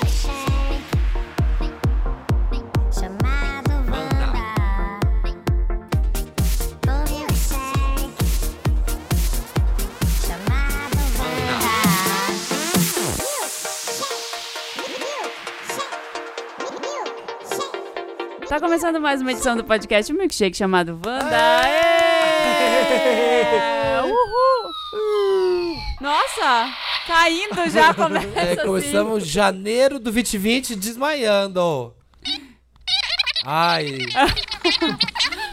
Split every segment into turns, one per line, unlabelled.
Ah.
Tá começando mais uma edição do podcast Milkshake chamado Wanda. É! Uhul! Nossa! tá Caindo já começa
É,
assim.
começamos janeiro do 2020 desmaiando. Ai.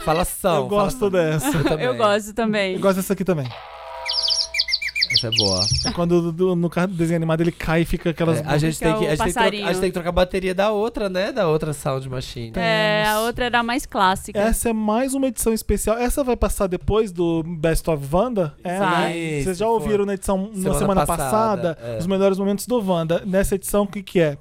Falação.
Eu gosto
falação.
dessa.
Eu também.
Eu gosto também.
Eu gosto dessa aqui também.
Essa é boa.
É quando do- do- no carro do desenho animado ele cai e fica aquelas.
É, a, gente
Fica
tem que,
o
a, gente tem que trocar,
passarinho.
a gente tem que trocar a bateria da outra, né? Da outra Sound Machine.
É, a outra era a mais clássica.
Essa é mais uma edição especial. Essa vai passar depois do Best of Wanda? É,
Vai.
né? Vocês
Isso,
já
foi.
ouviram na edição
Semana
na semana
passada,
passada,
é.
os melhores momentos do Wanda. Nessa edição, o que, que é?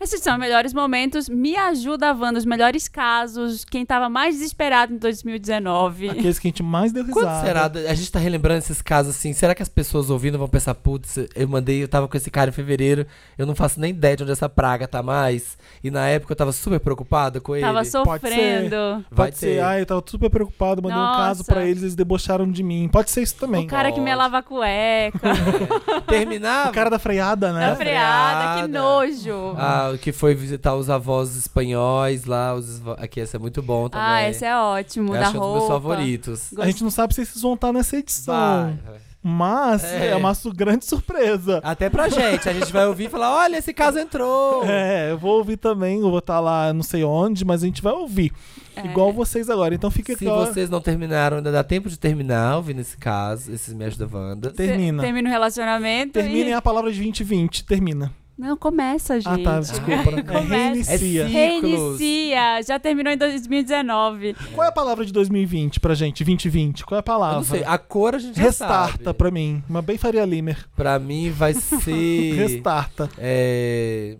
Esses são os melhores momentos. Me ajuda, Wanda, os melhores casos. Quem tava mais desesperado em 2019.
Aqueles que a gente mais deu risada.
Quando será? A gente tá relembrando esses casos assim. Será que as pessoas ouvindo vão pensar, putz, eu mandei, eu tava com esse cara em fevereiro, eu não faço nem ideia de onde essa praga tá mais. E na época eu tava super preocupado com ele.
Tava
Pode
sofrendo.
Pode
Vai
ser.
ter.
Ah, eu tava super preocupado, mandei
Nossa.
um caso pra eles, eles debocharam de mim. Pode ser isso também.
O cara que me
Pode.
lava a cueca.
Terminava.
O cara da freada, né?
da freada, que
freada.
nojo.
Ah, o que foi visitar os avós espanhóis lá, os esvo- aqui esse é muito bom também.
Ah, esse é ótimo. da
Eu acho que é um dos meus
roupa.
favoritos.
A gente não sabe se esses vão estar nessa edição.
Vai.
Mas
É.
é. uma su- grande surpresa.
Até É pra gente, a gente vai ouvir e falar, olha, esse caso entrou.
É, eu vou ouvir também, eu vou estar lá não sei onde, mas a gente vai ouvir.
É.
Igual vocês agora. Então fica
Se
aqui, ó,
vocês não terminaram, ainda dá tempo de terminar ouvindo esse caso, esses Me Ajuda Wanda.
Cê-
Termina.
Termina o relacionamento.
Terminem
e...
a palavra de 2020. Termina.
Não, começa, gente.
Ah, tá. Desculpa. É,
Começa.
reinicia.
É
Reinicia. Já terminou em 2019.
Qual é a palavra de 2020 pra gente? 2020. Qual é a
Eu
palavra?
não sei, a cor a gente já
Restarta
sabe.
pra mim. Uma bem Faria Limer.
Pra mim vai ser...
Restarta.
é,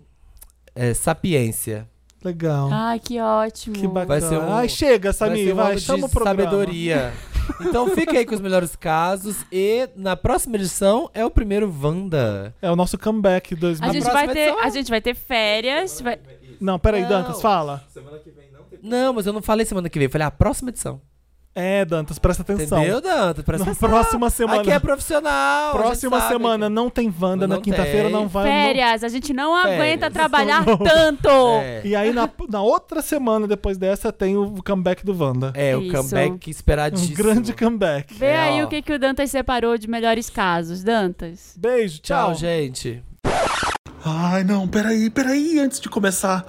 é, sapiência.
Legal.
Ai, que ótimo.
que bacana.
Vai ser um-
Ai, chega, Samir.
ser um
Vai,
ano
chama o
de
programa.
sabedoria. Então fica aí com os melhores casos e na próxima edição é o primeiro Wanda.
É o nosso comeback
A
2020.
gente,
próxima
vai ter,
edição é-
a gente vai ter férias. vai-
Não, peraí,
Não.
Dantas, fala.
Não, mas eu não falei semana que vem, eu falei a próxima edição.
É, Dantas, presta atenção.
Entendeu, Dantas? Presta
Na
atenção.
próxima semana.
Aqui é profissional. a gente
Próxima
sabe
semana não tem Wanda,
Não
na quinta-feira
tem.
não vai. não-
Férias. A gente não
Férias.
aguenta trabalhar
Não.
tanto.
que- É,
E aí, na, na outra semana depois dessa, tem o comeback do Wanda.
é o
Isso.
comeback
um
esperadíssimo.
grande comeback.
Vê
É,
aí
ó.
o que, que o Dantas separou de melhores casos. Dantas.
Beijo, tchau.
Tchau, gente.
Ai, não, peraí, peraí, antes de começar.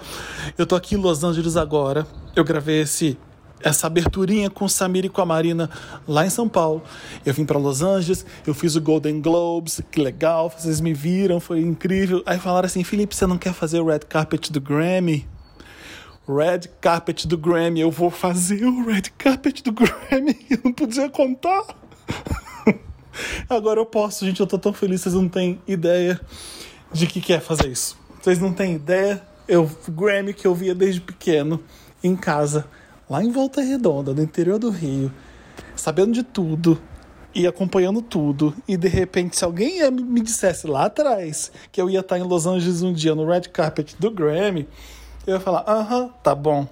Eu tô aqui em Los Angeles agora. Eu gravei esse essa aberturinha com o Samir e com a Marina lá em São Paulo. Eu vim pra Los Angeles, eu fiz o Golden Globes, que legal, vocês me viram, foi incrível. Aí falaram assim: "Felipe, você não quer fazer o red carpet do Grammy?" Red Carpet do Grammy, eu vou fazer o Red Carpet do Grammy, eu não podia contar. Agora eu posso, gente, eu tô tão feliz, vocês não têm ideia de que quer fazer isso. Vocês não têm ideia, eu Grammy que eu via desde pequeno em casa, lá em Volta Redonda, no interior do Rio, sabendo de tudo e acompanhando tudo. E de repente, se alguém ia- me dissesse lá atrás que eu ia estar em Los Angeles um dia no red carpet do Grammy, eu ia falar: "Aham, tá bom".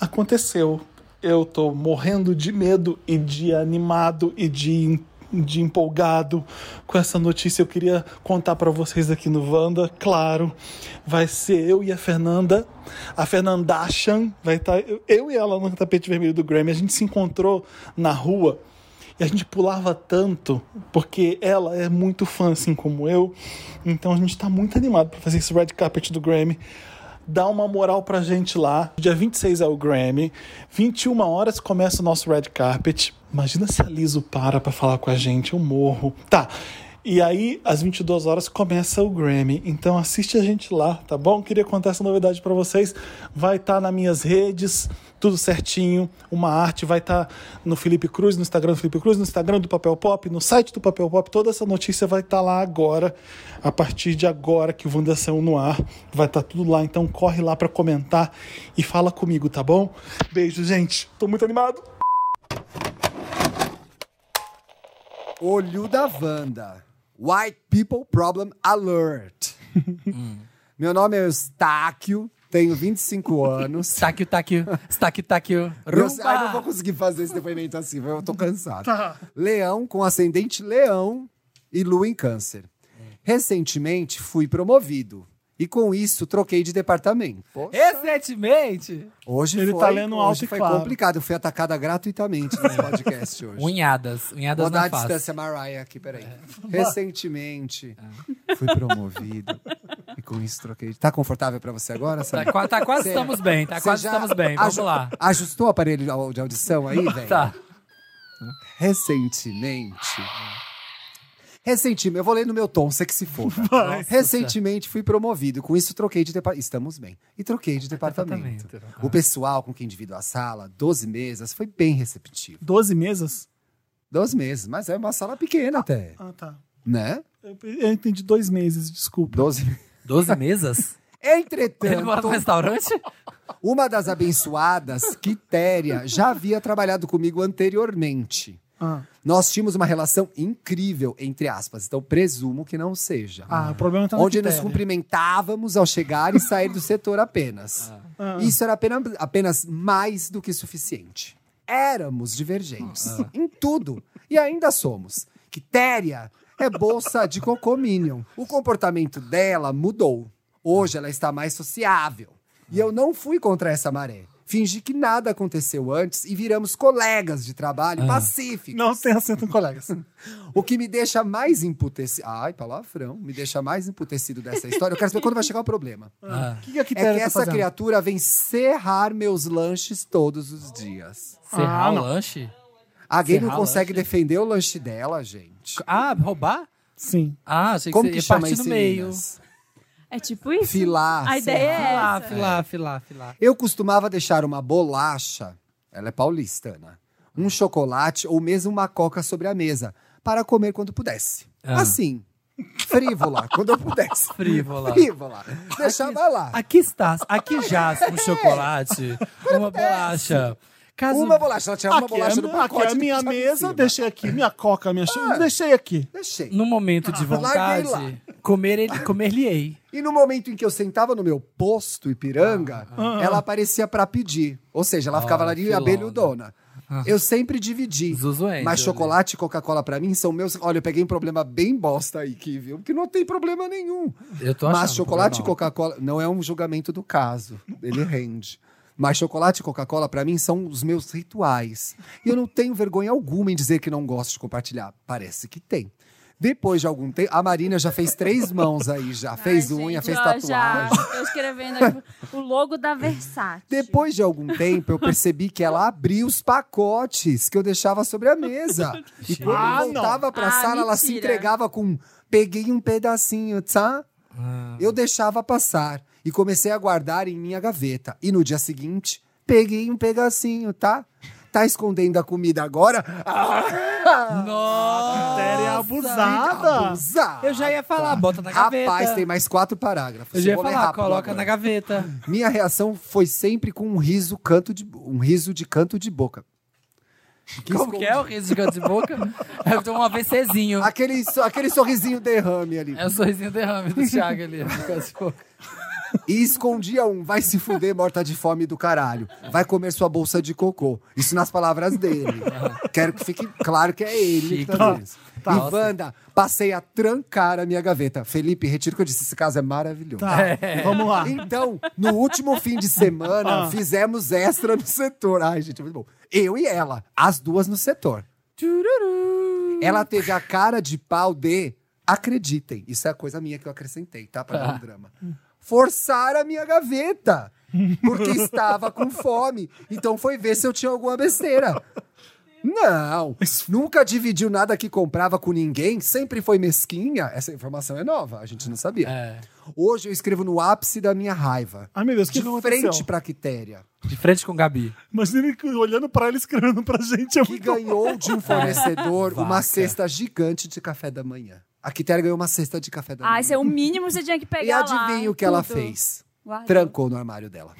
Aconteceu. Eu tô morrendo de medo e de animado e de, de empolgado com essa notícia. Eu queria contar pra vocês aqui no Wanda. Claro, vai ser eu e a Fernanda. A Fernandachan vai estar. eu e ela no tapete vermelho do Grammy. A gente se encontrou na rua e a gente pulava tanto, porque ela é muito fã, assim como eu. Então a gente tá muito animado pra fazer esse red carpet do Grammy. Dá uma moral pra gente lá. Dia 26 é o Grammy. 21 horas começa o nosso red carpet. Imagina se a Liso para pra falar com a gente. Eu morro. Tá. E aí, às 22 horas, começa o Grammy. Então assiste a gente lá, tá bom? Queria contar essa novidade pra vocês. Vai estar nas minhas redes, tudo certinho. Uma arte vai estar no Felipe Cruz, no Instagram do Felipe Cruz, no Instagram do Papel Pop, no site do Papel Pop. Toda essa notícia vai estar lá agora, a partir de agora que o Wanda saiu no ar. Vai estar tudo lá, então corre lá pra comentar e fala comigo, tá bom? Beijo, gente. Tô muito animado.
Olho da Wanda. White People Problem Alert. Meu nome é Eustáquio, tenho 25 anos.
Taquio, taquio, taquio, taquio.
Eu,
Rumba.
ai, não vou conseguir fazer esse depoimento assim, eu tô cansado. Leão com ascendente leão e lua em câncer. Recentemente fui promovido E com isso, troquei de departamento.
Recentemente,
Hoje
Ele
foi,
tá lendo alto
hoje
e
foi
claro.
complicado. Eu fui atacada gratuitamente nesse podcast hoje.
unhadas. Unhadas
Vou dar
na
a
face.
distância Mariah aqui, peraí.
É.
Recentemente, fui promovido. E com isso, troquei. de- Tá confortável pra você agora,
Tá,
Samir?
qua- tá quase
Cê-
estamos bem, tá
Você
quase
já
estamos bem. Vamos
aju-
lá.
Ajustou o aparelho de au- de audição aí, velho?
Tá.
Recentemente. Recentemente, eu vou ler no meu tom, você que se for. Recentemente fui promovido, com isso troquei de departamento. Estamos bem. E troquei de departamento.
Departamento, tá.
O pessoal com quem divido a sala, 12 mesas, foi bem receptivo.
12 mesas?
12 meses, mas é uma sala pequena até,
Ah, tá.
né?
Eu, eu entendi dois meses, desculpa.
12
12 mesas?
Ele mora no
Entretanto,
restaurante?
uma das abençoadas, Quitéria, já havia trabalhado comigo anteriormente.
Ah,
Nós tínhamos uma relação incrível, entre aspas, então presumo que não seja.
ah, o problema tá na
onde nos
quitéria.
cumprimentávamos ao chegar e sair do setor apenas.
Ah.
Isso era apenas, apenas mais do que suficiente. Éramos divergentes em tudo e ainda somos. Quitéria é bolsa de cocominion. O comportamento dela mudou. Hoje ela está mais sociável. E eu não fui contra essa maré. Fingi que nada aconteceu antes e viramos colegas de trabalho pacíficos.
Não tem assento com colegas.
O que me deixa mais emputecido. Ai, palavrão. Me deixa mais emputecido dessa história. Eu quero saber quando vai chegar o problema.
Ah,
O que, que a
É
Quitéria
que
tá
essa
fazendo?
criatura vem serrar meus lanches todos os dias.
serrar
Ah,
o
não.
lanche?
Alguém não
Serrar
consegue defender o lanche dela, gente.
Ah, roubar?
Sim.
Ah, achei que
Como
você
que
ia
chama
partir
isso?
no meio.
meninas?
É tipo isso?
Filar.
A ideia
serrar.
é
Filar,
essa.
filar, filar, filar.
Eu costumava deixar uma bolacha, ela é paulistana, um chocolate ou mesmo uma coca sobre a mesa para comer quando pudesse.
Ah.
Assim, frívola, quando eu pudesse.
Frívola.
Frívola. Deixava lá. É.
Aqui está, aqui jaz um chocolate, uma bolacha. Caso
Uma bolacha, ela tirava uma
Aqui é,
bolacha do pacote.
aqui é a
e
minha
deixava em
mesa,
cima. Ah,
deixei aqui. Minha coca, minha chave, deixei aqui.
Deixei.
no momento de vontade,
Larguei
comer ele, comer-lhe-ei.
E no momento em que eu sentava no meu posto Ipiranga,
Ah,
ela aparecia pra pedir. Ou seja, ela ficava
Olha,
lá de
filona.
abelhudona.
Ah.
Eu sempre dividi.
Zuzuente,
mas
olha.
chocolate e Coca-Cola pra mim são meus. Olha, eu peguei um problema bem bosta aí, que viu? Que não tem problema nenhum.
Eu tô achando. um
Mas chocolate e
normal.
Coca-Cola não é um julgamento do caso. Ele rende. Mas chocolate e Coca-Cola, pra mim, são os meus rituais. E eu não tenho vergonha alguma em dizer que não gosto de compartilhar. Parece que tem. Depois de algum tempo, a Marina já fez três mãos aí, já.
Ai,
fez
gente,
unha, fez
ó,
tatuagem.
Já, tô escrevendo aqui o logo da Versace.
Depois de algum tempo, eu percebi que ela abria os pacotes que eu deixava sobre a mesa. E quando
Ah,
eu voltava pra
Ah,
sala, ela se
mentira.
entregava com peguei um pedacinho, tá?
Ah.
Eu deixava passar e comecei a guardar em minha gaveta. E no dia seguinte, peguei um pedacinho, tá? Tá escondendo a comida agora? Ah,
Nossa!
Quitéria é abusada.
abusada.
Eu já ia falar, bota na gaveta.
Rapaz, tem mais quatro parágrafos.
Eu já ia
vou ler
falar,
rápido
coloca
agora.
na gaveta.
Minha reação foi sempre com um riso canto de um riso de canto de boca.
Como que é o riso de canto de boca? Eu tô um AVCzinho.
Aquele, so- aquele sorrisinho derrame ali.
É o sorrisinho derrame do Thiago ali. de canto de boca.
E escondia um, vai se fuder, morta de fome do caralho. Vai comer sua bolsa de cocô. Isso nas palavras dele. Quero que fique claro que é ele. Que tá dizendo isso. e
Nossa.
Wanda, passei a trancar a minha gaveta. Felipe, retiro o que eu disse, esse caso é maravilhoso.
Tá,
É.
vamos lá. Ah.
Então, no último fim de
Ah.
semana, fizemos extra no setor. Ai, gente, é muito bom. Eu e ela, as duas no setor. Ela teve a cara de pau de. Acreditem, isso é a coisa minha que eu acrescentei, tá?
é
Pra dar um drama. Forçar a minha gaveta. Porque estava com fome. Então foi ver se eu tinha alguma besteira. Não, nunca dividiu nada que comprava com ninguém, sempre foi mesquinha. Essa informação é nova, a gente não sabia.
É.
Hoje eu escrevo no ápice da minha raiva.
Ai, Ah, meu Deus, o que,
De
que aconteceu?
frente pra Quitéria,
De frente com o Gabi.
Imagina ele olhando pra ela e escrevendo pra gente. É
que
muito...
ganhou de um fornecedor uma
Vaca.
cesta gigante de café da manhã. A Quitéria ganhou uma cesta de café da
Ah,
manhã.
isso é o mínimo que você tinha que pegar
E adivinha
lá,
o que ela
tudo.
fez?
Guardou.
Trancou no armário dela.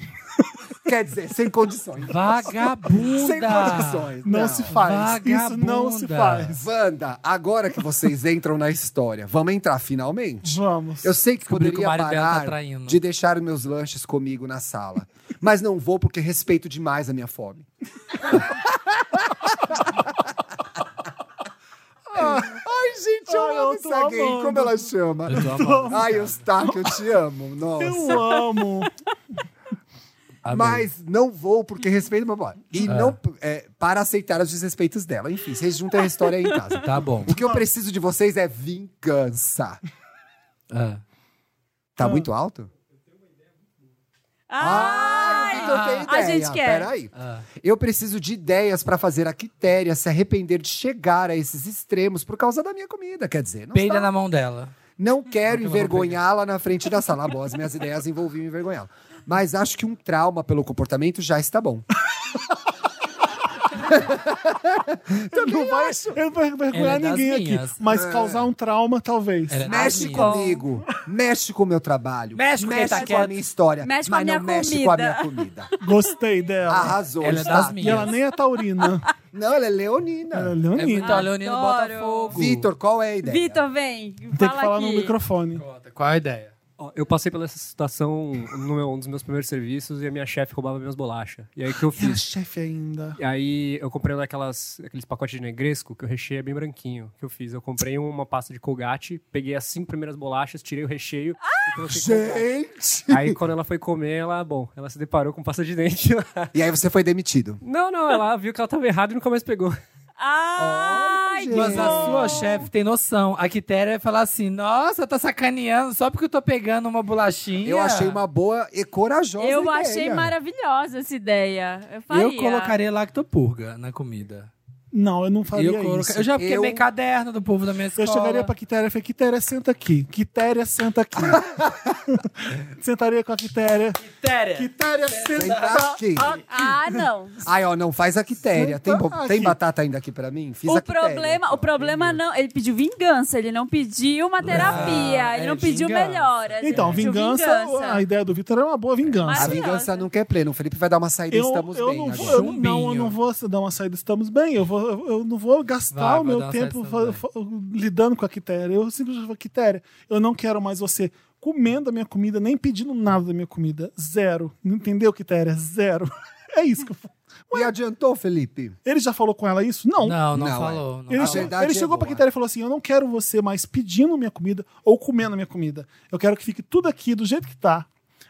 Quer dizer, sem condições. Sem
Vagabunda!
condições.
Não se faz. Isso não se
Vagabunda.
faz.
Wanda, agora que vocês entram na história, vamos entrar finalmente?
Vamos.
Eu sei que
Descobri que o
poderia
marido dela tá
parar
traindo.
de deixar meus lanches comigo na sala. Mas não vou porque respeito demais a minha fome. Ai, gente, eu
Ai, Ah, eu
amo
tô
essa gay.
amando.
Como ela chama?
Eu tô amando.
Ai, Eustáquio, eu te amo. Nossa.
Eu amo.
Amei.
Mas não vou porque respeito meu pai. E
É.
não é, para aceitar os desrespeitos dela. Enfim, vocês juntam a história aí em casa.
Tá bom.
O que eu preciso de vocês é vingança.
É.
Tá muito alto?
Ai, a gente quer.
Peraí.
Ah.
Eu preciso de ideias pra fazer a Quitéria se arrepender de chegar a esses extremos por causa da minha comida. Quer dizer, não,
Peida
tá-
na mão dela.
não quero envergonhá-la na frente da sala. Ah, Bom, as minhas ideias envolviam envergonhá-la. Mas acho que um trauma pelo comportamento já está bom.
não vai, eu não vai
Ela
vergonhar
é das
ninguém aqui.
minhas.
Mas
É.
causar um trauma, talvez.
Ela é
Mexe
das
comigo, mexe com o meu trabalho,
né? Mexe com quem tá
com a
quieto.
minha história,
Mexe com
mas
a minha
não mexe com a minha comida.
Gostei dela.
Arrasou,
Ela é
está.
das
e
minhas.
ela nem é taurina.
Não, ela é leonina.
Ela é
É muito
leonina.
a Leonino
Adoro.
Botafogo.
Vitor, qual é a ideia? é
Vitor, vem.
um Tem
fala
que falar
aqui.
no microfone.
Qual a ideia?
Ó, Eu passei pela essa situação no meu, um dos meus primeiros serviços e a minha chefe roubava minhas bolachas. E aí o que eu
E a
fiz?
chefe ainda.
E aí eu comprei daquelas, aqueles pacotes de negresco que o recheio é bem branquinho. O que eu fiz? Eu comprei uma pasta de colgate, peguei as cinco primeiras bolachas, tirei o recheio e coloquei Colgate.
Ah, Gente!
Aí quando ela foi comer, ela, bom, ela se deparou com pasta de dente.
E aí você foi demitido.
Não, não, ela viu que ela tava errada e nunca mais pegou.
Ai,
Olha,
Mas
que
a
bom.
sua chefe tem noção. A Quitéria vai falar assim: nossa, tá sacaneando só porque eu tô pegando uma bolachinha.
Eu achei uma boa e corajosa
Eu
ideia.
achei maravilhosa essa ideia. Eu faria.
Eu colocaria lactopurga na comida.
Não, eu não
eu,
faria
coloca-
isso.
eu
Eu,
já queimei
Eu-
caderno do povo da minha escola.
chegaria pra Quitéria e falei, Quitéria, senta aqui. Quitéria, senta aqui. Sentaria com a Quitéria.
Quitéria.
Quitéria, senta.
Sentar aqui.
Ah, não.
Ai, ó, não faz a quitéria. Tem, bo-
Senta
tem
aqui.
batata ainda aqui pra mim? Fiz a
O
quitéria.
problema, o problema não, ele pediu vingança, ele não pediu uma é terapia, ele
é
não pediu
vingança.
melhora. ele
Então,
pediu
vingança, a ideia do Vitor é uma boa
A
vingança.
Maravilhosa.
vingança nunca é plena. O Felipe vai dar uma saída
Eu,
estamos
eu
bem.
não, vou,
agora.
eu, não- não, eu não vou dar uma saída, estamos bem. Eu, vou, eu, eu não vou gastar
Vai, vai dar
o meu
uma
tempo
saída,
fa- fa- lidando com a Quitéria. Eu simplesmente falo, Quitéria, eu não quero mais você comendo a minha comida, nem pedindo nada da minha comida. Zero. Não entendeu, Quitéria? Zero. É isso que eu falo.
E adiantou, Felipe?
Ele já falou com ela isso? Não.
Não, não,
Não, é.
falou. não
Ele,
A
falou.
che-
verdade
ele
é
chegou pra
boa.
Quitéria e falou assim: Eu não quero você mais pedindo minha comida ou comendo minha comida. Eu quero que fique tudo aqui do jeito que tá.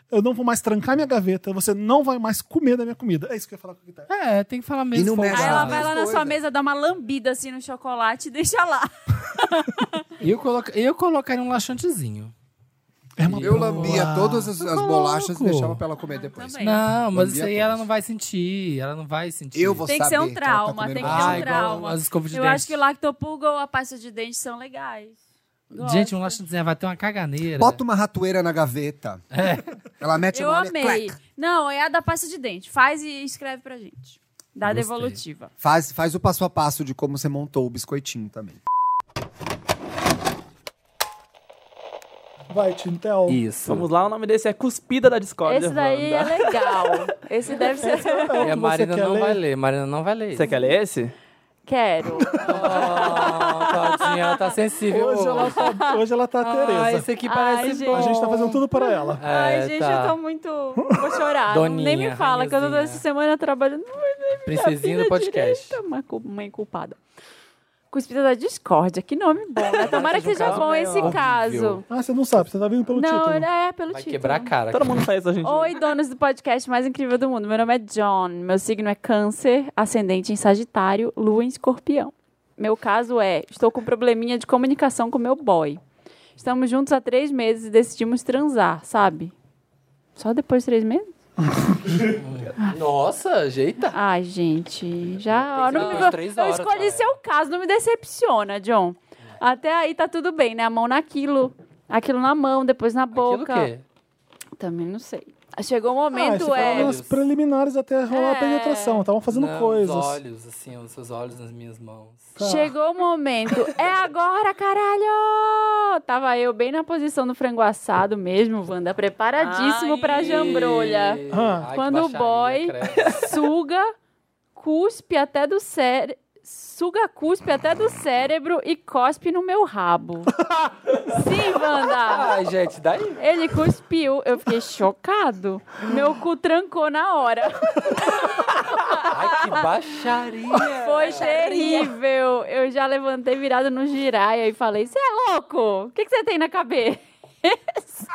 Eu não vou mais trancar minha gaveta. Você não vai mais comer da minha comida. É isso que eu ia falar com a Quitéria.
É, tem que falar mesmo.
não
folgado.
mexe
Aí ela
Exato.
vai lá na
Coisa.
sua mesa, dá uma lambida assim no chocolate e deixa lá.
Eu, coloca... eu colocaria um laxantezinho.
É uma
Eu
boa.
lambia todas as, as
Tá Louco.
bolachas e deixava pra ela comer depois.
Também.
Não, mas
Lambia
isso aí
todas.
ela não vai sentir. Ela não vai sentir.
Eu vou
Tem que ser um
saber ela tá
trauma,
comendo
tem que ser
bolachas.
um
Ah, igual
trauma.
as escovas de
Eu
dente.
acho que o lactopulga ou a pasta de dente são legais. Gosto.
Gente, um laxantezinho vai ter uma caganeira.
Bota uma ratoeira na gaveta. Ela mete
Eu
a mão e
amei.
clac.
Não, é a da pasta de dente. Faz e escreve pra gente. Da
Gostei.
devolutiva.
Faz, faz o passo a passo de como você montou o biscoitinho também.
Vai, Tintel.
Isso. Vamos lá, o nome desse é Cuspida da Discord.
Esse daí é legal. Esse deve ser.
É
E a
o que
Marina
você quer
não
ler?
vai ler, Marina não vai ler.
Você quer ler esse?
Quero.
Ah, tadinha, ela tá sensível.
Hoje ela tá, hoje ela tá a
Ah,
Tereza.
esse aqui
Ai,
parece
gente.
bom.
A gente tá fazendo tudo para ela.
Ai,
É,
gente,
tá.
eu tô muito. Vou chorar. Nem me
Doninha,
fala, que eu tô
rainhazinha.
essa semana trabalhando.
Princesinha
é
do podcast.
Eita, uma cu- mãe culpada. Cuspida da discórdia. Que nome bom, né? Tomara que seja
caso
bom
é
esse
horrível.
caso.
um Ah, você não sabe, você tá vindo pelo
Não,
título.
é pelo
Vai
título.
quebrar a cara.
Todo mundo faz isso, gente.
Oi, donos do podcast mais incrível do mundo. Meu nome é John. Meu signo é Câncer, ascendente em Sagitário, Lua em Escorpião. Meu caso é: estou com um probleminha de comunicação com meu boy. Estamos juntos há três meses e decidimos transar, sabe? Só depois de três meses?
Nossa, jeita.
Ai, gente, já.
Tem que
não
ser
me-
umas três
eu
horas, tá?
escolhi
cara. É.
seu caso, não me decepciona, John. Até aí tá tudo bem, né? A mão naquilo. Aquilo na mão, depois na
Aquilo o
boca.
quê?
Também não sei. Chegou o
Ah, você
momento,
um
falou
é.
nas preliminares até rolar a
É.
penetração. Estavam fazendo
Não,
coisas.
Os olhos, assim, os seus olhos nas minhas mãos.
Tá.
Chegou o momento. É agora, caralho! Tava eu bem na posição do frango assado mesmo, Wanda, preparadíssimo pra jambrolha.
Ih,
Ah.
ai, que
Quando o
baixaria,
boy-
credo.
Suga, cuspe até do cérebro. Suga, cuspe até do cérebro e cospe no meu rabo. Sim, Wanda!
Ai, gente, daí.
Ele cuspiu, eu fiquei chocado. Meu cu trancou na hora.
Ai, que baixaria!
Foi terrível. Eu já levantei virado no giraia e falei: Você é louco? O que que você tem na cabeça?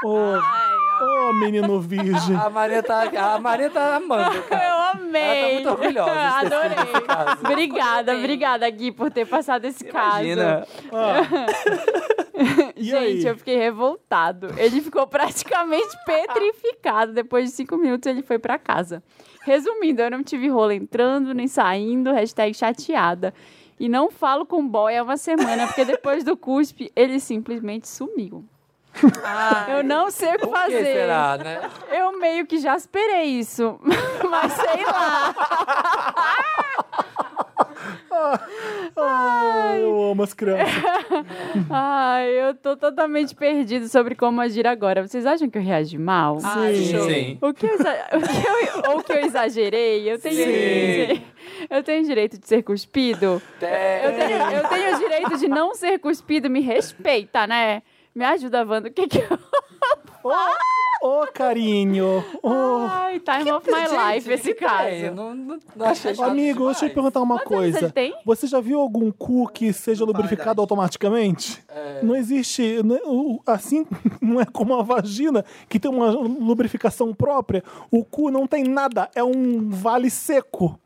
Ô, ô, menino virgem.
A Maria tá, a Maria tá amando, cara.
Eu amei.
Ela tá muito orgulhosa de ter feito esse
Adorei.
caso.
Obrigada, obrigada, Gui, por ter passado esse
Imagina.
Ah, E
caso. Gente,
aí?
eu fiquei revoltado. Ele ficou praticamente petrificado. Depois de cinco minutos, ele foi pra casa. Resumindo, eu não tive rolo entrando nem saindo, hashtag chateada. E não falo com boy há uma semana, porque depois do cuspe, ele simplesmente sumiu. eu não sei o que
Por
fazer.
que será, né?
Eu meio que já esperei isso, mas sei lá.
eu amo as crianças.
Ai, eu tô totalmente perdido sobre como agir agora. Vocês acham que eu reagi mal?
Sim.
O que eu, exa- o que eu- ou que eu exagerei? Eu tenho, eu tenho direito de ser cuspido? Eu tenho, eu tenho direito de não ser cuspido. Me respeita, né? Me ajuda, Wanda. O que que eu...
Ô, carinho. Ô,
Ai, time of my life esse
tá
Eu
caso.
não, não, não achei nada
amigo, deixa eu te
demais.
perguntar uma
Quantos anos
coisa.
ele tem?
Você já viu algum cu que seja lubrificado automaticamente?
É.
Não existe. né, o- Assim, não é como a vagina que tem uma lubrificação própria. O cu não tem nada, é um vale seco.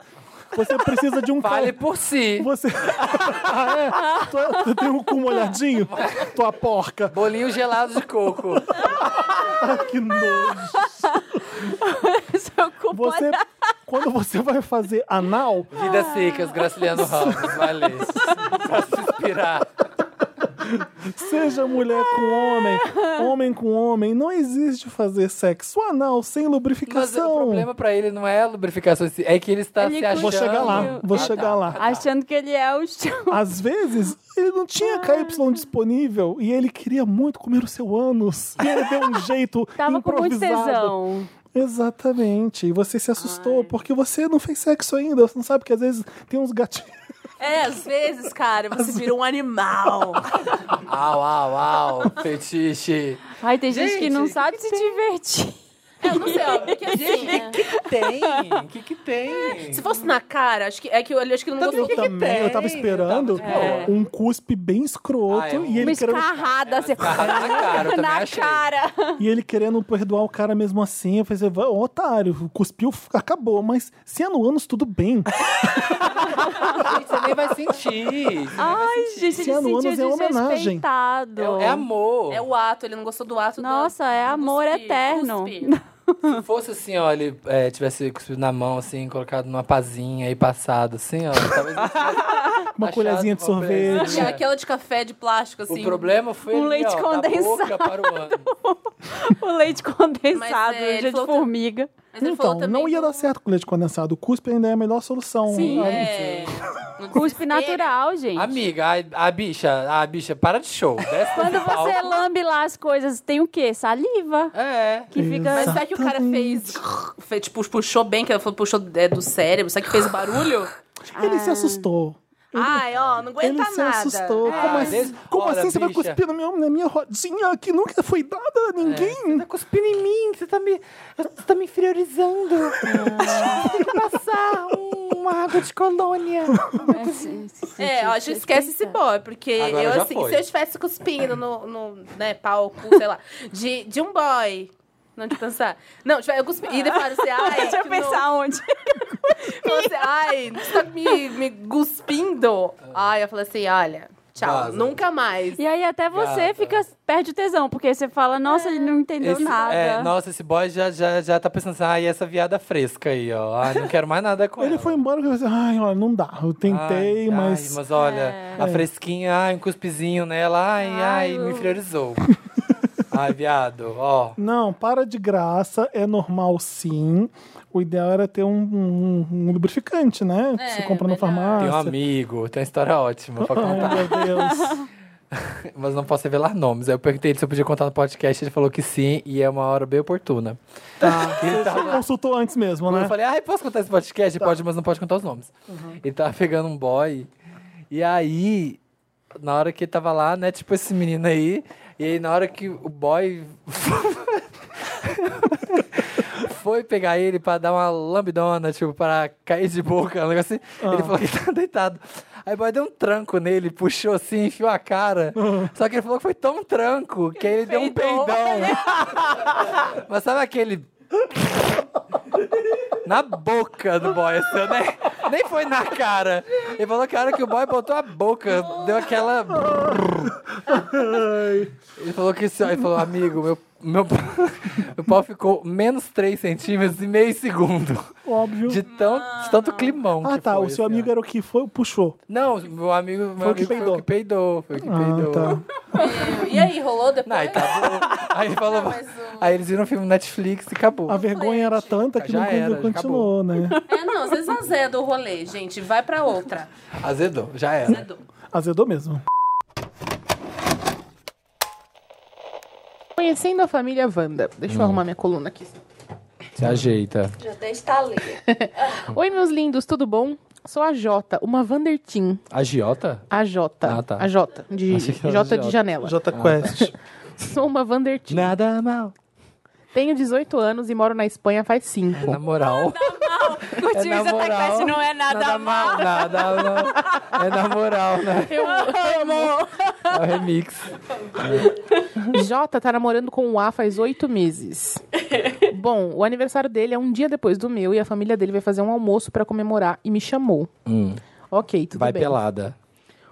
Você precisa de um
Fale
ca-
por si.
Você. ah, é? Tu, tu tem um cu molhadinho? Tua porca.
Bolinho gelado de coco.
Ah, Que nojo.
Seu cu
Você. Quando você vai fazer anal,
Vidas secas, Graciliano Ramos, Valês. Pra se inspirar.
Seja mulher com homem, homem com homem, não existe fazer sexo anal sem
Mas o
lubrificação.
problema pra ele não é a lubrificação, em si, é que ele está
Ele
se achando.
Vou chegar lá, vou
Ah, tá.
chegar lá.
Achando que ele é o chão. Ah.
Às vezes, ele não tinha KY disponível e ele queria muito comer o seu ânus. E ele deu um jeito
Tava com muito
improvisado.
tesão.
Exatamente. E você se assustou porque você não fez sexo ainda. Você não sabe que às vezes tem uns gatinhos.
É, às vezes, cara, você vira um animal.
Au, au, au, fetiche.
Ai, tem gente, que não sabe se divertir.
É, eu não sei, ó, porque assim,
Tem. O que que tem?
se fosse na cara, acho que é que eu, acho que eu não
Eu
gostou.
também, eu tava esperando
É.
um cuspe bem escroto
Ah, é um-
e,
Uma
ele querendo,
É,
escarrada assim.
Cara, na cara, eu também
na
achei.
cara.
e ele querendo perdoar o cara mesmo assim. Eu falei, assim, "Ô, otário, cuspiu, acabou. Mas se é no ânus, tudo bem.
Gente, você nem vai sentir.
Ai, gente, ele se
Luciano
sentiu
Anos é uma homenagem.
desrespeitado.
É amor.
É o ato, ele não gostou do ato. do-
Nossa, é
do
amor
cuspir,
eterno.
cuspir.
Se fosse assim, ó, ele é, tivesse cuspido na mão, assim, colocado numa pazinha e passado, assim, ó. Talvez não tivesse
Tá
Uma
achado
colherzinha de
uma colherzinha.
sorvete.
E Aquela de café de plástico,
O
assim.
problema É, foi
Um
ali,
leite
ó, da boca
condensado.
para o ano.
O leite condensado,
Mas, é, ele
gente, de
falou que-
formiga.
Mas ele falou
Então,
também
não ia
do-
dar certo com leite condensado. O cuspe ainda é a melhor solução.
Sim.
Ah,
É, no
Cuspe
desespero.
natural, gente.
Amiga, a, a bicha, a bicha, para de show. Desce
Quando
do palco.
você lambe lá as coisas, tem o quê? Saliva.
É.
Que fica...
Mas será que o cara fez, fez tipo, puxou bem, que ela falou, puxou é, do cérebro, será que fez barulho?
Ele
Ah.
se assustou.
Ai, ó, não aguenta
ele se
nada. É.
assustou. Como
Ah,
assim,
desde-
como
Ora,
assim você vai
bicha.
cuspir na minha, na minha rodinha que nunca foi dada a ninguém?
Tá cuspindo em mim, você tá me, você tá me inferiorizando.
Ah.
Tem que passar um- uma água de colônia.
É, ó, a gente esquece esse boy, porque
Agora
eu,
já
assim,
foi.
se eu estivesse cuspindo no, no né, palco, sei lá, de, de um boy. Não de pensar. Não, tipo, eu cuspi. E depois assim, ai.
Deixa eu
que
pensar onde.
No... Falou assim, ai, você tá me, me cuspindo? Ai, eu falei assim, olha, tchau,
Vaza.
nunca mais.
E aí até você
Gata.
fica... Perde o tesão, porque você fala, nossa, ele não entendeu
Esse-
nada.
é, nossa, esse boy já, já, já tá pensando assim, ai, essa viada fresca aí, ó. Ai, não quero mais nada com
Ele
ela.
foi embora e eu falei assim, ai, olha, não dá. Eu tentei,
Ai,
mas... É.
ai, mas olha,
É.
a fresquinha, ai, um cuspizinho nela, ai, ai, me inferiorizou. ai, viado, ó.
Não, para de graça, é normal sim. O ideal era ter um, um- um lubrificante, né? que você compra na
É, melhor.
Tem um
farmácia.
amigo, tem uma história ótima pra contar.
Ai, Oh, meu Deus.
Mas não posso revelar nomes. Aí eu perguntei ele se eu podia contar no podcast, ele falou que sim, e é uma hora bem oportuna. Ele
Você
tava...
consultou antes mesmo, né? Tá.
Eu falei, ai, posso contar esse podcast? Pode, mas não pode contar os nomes.
Uhum.
Ele tava pegando um boy, e aí, na hora que ele tava lá, né, tipo esse menino aí, e aí na hora que o boy... foi foi pegar ele pra dar uma lambidona, tipo, pra cair de boca, um negócio assim. Ele falou que tava deitado. Aí o boy deu um tranco nele, puxou assim, enfiou a cara. Só que ele falou que foi tão tranco que ele deu um
Peidou.
peidão. Mas sabe aquele. Na boca do boy, assim, eu nem, nem foi na cara. Ele falou que a hora que o boy botou a boca, deu aquela. Ele falou que assim, ó, ele falou, amigo, meu, meu, pau- meu pau ficou menos 3 centímetros e meio segundo.
Óbvio.
De, tão, de tanto climão.
Ah,
que
tá.
foi,
O seu
assim,
amigo
ó.
era o que foi, puxou.
Não, meu amigo, meu
Foi o que
amigo foi o que peidou.
peidou.
Foi o que
Ah,
peidou.
tá.
E aí, rolou
Não,
depois?
aí acabou. Aí ele falou.
Não, mas o-
Aí eles viram um filme Netflix e acabou.
A vergonha era tanta que
Já
não
era, já
continuou, né?
É, não, vocês azedam o rolê, gente. Vai pra outra. é
Azedou, já era.
Azedou.
Azedou mesmo.
Conhecendo a família Wanda. Deixa eu
Hum.
arrumar minha coluna aqui.
Se ajeita.
Já até estalei.
Oi, meus lindos, tudo bom? Sou a Jota, uma Vandertin.
Agiota?
A Jota.
Ah, tá.
A Jota. De,
Achei que é era
Jota de
Jota. Ah, tá.
janela.
Jota Quest.
Sou uma Vandertin.
Nada mal.
Tenho 18 anos e moro na Espanha faz 5.
É Na moral.
Tá O
na
Tio
moral,
Quest não é nada, mal.
É Nada mal. É na moral, né?
Eu amo!
É o remix.
Jota tá namorando com o A faz oito meses. Bom, o aniversário dele é um dia depois do meu e a família dele vai fazer um almoço pra comemorar e me chamou. Ok, tudo
Hum, Vai
bem.
pelada.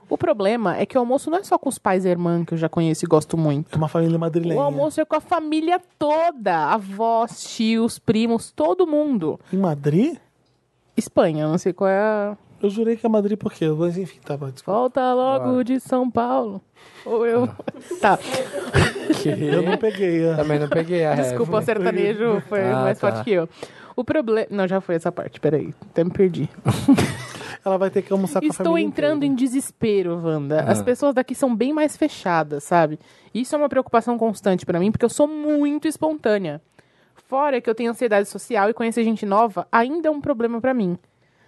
O problema é que o almoço não é só com os pais e a irmã que eu já conheço e gosto muito.
É uma família madrilenha.
O almoço é com a família toda. Avós, tios, primos, todo mundo.
Em Madrid?
Espanha, não sei qual é a...
Eu jurei que é Madrid por quê? Mas enfim, tá bom. desculpa.
Volta logo de São Paulo. Ou eu... tá,
Eu não peguei. é.
Também não peguei a
desculpa, o
ref. né?
sertanejo foi
Ah,
mais
tá.
forte que eu. O problema... Não, já foi essa parte, peraí. Até me perdi.
Ela vai ter que almoçar com a
Estou
um família
entrando
inteira.
em desespero, Wanda.
Ah.
As pessoas daqui são bem mais fechadas, sabe? Isso é uma preocupação constante pra mim, porque eu sou muito espontânea. Fora que eu tenho ansiedade social e conhecer gente nova ainda é um problema pra mim.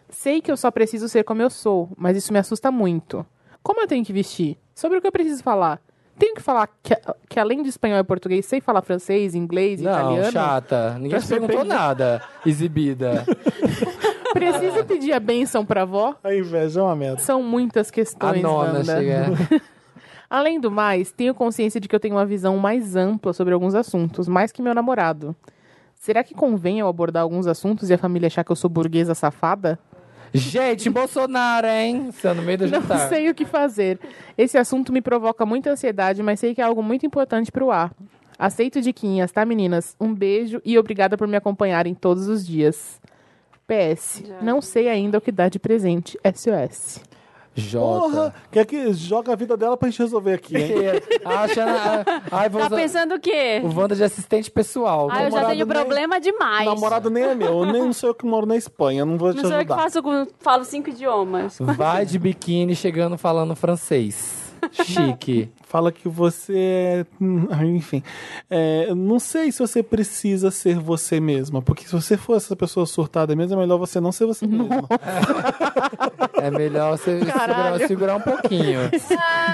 Sei que eu só preciso ser como eu sou, mas isso me assusta muito. Como eu tenho que vestir? Sobre o que eu preciso falar? Tenho que falar que, que além de espanhol e português, sei falar francês, inglês,
Não,
italiano?
chata. Ninguém te perguntou nada. Exibida.
Preciso pedir a benção pra avó?
A inveja é uma merda.
São muitas
A
questões,
nona
Wanda.
chega. é.
Além do mais, tenho consciência de que eu tenho uma visão mais ampla sobre alguns assuntos, mais que meu namorado. Será que convém eu abordar alguns assuntos e a família achar que eu sou burguesa safada?
Gente, Bolsonaro, hein? Você é no meio do
Não
jantar.
sei o que fazer. Esse assunto me provoca muita ansiedade, mas sei que é algo muito importante pro ar. Aceito diquinhas, tá, meninas? Um beijo e obrigada por me acompanharem todos os dias. PS, não sei ainda o que dar de presente. SOS.
Jota.
Porra! Quer que joga a vida dela pra gente resolver aqui, hein?
Achando. Ai, vou
Tá
usar-
pensando o quê?
O Wanda de assistente pessoal.
Ah, eu já
namorado
tenho
nem-
problema demais.
Namorado nem é meu, nem sou eu que moro na Espanha, não vou te
Não sou eu que
ajudar.
faço, com- falo cinco idiomas.
Vai de biquíni chegando falando francês. Chique.
Fala que você é. hum, Enfim. É, eu não sei se você precisa ser você mesma, porque se você for essa pessoa surtada mesmo, é melhor você não ser você mesma.
É melhor você segurar,
Caralho.
segurar um pouquinho.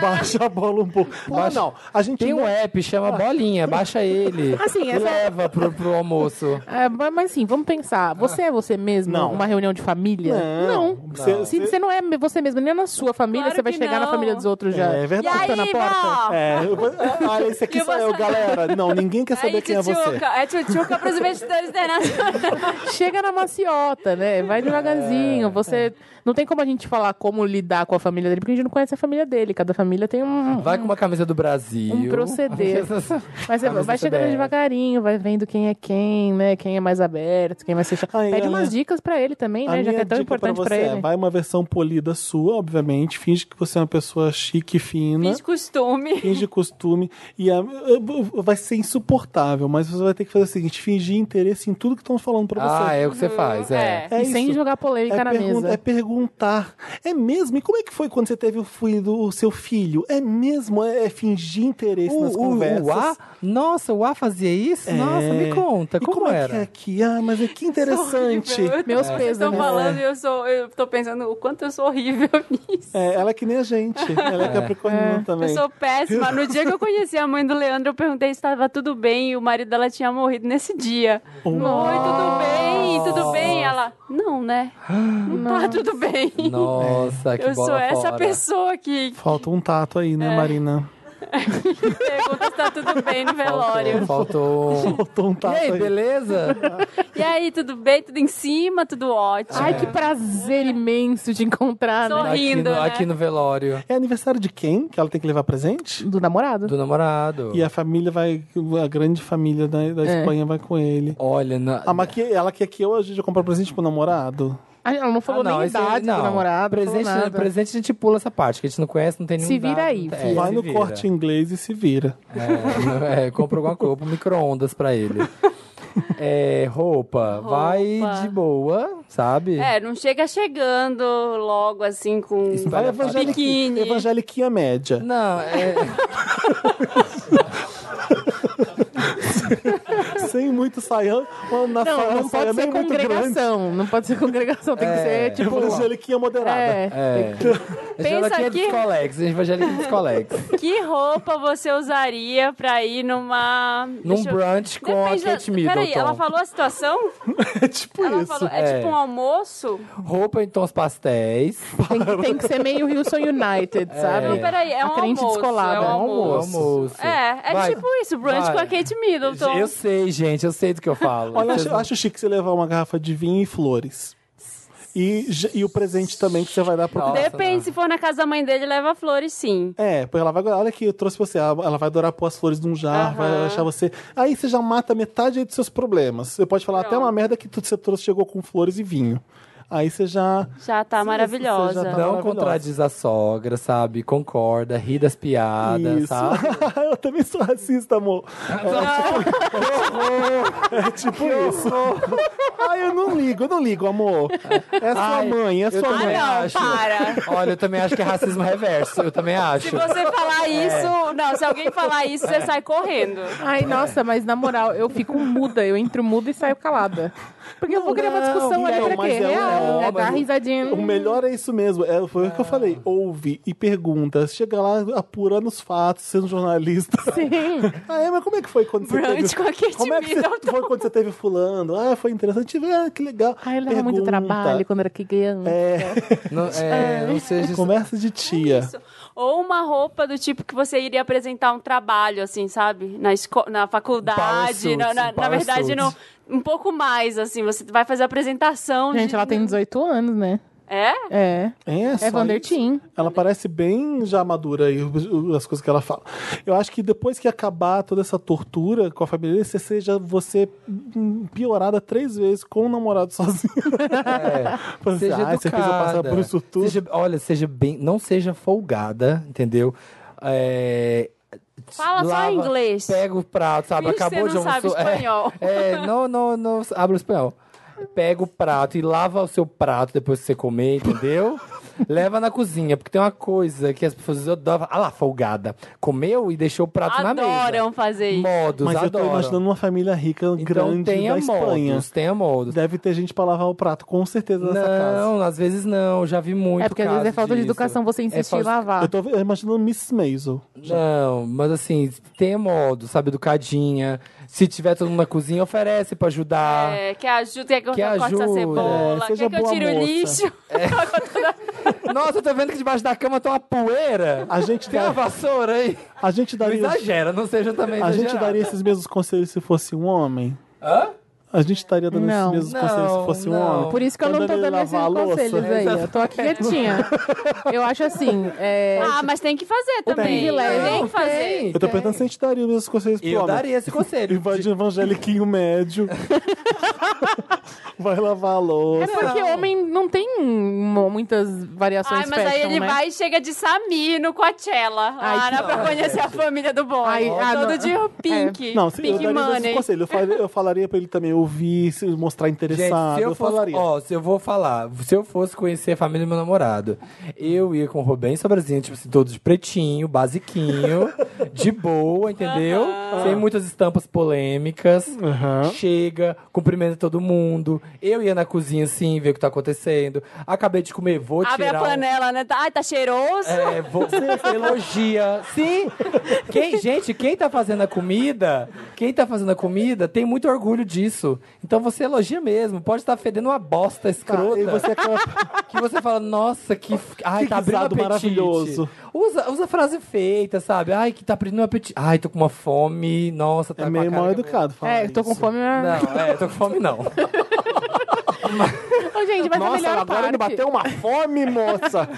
Baixa a bola um pouco. Ah,
Baixa-
não, a gente
Tem um
não- Ah.
app, chama Bolinha, baixa ele.
Assim,
e
essa-
leva pro, pro almoço.
É, ma- mas assim, vamos pensar. Você é você mesmo
Ah. Não.
numa reunião de família?
Não. Você-
Se você não é você mesmo, nem na sua família,
Claro
você vai
que
chegar na
não.
família dos outros já.
É
E
verdade.
aí,
na porta?
vó?
É, eu vou- ah, esse aqui
E
sou eu,
você?
galera. Não, ninguém quer saber
Aí,
quem é você.
tchutchuca. É tchutchuca pros investidores internacionais.
Chega na maciota, né? Vai devagarzinho. Você. Não tem como a gente falar como lidar com a família dele, porque a gente não conhece a família dele. Cada família tem um.
Vai com uma camisa do Brasil.
Um proceder.
Tá,
Mas você
Camisa
vai chegando
CBF.
devagarinho, vai vendo quem é quem, né? Quem é mais aberto, quem vai ser chato.
Ai,
Pede
a
umas
minha-
dicas pra ele também,
A
né? Já que
minha
é tão
dica
importante pra,
você é,
ele.
vai uma versão polida sua, obviamente. Finge que você é uma pessoa chique e fina.
Fiz costume.
Finge costume. E a- vai ser insuportável, mas você vai ter que fazer o seguinte: fingir interesse em tudo que estão falando pra você.
Ah, é o que você faz, é.
É.
É
Uhum. e sem
isso.
jogar polêmica
é,
na
pergun-
mesa.
é perguntar Ah, é mesmo? E como é que foi quando você teve o, filho, o seu filho? É mesmo? É, é fingir interesse nas conversas?
o A? Nossa, o A fazia isso?
É.
Nossa, me conta,
E
como,
como é
era?
que é aqui? Ah, mas é que interessante.
É.
Meus
Vocês estão
pêsames.
falando e eu, sou, eu tô pensando o quanto eu sou horrível nisso.
É, ela é que nem a gente. Ela é, capricorniana
Eu
também.
sou péssima. No dia que eu conheci a mãe do Leandro, eu perguntei se estava tudo bem e o marido dela tinha morrido nesse dia. Oi, tudo bem? Tudo bem? Ela, não, né? Não, tá tudo bem.
Nossa, que
eu sou
bola
essa
fora.
pessoa que
Falta um tato aí,
É.
né, Marina?
pergunta se tá tudo bem no velório.
Faltou, faltou...
Faltou um
um-
tato
E aí,
aí.
beleza?
E aí, tudo bem? Tudo em cima? Tudo ótimo.
Ai, que prazer imenso de encontrar, né?
Sorri.
aqui,
rindo,
no,
né?
aqui no velório
É aniversário de quem que ela tem que levar presente?
Do namorado.
do namorado.
E a família vai, a grande família da, da
É.
Espanha vai com ele.
Olha, na...
Ah, mas que, ela quer que eu a gente comprar um presente pro namorado?
Ah, Ela não falou
Ah, não,
nem
esse-
idade
não.
do namorado. não falou
Presente,
nada.
presente a gente pula essa parte, que a gente não conhece, não tem
Se
nenhum
vira
dado,
aí,
não tem-
filho.
é,
Vai
se
no
vira.
corte inglês e se vira.
É, é, compra alguma coisa, micro-ondas pra ele. É, roupa, vai de boa, sabe?
É, não chega chegando logo assim com
Isso
Vai
Olha,
evangeliquinha,
biquíni.
evangeliquinha média.
Não, é,
Sem muito saião. Uma
Não,
na saia-
não pode
saia
ser
é nem muito grande.
congregação. Não pode ser congregação. Tem que
É.
ser, tipo...
Evangeliquinha moderada.
É.
é. Evangélica
aqui-
descolex, evangélica descolex.
Que roupa você usaria pra ir numa.
Num
Deixa eu-
brunch com a
Depende da-
Kate Middleton.
Peraí, ela falou a situação?
É tipo
Ela
isso.
falou,
então.
é,
É.
tipo um almoço?
Roupa em tons pastéis.
Tem que, tem que ser meio Houston United, sabe?
Não, peraí, é
A
um
crente
almoço.
descolada.
É um
É um
almoço.
Almoço.
É, é
Vai.
tipo isso, brunch
Vai.
com a Kate
então-
Middleton.
Eu sei, gente, eu sei do que eu falo.
Olha,
Vocês
acho, acho chique você levar uma garrafa de vinho e flores. E, j- e o presente também que você vai dar pro.
Nossa,
Depende,
não.
se for na casa da mãe dele, leva flores, sim.
É, porque ela vai. Olha aqui, eu trouxe você. Ela ela vai adorar pôr as flores num jar, vai achar você. Aí você já mata metade aí dos seus problemas. Você pode falar até uma merda que tudo que você trouxe chegou com flores e vinho. Aí você já.
Já tá maravilhosa.
você já tá-
Não
maravilhosa.
contradiz a sogra, sabe? Concorda, ri das piadas,
Isso.
sabe?
eu também sou racista, amor. É tipo, é tipo isso. Ai, eu não ligo, eu não ligo, amor. É sua
Ai,
mãe, é
eu
sua
também
mãe.
Ah, não,
acho.
para.
Olha, eu também acho que é racismo reverso. Eu também acho.
Se você falar isso, não, se alguém falar isso, você sai correndo.
É. Ai, nossa, mas na moral, eu fico muda. Eu entro muda e saio calada. Porque eu vou criar uma discussão
não,
ali pra
mas
quê?
é um-
Real.
não,
É dar
mas-
risadinha.
O melhor é isso mesmo. É, foi o que eu falei. Ouve e pergunta. Chega lá apurando os fatos, sendo jornalista.
Sim.
Ah, é, mas como é que foi quando você
Brunch
teve...
com a Kate
Como é que você
Middleton.
foi quando você teve fulano? Ah, foi interessante. Ah, que legal.
Ai, ela dava muito
Pergunta.
trabalho quando era criança.
É,
Não, é, não seja.
conversa de tia.
Ou uma roupa do tipo que você iria apresentar um trabalho, assim, sabe? Na, esco- na
Power
faculdade.
suit,
na, na-
um
na
power
verdade,
suit.
não, um pouco mais, assim. Você vai fazer apresentação.
Gente,
de- um-
ela tem 18 anos, né?
É?
É.
É,
É
só
Vander
isso.
Teen.
Ela parece bem já madura aí, o- o- as coisas que ela fala. Eu acho que depois que acabar toda essa tortura com a família, dele, você seja você hum, piorada três vezes com o namorado sozinho. Fala assim,
Seja
"Ai, você fez eu passar
educada.
por isso tudo.
Seja- olha, seja bem. Não seja folgada, entendeu? É,
Fala só
lava-
em inglês.
Pega o prato, sabe?
Finge que
Acabou
você
de
não sabe
almoçar. É,
espanhol.
É, não, não, não. Abre o espanhol. Pega o prato e lava o seu prato depois que você comer, entendeu? Leva na cozinha, porque tem uma coisa que as pessoas adoram. Ah lá, folgada. Comeu e deixou o prato na mesa.
Adoram fazer isso.
Modos,
Mas eu tô
adoram.
imaginando uma família rica,
então
grande
tenha
da Espanha.
modos, tenha modos.
Deve ter gente pra lavar o prato, com certeza, nessa casa.
Não, às vezes não, já vi muito.
É porque às vezes é
caso
falta de
disso.
educação você
É
insistir
falta-
em lavar.
Eu tô imaginando um Miss Maisel.
Não, mas assim, tenha modo, sabe, educadinha. Se tiver todo mundo na cozinha, oferece pra ajudar.
É, quer ajuda, quer que eu
Que
recorte a
ajuda,
cebola,
é,
quer
seja
que eu
boa
tire o
moça.
lixo.
Nossa, eu tô vendo que debaixo da cama tem uma poeira.
A gente,
Tem uma
dá,
vassoura aí.
a gente
Não
daria,
exagera, não seja também
a gente tá
exagerado.
daria esses mesmos conselhos se fosse um homem?
Hã?
A gente estaria dando
Não.
esses mesmos
Não,
conselhos se fosse um
não.
homem?
Por isso que eu não
Quando
tô
ele
dando esses
lavar a louça,
conselhos
né?
aí. Eu tô aqui quietinha. Eu acho assim. é,
É. Ah, mas tem que fazer também.
privilégio.
Tem que fazer.
Tem.
Eu tô perguntando se a gente daria os mesmos conselhos pro
Eu
homem.
daria esse conselho.
Invade o evangeliquinho médio. vai lavar a
É
louça.
porque homem não tem mu- muitas variações
Ai, mas aí
fashion,
ele
né?
vai e chega de Sami no Coachella.
Ai,
lá
Ah,
que
na, pra conhecer a família do boy.
Ai, ah,
Todo
não.
dia o Pink.
É.
Não, se eu
Pink
daria os mesmos
Money.
conselhos. Eu falaria, eu falaria pra ele também, ô ouvir, se mostrar interessado.
se eu,
eu
fosse,
falaria.
Ó, se eu vou falar, se eu fosse conhecer a família do meu namorado, eu ia com o Rubem Sobrazinho, tipo assim, todo de pretinho, basiquinho, de boa, entendeu? Sem muitas estampas polêmicas.
Aham.
Chega, cumprimenta todo mundo. Eu ia na cozinha assim, ver o que tá acontecendo. Acabei de comer, vou
Abre
tirar.
a
um-
panela, né? Tá- Ai, tá cheiroso.
É, você elogia. Sim! Quem, gente, quem tá fazendo a comida, quem tá fazendo a comida tem muito orgulho disso. Então você elogia mesmo. Pode estar fedendo uma bosta escrota.
Tá, e você é
Que você fala, nossa, que. f- Ai,
Que
tá abrindo
guisado
apetite.
maravilhoso.
Usa, usa frase feita, sabe? Ai, que tá abrindo um apetite. Ai, tô com uma fome. Nossa, tá
É
com a
meio
cara
mal
que-
educado falar
É, eu tô com
isso.
fome. Mas...
Não, é, tô com fome não.
Ô, gente, mas a
Nossa,
melhor
agora
parte...
me bateu uma fome, moça.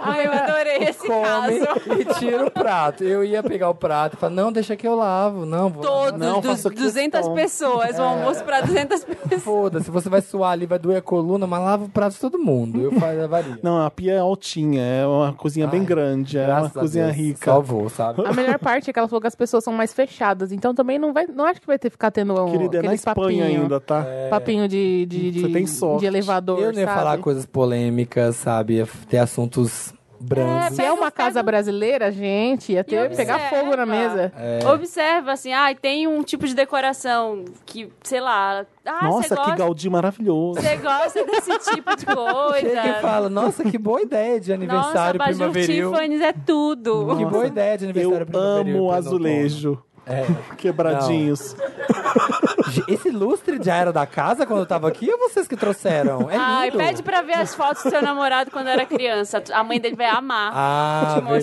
Ai, eu adorei esse
Come
caso.
e tira o prato. Eu ia pegar o prato e falar, não, deixa que eu lavo. Não, É. vou lavar.
Todos,
Não,
dos,
faço questão.
200 pessoas, um almoço pra 200 pessoas.
Foda-se, você vai suar ali, vai doer a coluna, mas lava o prato de todo mundo. Eu faria.
Não, a pia é altinha, é uma cozinha bem
Ai,
grande, é uma cozinha rica.
Salvou, sabe?
A melhor parte é que ela falou que as pessoas são mais fechadas, então também não vai, não acho que vai ter ficar tendo um,
Querida, é na
aqueles
Espanha
papinho, é,
ainda, tá?
papinho de de, de,
Você tem sorte.
de elevador,
Eu não ia
sabe?
falar coisas polêmicas, sabe? Ia ter assuntos brancos.
Se é uma casa brasileira, gente, ia ter
E
pegar
observa.
fogo na mesa.
É.
É.
Observa, assim, ai, tem um tipo de decoração que, sei lá. Ah,
Nossa,
você
que
gosta,
Gaudí maravilhoso.
você gosta desse tipo de
Chega e
coisa.
fala, nossa, que boa ideia de
Nossa,
aniversário
Bajur
primaveril.
Tiffany's é tudo.
Que boa ideia de
Eu
aniversário primaveril.
amo
pleno
azulejo. Quebradinhos.
outono. Ge- Esse lustre já era da casa quando eu tava aqui ou vocês que trouxeram? É lindo.
Ai, pede pra ver as fotos do seu namorado quando era criança. A mãe dele vai amar.
Ah,
te mostrar.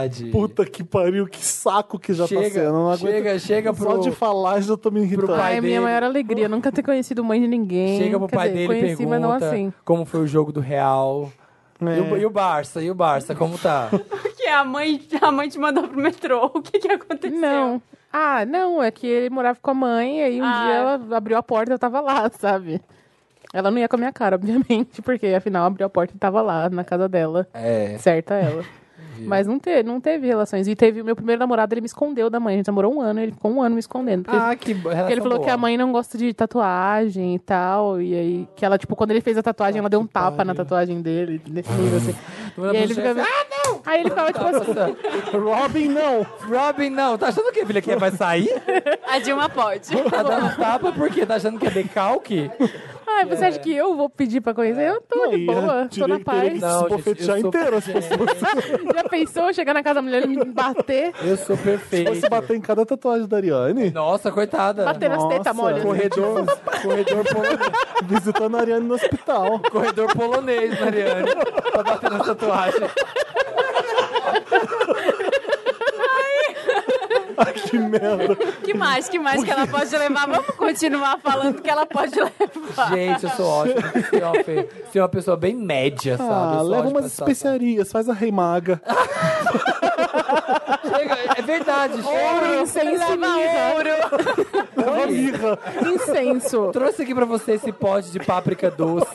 verdade.
Puta que pariu, que saco que já tá
Chega,
sendo. Eu Não aguento.
chega, chega pro...
Só de falar já tô me irritando.
pai
Ai, minha
dele.
maior alegria, nunca ter conhecido mãe de ninguém.
Chega pro
Quer
pai
dizer,
dele e
conheci,
pergunta
mas não assim.
como foi o jogo do Real.
É.
E, o, e o Barça? E o Barça, como tá?
Porque a mãe, a mãe te mandou pro metrô. O que que aconteceu?
Não. Ah, não, é que ele morava com a mãe e aí um
Ah.
dia ela abriu a porta e eu tava lá, sabe? Ela não ia com a minha cara, obviamente, porque afinal abriu a porta e tava lá na casa dela.
É.
Certa ela. Mas não teve, não teve relações. E teve o meu primeiro namorado, ele me escondeu da mãe. A gente namorou um ano, ele ficou um ano me escondendo. Porque
Ah, que bo- relação
porque ele falou
boa.
que a mãe não gosta de tatuagem e tal. E aí, que ela, tipo, quando ele fez a
Ah,
tatuagem, ela deu um tapa na tatuagem dele. nesse nível, assim.
Dona
e aí ele
Buchecha,
ficava. Ah, não! Aí ele ficava, tipo assim.
Robin, não.
tá? Robin, não. Tá achando que a filha aqui vai sair?
A Dilma pode.
Tá dando tapa porque tá achando que é decalque?
Ah, você acha que eu vou pedir pra conhecer? Eu tô
É. Não,
de
e eu
boa, tô
diria
na
que teria
paz.
que- Se bofetear
eu sou-
inteiro as
Já pensou eu chegar na casa da mulher e me bater?
Eu sou perfeito.
Você bater em cada tatuagem da Ariane,
Nossa, coitada.
Bater nas
Nossa,
tetas né? molhas.
Corredor, corredor, polonês,
visitando a Ariane no hospital. Ah,
corredor polonês, Mariane. Pra bater na tatuagem.
que merda.
que mais? que mais que ela pode levar? Vamos continuar falando que ela pode levar.
Gente, eu sou ótimo. Você é uma, pe- você é uma pessoa bem média, sabe? Eu
Ah,
sou
leva
ótima
umas
nessa-
especiarias, faz a rei maga.
Ah, Chega, É verdade, chega.
Incenso, ouro.
Leva a mirra.
Incenso.
Trouxe aqui pra você esse pote de páprica doce.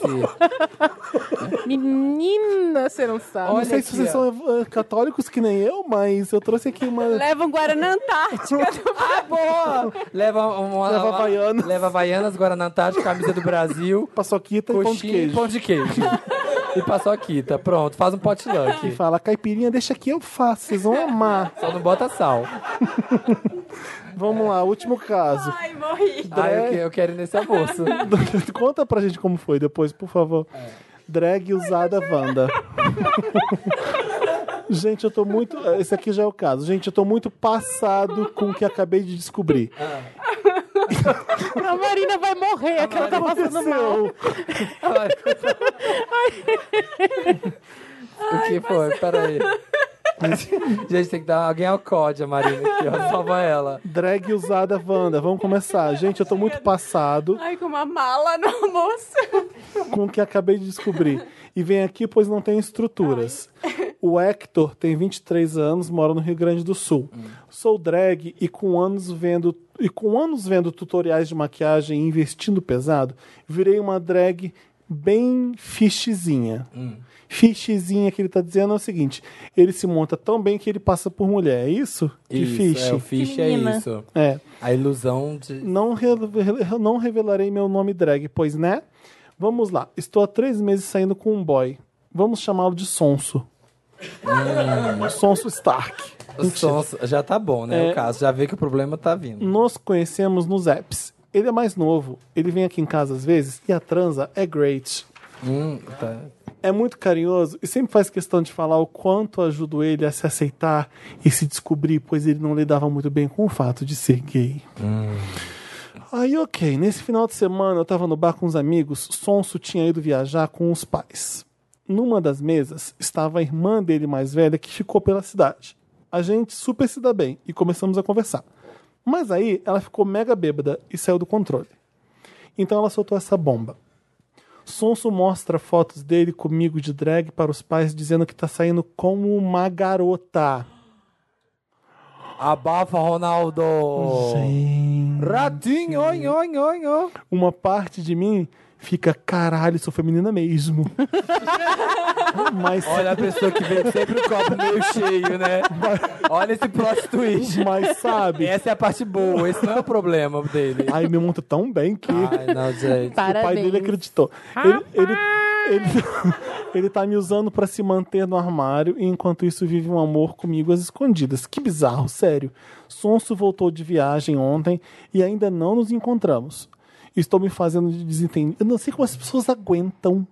Menina, você não sabe.
Olha
Não sei se
aqui,
vocês
ó.
são eh, católicos que nem eu, mas eu trouxe aqui uma.
Leva um Guaraná Antártica.
Boa! Leva uma.
Leva
uma-
Havaianas.
Leva Havaianas, Guaraná Antártica, camisa do Brasil,
Paçoquita e pão de
coxinha e
queijo.
pão de queijo. E paçoquita. Pronto, faz um pote
E
luck.
fala, caipirinha, deixa que eu faço, vocês vão amar.
Só não bota sal.
Vamos lá, último caso.
Ai, morri.
Ah, eu, que- eu quero ir nesse almoço.
Conta pra gente como foi depois, por favor. Drag usada Wanda. gente, eu tô muito. Esse aqui já é o caso. Gente, eu tô muito passado com o que acabei de descobrir.
A Marina vai morrer, é que ela tá passando mal.
Aconteceu.
o que foi? Peraí. Gente, tem que dar alguém ao código, a Marina, aqui, ó. Salva ela.
Drag usada Wanda. Vamos começar. Gente, eu tô muito passado
Ai, com uma mala no almoço.
com o que acabei de descobrir. E vem aqui, pois não tem estruturas. O Hector tem 23 anos, mora no Rio Grande do Sul.
Hum.
Sou drag e com anos vendo e com anos vendo tutoriais de maquiagem e investindo pesado, virei uma drag bem fichezinha.
Hum.
Fichezinha que ele tá dizendo é o seguinte: ele se monta tão bem que ele passa por mulher, é isso? De
Isso,
fiche.
é, o fish
Que
é
menina.
isso.
É.
A ilusão de...
Não, re- re- não revelarei meu nome drag, pois né? Vamos lá. Estou há três meses saindo com um boy. Vamos chamá-lo de Sonso. Sonso Stark. É.
O som já tá bom, né? O caso, já vê que o problema tá vindo.
Nos conhecemos nos apps. Ele é mais novo. Ele vem aqui em casa às vezes e a transa é great.
Hum, tá.
É muito carinhoso e sempre faz questão de falar o quanto ajudo ele a se aceitar e se descobrir, pois ele não lidava muito bem com o fato de ser gay.
Hum.
Aí, ok, nesse final de semana eu tava no bar com uns amigos, Sonso tinha ido viajar com os pais. Numa das mesas estava a irmã dele mais velha que ficou pela cidade. A gente super se dá bem e começamos a conversar. Mas aí ela ficou mega bêbada e saiu do controle. Então ela soltou essa bomba. Sonso mostra fotos dele comigo de drag para os pais, dizendo que tá saindo como uma garota.
Abafa, Ronaldo! Ratinho, oi, oi, oi, oi.
Uma parte de mim fica, caralho, sou feminina mesmo. mas,
Olha a pessoa que vê sempre o copo meio cheio, né? Olha esse plot twist.
mas sabe?
Essa é a parte boa, esse não é o problema dele.
Ai, me monta tão bem que
Ai, não, gente.
o pai
Parabéns.
dele acreditou. Ele, ele, ele, ele tá me usando pra se manter no armário e enquanto isso vive um amor comigo às escondidas. Que bizarro, sério. Sonso voltou de viagem ontem e ainda não nos encontramos. Estou me fazendo de desentendido. Eu não sei como as pessoas aguentam.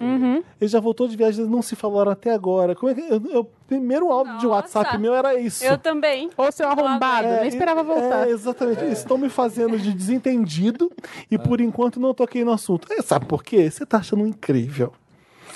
Uhum.
Ele já voltou de viagem, não se falaram até agora. Como é que. eu- eu- o primeiro áudio de
Nossa.
WhatsApp meu era isso.
Eu também.
Ô, seu arrombado,
É,
nem esperava voltar.
É, exatamente. Estão me fazendo de desentendido
É.
e por enquanto não toquei no assunto. É, sabe por quê? Você tá achando incrível.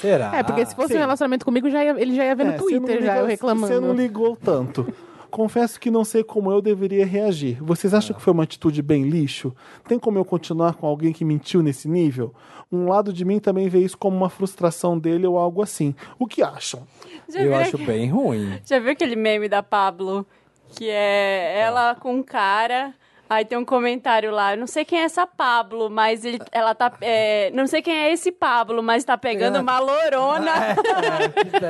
Será?
É, porque se fosse
Ah, sim.
um relacionamento comigo, já ia- ele já ia ver no
É, você não
Twitter, já
ligou-
eu reclamando.
Você não ligou tanto. Confesso que não sei como eu deveria reagir. Vocês
É.
acham que foi uma atitude bem lixo? Tem como eu continuar com alguém que mentiu nesse nível? Um lado de mim também vê isso como uma frustração dele ou algo assim. O que acham?
Já
Eu
viu,
acho
aque-
bem ruim.
já viu aquele meme da Pablo? Que é ela com um cara. Aí tem um comentário lá. Não sei quem é essa Pablo, mas ele- ela tá. é, não sei quem é esse Pablo, mas tá pegando
É.
uma lorona.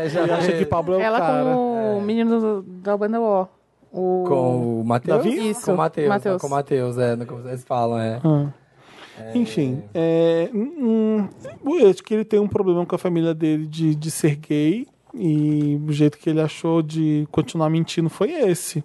Já
Ele acha que Pablo é o
Ela
cara. É.
com o menino do- da banda O. O...
Com o Matheus?
Davi?
Isso,
Com o Matheus.
Matheus.
né? Com o Matheus, é. no- Como vocês falam, é.
Ah. Enfim, é, hum, hum, eu acho que ele tem um problema com a família dele de, de ser gay e o jeito que ele achou de continuar mentindo foi esse.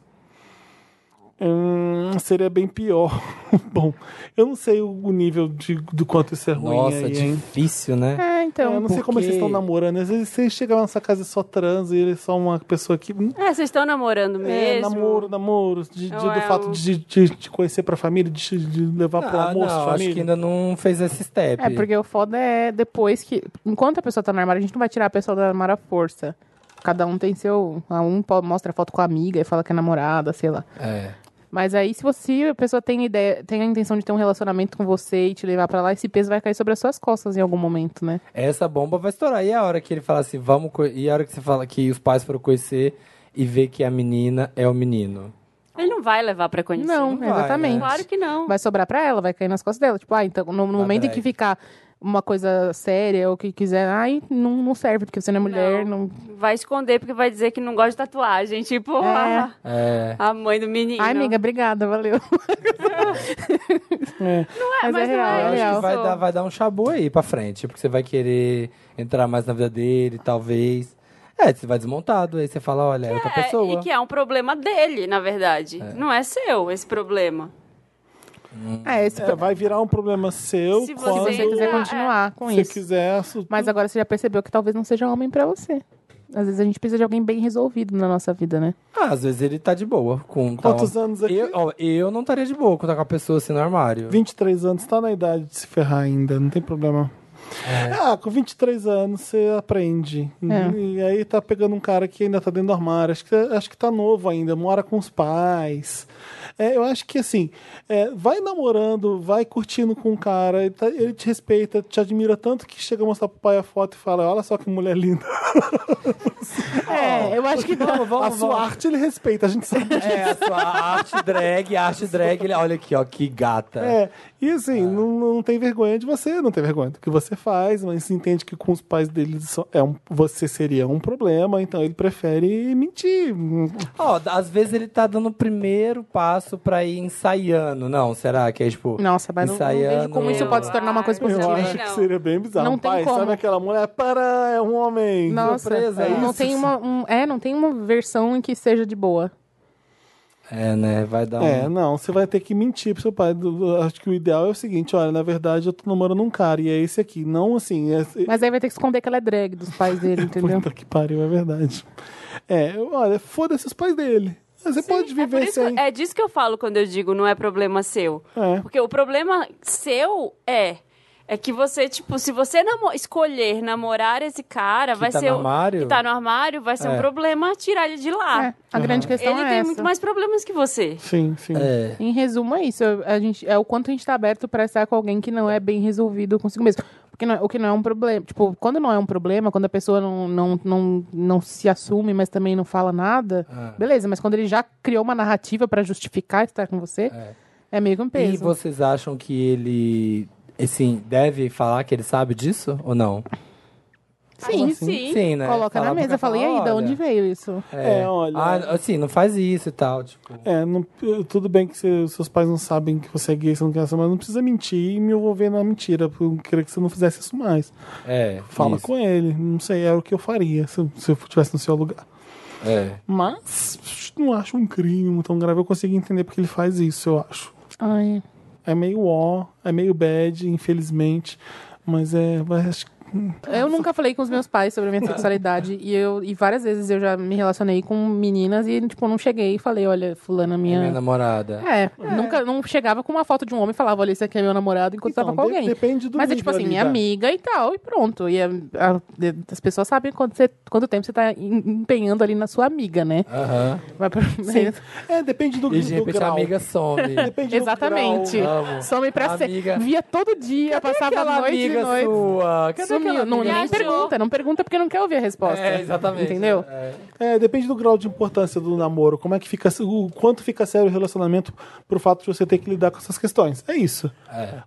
Hum, seria bem pior. Bom, eu não sei o o nível de, do quanto isso é ruim.
Nossa,
aí, hein?
difícil, né?
É,
É, eu não
então.
sei como
porque-
vocês estão namorando. Às vezes vocês chegam lá nessa casa e só trans e ele é só uma pessoa que. hum,
É, vocês estão namorando
É,
mesmo?
namoro, namoro. De, de-
Não
do
é
fato
um
o-
de, de, de conhecer pra família, de, de levar pro
Ah,
almoço,
não, acho
família.
que ainda não fez esse step.
É, porque o foda é depois que. Enquanto a pessoa tá no armário, a gente não vai tirar a pessoa do armário à força. Cada um tem seu. A um po- mostra foto com a amiga e fala que é namorada, sei lá.
É.
Mas aí, se você, se a pessoa tem ideia, tem a intenção de ter um relacionamento com você e te levar pra lá, esse peso vai cair sobre as suas costas em algum momento, né?
Essa bomba vai estourar. E a hora que ele fala assim, vamos. co- E a hora que você fala que os pais foram conhecer e ver que a menina é o menino.
Ele não vai levar pra conhecer.
Não,
vai, né?
exatamente.
Claro que não.
Vai sobrar pra ela, vai cair nas costas dela. Tipo, ah, então, no, no momento em
drag.
que ficar uma coisa séria ou que quiser, ai, não, não serve, porque você não é mulher, não.
Vai esconder porque vai dizer que não gosta de tatuagem. Tipo,
É.
a-
É.
a mãe do menino.
Ai, amiga, obrigada, valeu.
não é,
mas
mas
é
não
real,
é
é
Eu acho
real.
que vai dar, vai dar um chabu aí pra frente, porque você vai querer entrar mais na vida dele, talvez. É, você vai desmontado, aí você fala, olha, é outra
É,
pessoa.
e que é um problema dele, na verdade. Não é seu esse problema.
Hum.
É, se,
É, vai virar um problema seu
Se você
quando
você quiser continuar com
você
isso.
quiser. su-
Mas agora você já percebeu que talvez não seja homem pra você. Às vezes a gente precisa de alguém bem resolvido na nossa vida, né?
Ah, às vezes ele tá de boa com tal-
Quantos anos aqui?
Eu, ó, eu não estaria de boa quando tá com a pessoa assim no armário.
23 anos, tá na idade de se ferrar ainda, não tem problema. Ah, com 23 anos você aprende.
É.
E aí tá pegando um cara que ainda tá dentro do armário. Acho que, acho que tá novo ainda, mora com os pais. É, eu acho que assim, é, vai namorando, vai curtindo com o cara, ele, tá- ele te respeita, te admira tanto que chega a mostrar pro pai a foto e fala: Olha só que mulher linda.
É, eu acho que
Vamos,
a
vamos,
sua
vamos.
arte ele respeita, a gente sabe.
É, a sua arte drag, a arte drag. ele- Olha aqui, ó, que gata. É.
É, e assim, não, não tem vergonha de você, não tem vergonha do que você você faz, mas se entende que com os pais dele só- é um- você seria um problema, então ele prefere mentir.
Ó, às vezes ele tá dando o primeiro passo pra ir ensaiando. Não, será que é tipo.
Nossa, mas não, não vejo
Ensaiando.
como isso pode se tornar uma coisa
Eu
Eu
positiva.
também
acho
não.
que seria bem bizarro.
Não tem
Pai,
como.
sabe aquela mulher? Para, é um homem.
Nossa,
Surpresa, é
não
isso.
tem uma, um- é, não tem uma versão em que seja de boa.
É, né? Vai dar
É,
um.
não, você vai ter que mentir pro seu pai. Do- do- Acho que o ideal é o seguinte: olha, na verdade eu tô namorando um cara e é esse aqui. Não assim. É,
Mas aí vai ter que esconder que ela é drag dos pais dele, entendeu?
Puta que pariu, é verdade. É, eu- olha, foda-se os pais dele. Você pode
É, por
viver
isso que-
sem.
é disso que eu falo quando eu digo não é problema seu.
É.
Porque o problema seu é. É que você, tipo, se você namo- escolher namorar esse cara, vai
tá
ser. o-
no armário?
Que tá no armário, vai ser um
É.
problema tirar ele de lá.
É, a grande questão
Ele
é
tem
essa.
muito mais problemas que você.
Sim, sim.
É.
Em resumo, é isso. A gente, é o quanto a gente tá aberto pra estar com alguém que não é bem resolvido consigo mesmo. Porque não- o que não é um problema. Tipo, quando não é um problema, quando a pessoa não, não, não, não se assume, mas também não fala nada,
Ah.
beleza. Mas quando ele já criou uma narrativa pra justificar estar com você, é, meio que um
E
peso.
vocês acham que ele. Assim, deve falar que ele sabe disso ou não?
Sim, sim.
Sim, né?
Coloca
Falar
na
pro
mesa.
cara,
Fala, e aí, de
"Olha,
onde veio isso?
É,
É, olha.
olha. Ah, assim, não faz isso e tal. Tipo,
É, não- tudo bem que se- seus pais não sabem que você é gay, você não quer essa, mas não precisa mentir e me envolver na mentira, porque eu queria que você não fizesse isso mais.
é.
Fala
isso.
com ele, não sei, era o que eu faria se, se eu estivesse no seu lugar.
É.
Mas não acho um crime tão grave, eu consigo entender porque ele faz isso, eu acho.
Ai,
É meio ó, é meio bad, infelizmente, mas é. Mas acho que
Eu nunca falei com os meus pais sobre a minha sexualidade e eu e várias vezes eu já me relacionei com meninas e tipo não cheguei e falei, olha, fulana
Minha,
minha
namorada.
é, nunca não chegava com uma foto de um homem e falava, olha, esse aqui é meu namorado enquanto
Então,
tava com
de-
alguém.
depende do
Mas é
nível
tipo assim,
ali
minha
da-
amiga e tal, Então, e pronto. E é a- a- as pessoas sabem quanto, você, quanto tempo você tá em- empenhando ali na sua amiga, né?
Aham.
Mas, pra-
É, depende do,
E de
do
repente a
grau.
amiga some.
Depende
Exatamente.
do grau, amo.
Some pra
Amiga.
sempre. Via todo dia, passava
aquela
a noite e
amiga
noite.
sua. Cadê aquela
Sumiu. Não,
amiga
nem
Viajou.
pergunta, não pergunta porque não quer ouvir a resposta.
É, exatamente.
Entendeu?
É.
Do, é, depende do grau de importância do namoro. Como é que fica. O quanto fica sério o relacionamento pro fato de você ter que lidar com essas questões. É isso.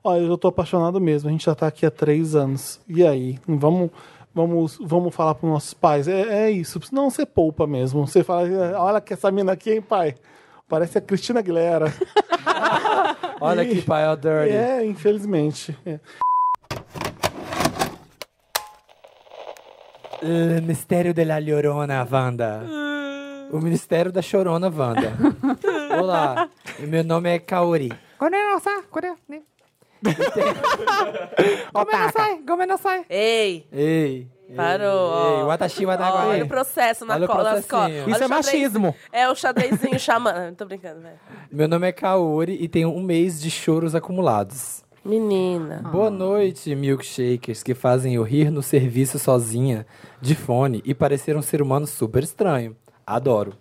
Olha, eu tô apaixonado mesmo. A gente já tá aqui há três anos. E aí? Vamos. Vamos, vamos falar pros nossos pais. É, é isso. Não, você poupa mesmo. Você fala, olha que essa mina aqui, hein, pai? Parece a Cristina Aguilera.
Olha que pai, ó, dirty.
É, infelizmente. É.
Uh, Mistério de la Llorona, Wanda. O Ministério da Chorona, Wanda. Olá, meu nome é Kaori.
né?
Ah,
tá.
Ei,
Ei.
Parou, ó.
Ei, watashi wa é.
ó,
nagae.
olha o processo na
Tá Olha o
cola, nas colas.
processinho.
Olha
Isso
o
é
xadrezinho.
machismo.
É o xadrezinho xamã. Tô brincando, velho.
Meu nome é Kaori e tenho um mês de choros acumulados.
Menina.
Boa noite, milkshakers que fazem eu rir no serviço sozinha, de fone e parecer um ser humano super estranho. Adoro.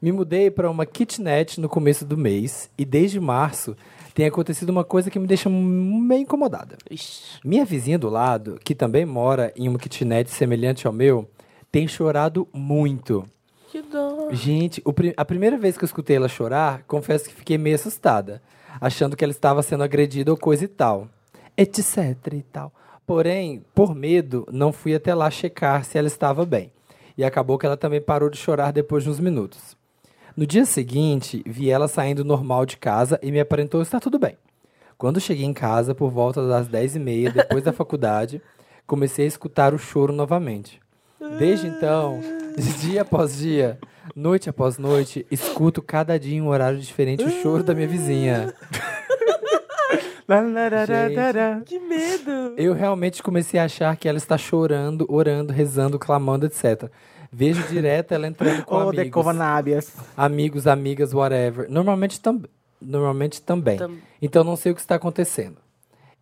Me mudei para uma kitnet no começo do mês e desde março tem acontecido uma coisa que me deixa m- meio incomodada. Minha vizinha do lado, que também mora em uma kitnet semelhante ao meu, tem chorado muito.
Que dó.
Gente, o pri- a primeira vez que eu escutei ela chorar, confesso que fiquei meio assustada, achando que ela estava sendo agredida ou coisa e tal, etc e tal. Porém, por medo, não fui até lá checar se ela estava bem. E acabou que ela também parou de chorar depois de uns minutos. No dia seguinte, vi ela saindo normal de casa e me aparentou estar tudo bem. Quando cheguei em casa, por volta das 10h30, depois da faculdade, comecei a escutar o choro novamente. Desde então, dia após dia, noite após noite, escuto cada dia em um horário diferente o choro da minha vizinha. Gente,
Que medo.
eu realmente comecei a achar que ela está chorando, orando, rezando, clamando, etc. Vejo direto ela entrando com
Ô,
amigos,
decova na ábias.
amigos, amigas, whatever. Normalmente, tam normalmente também.
Tam-
Então não sei o que está acontecendo.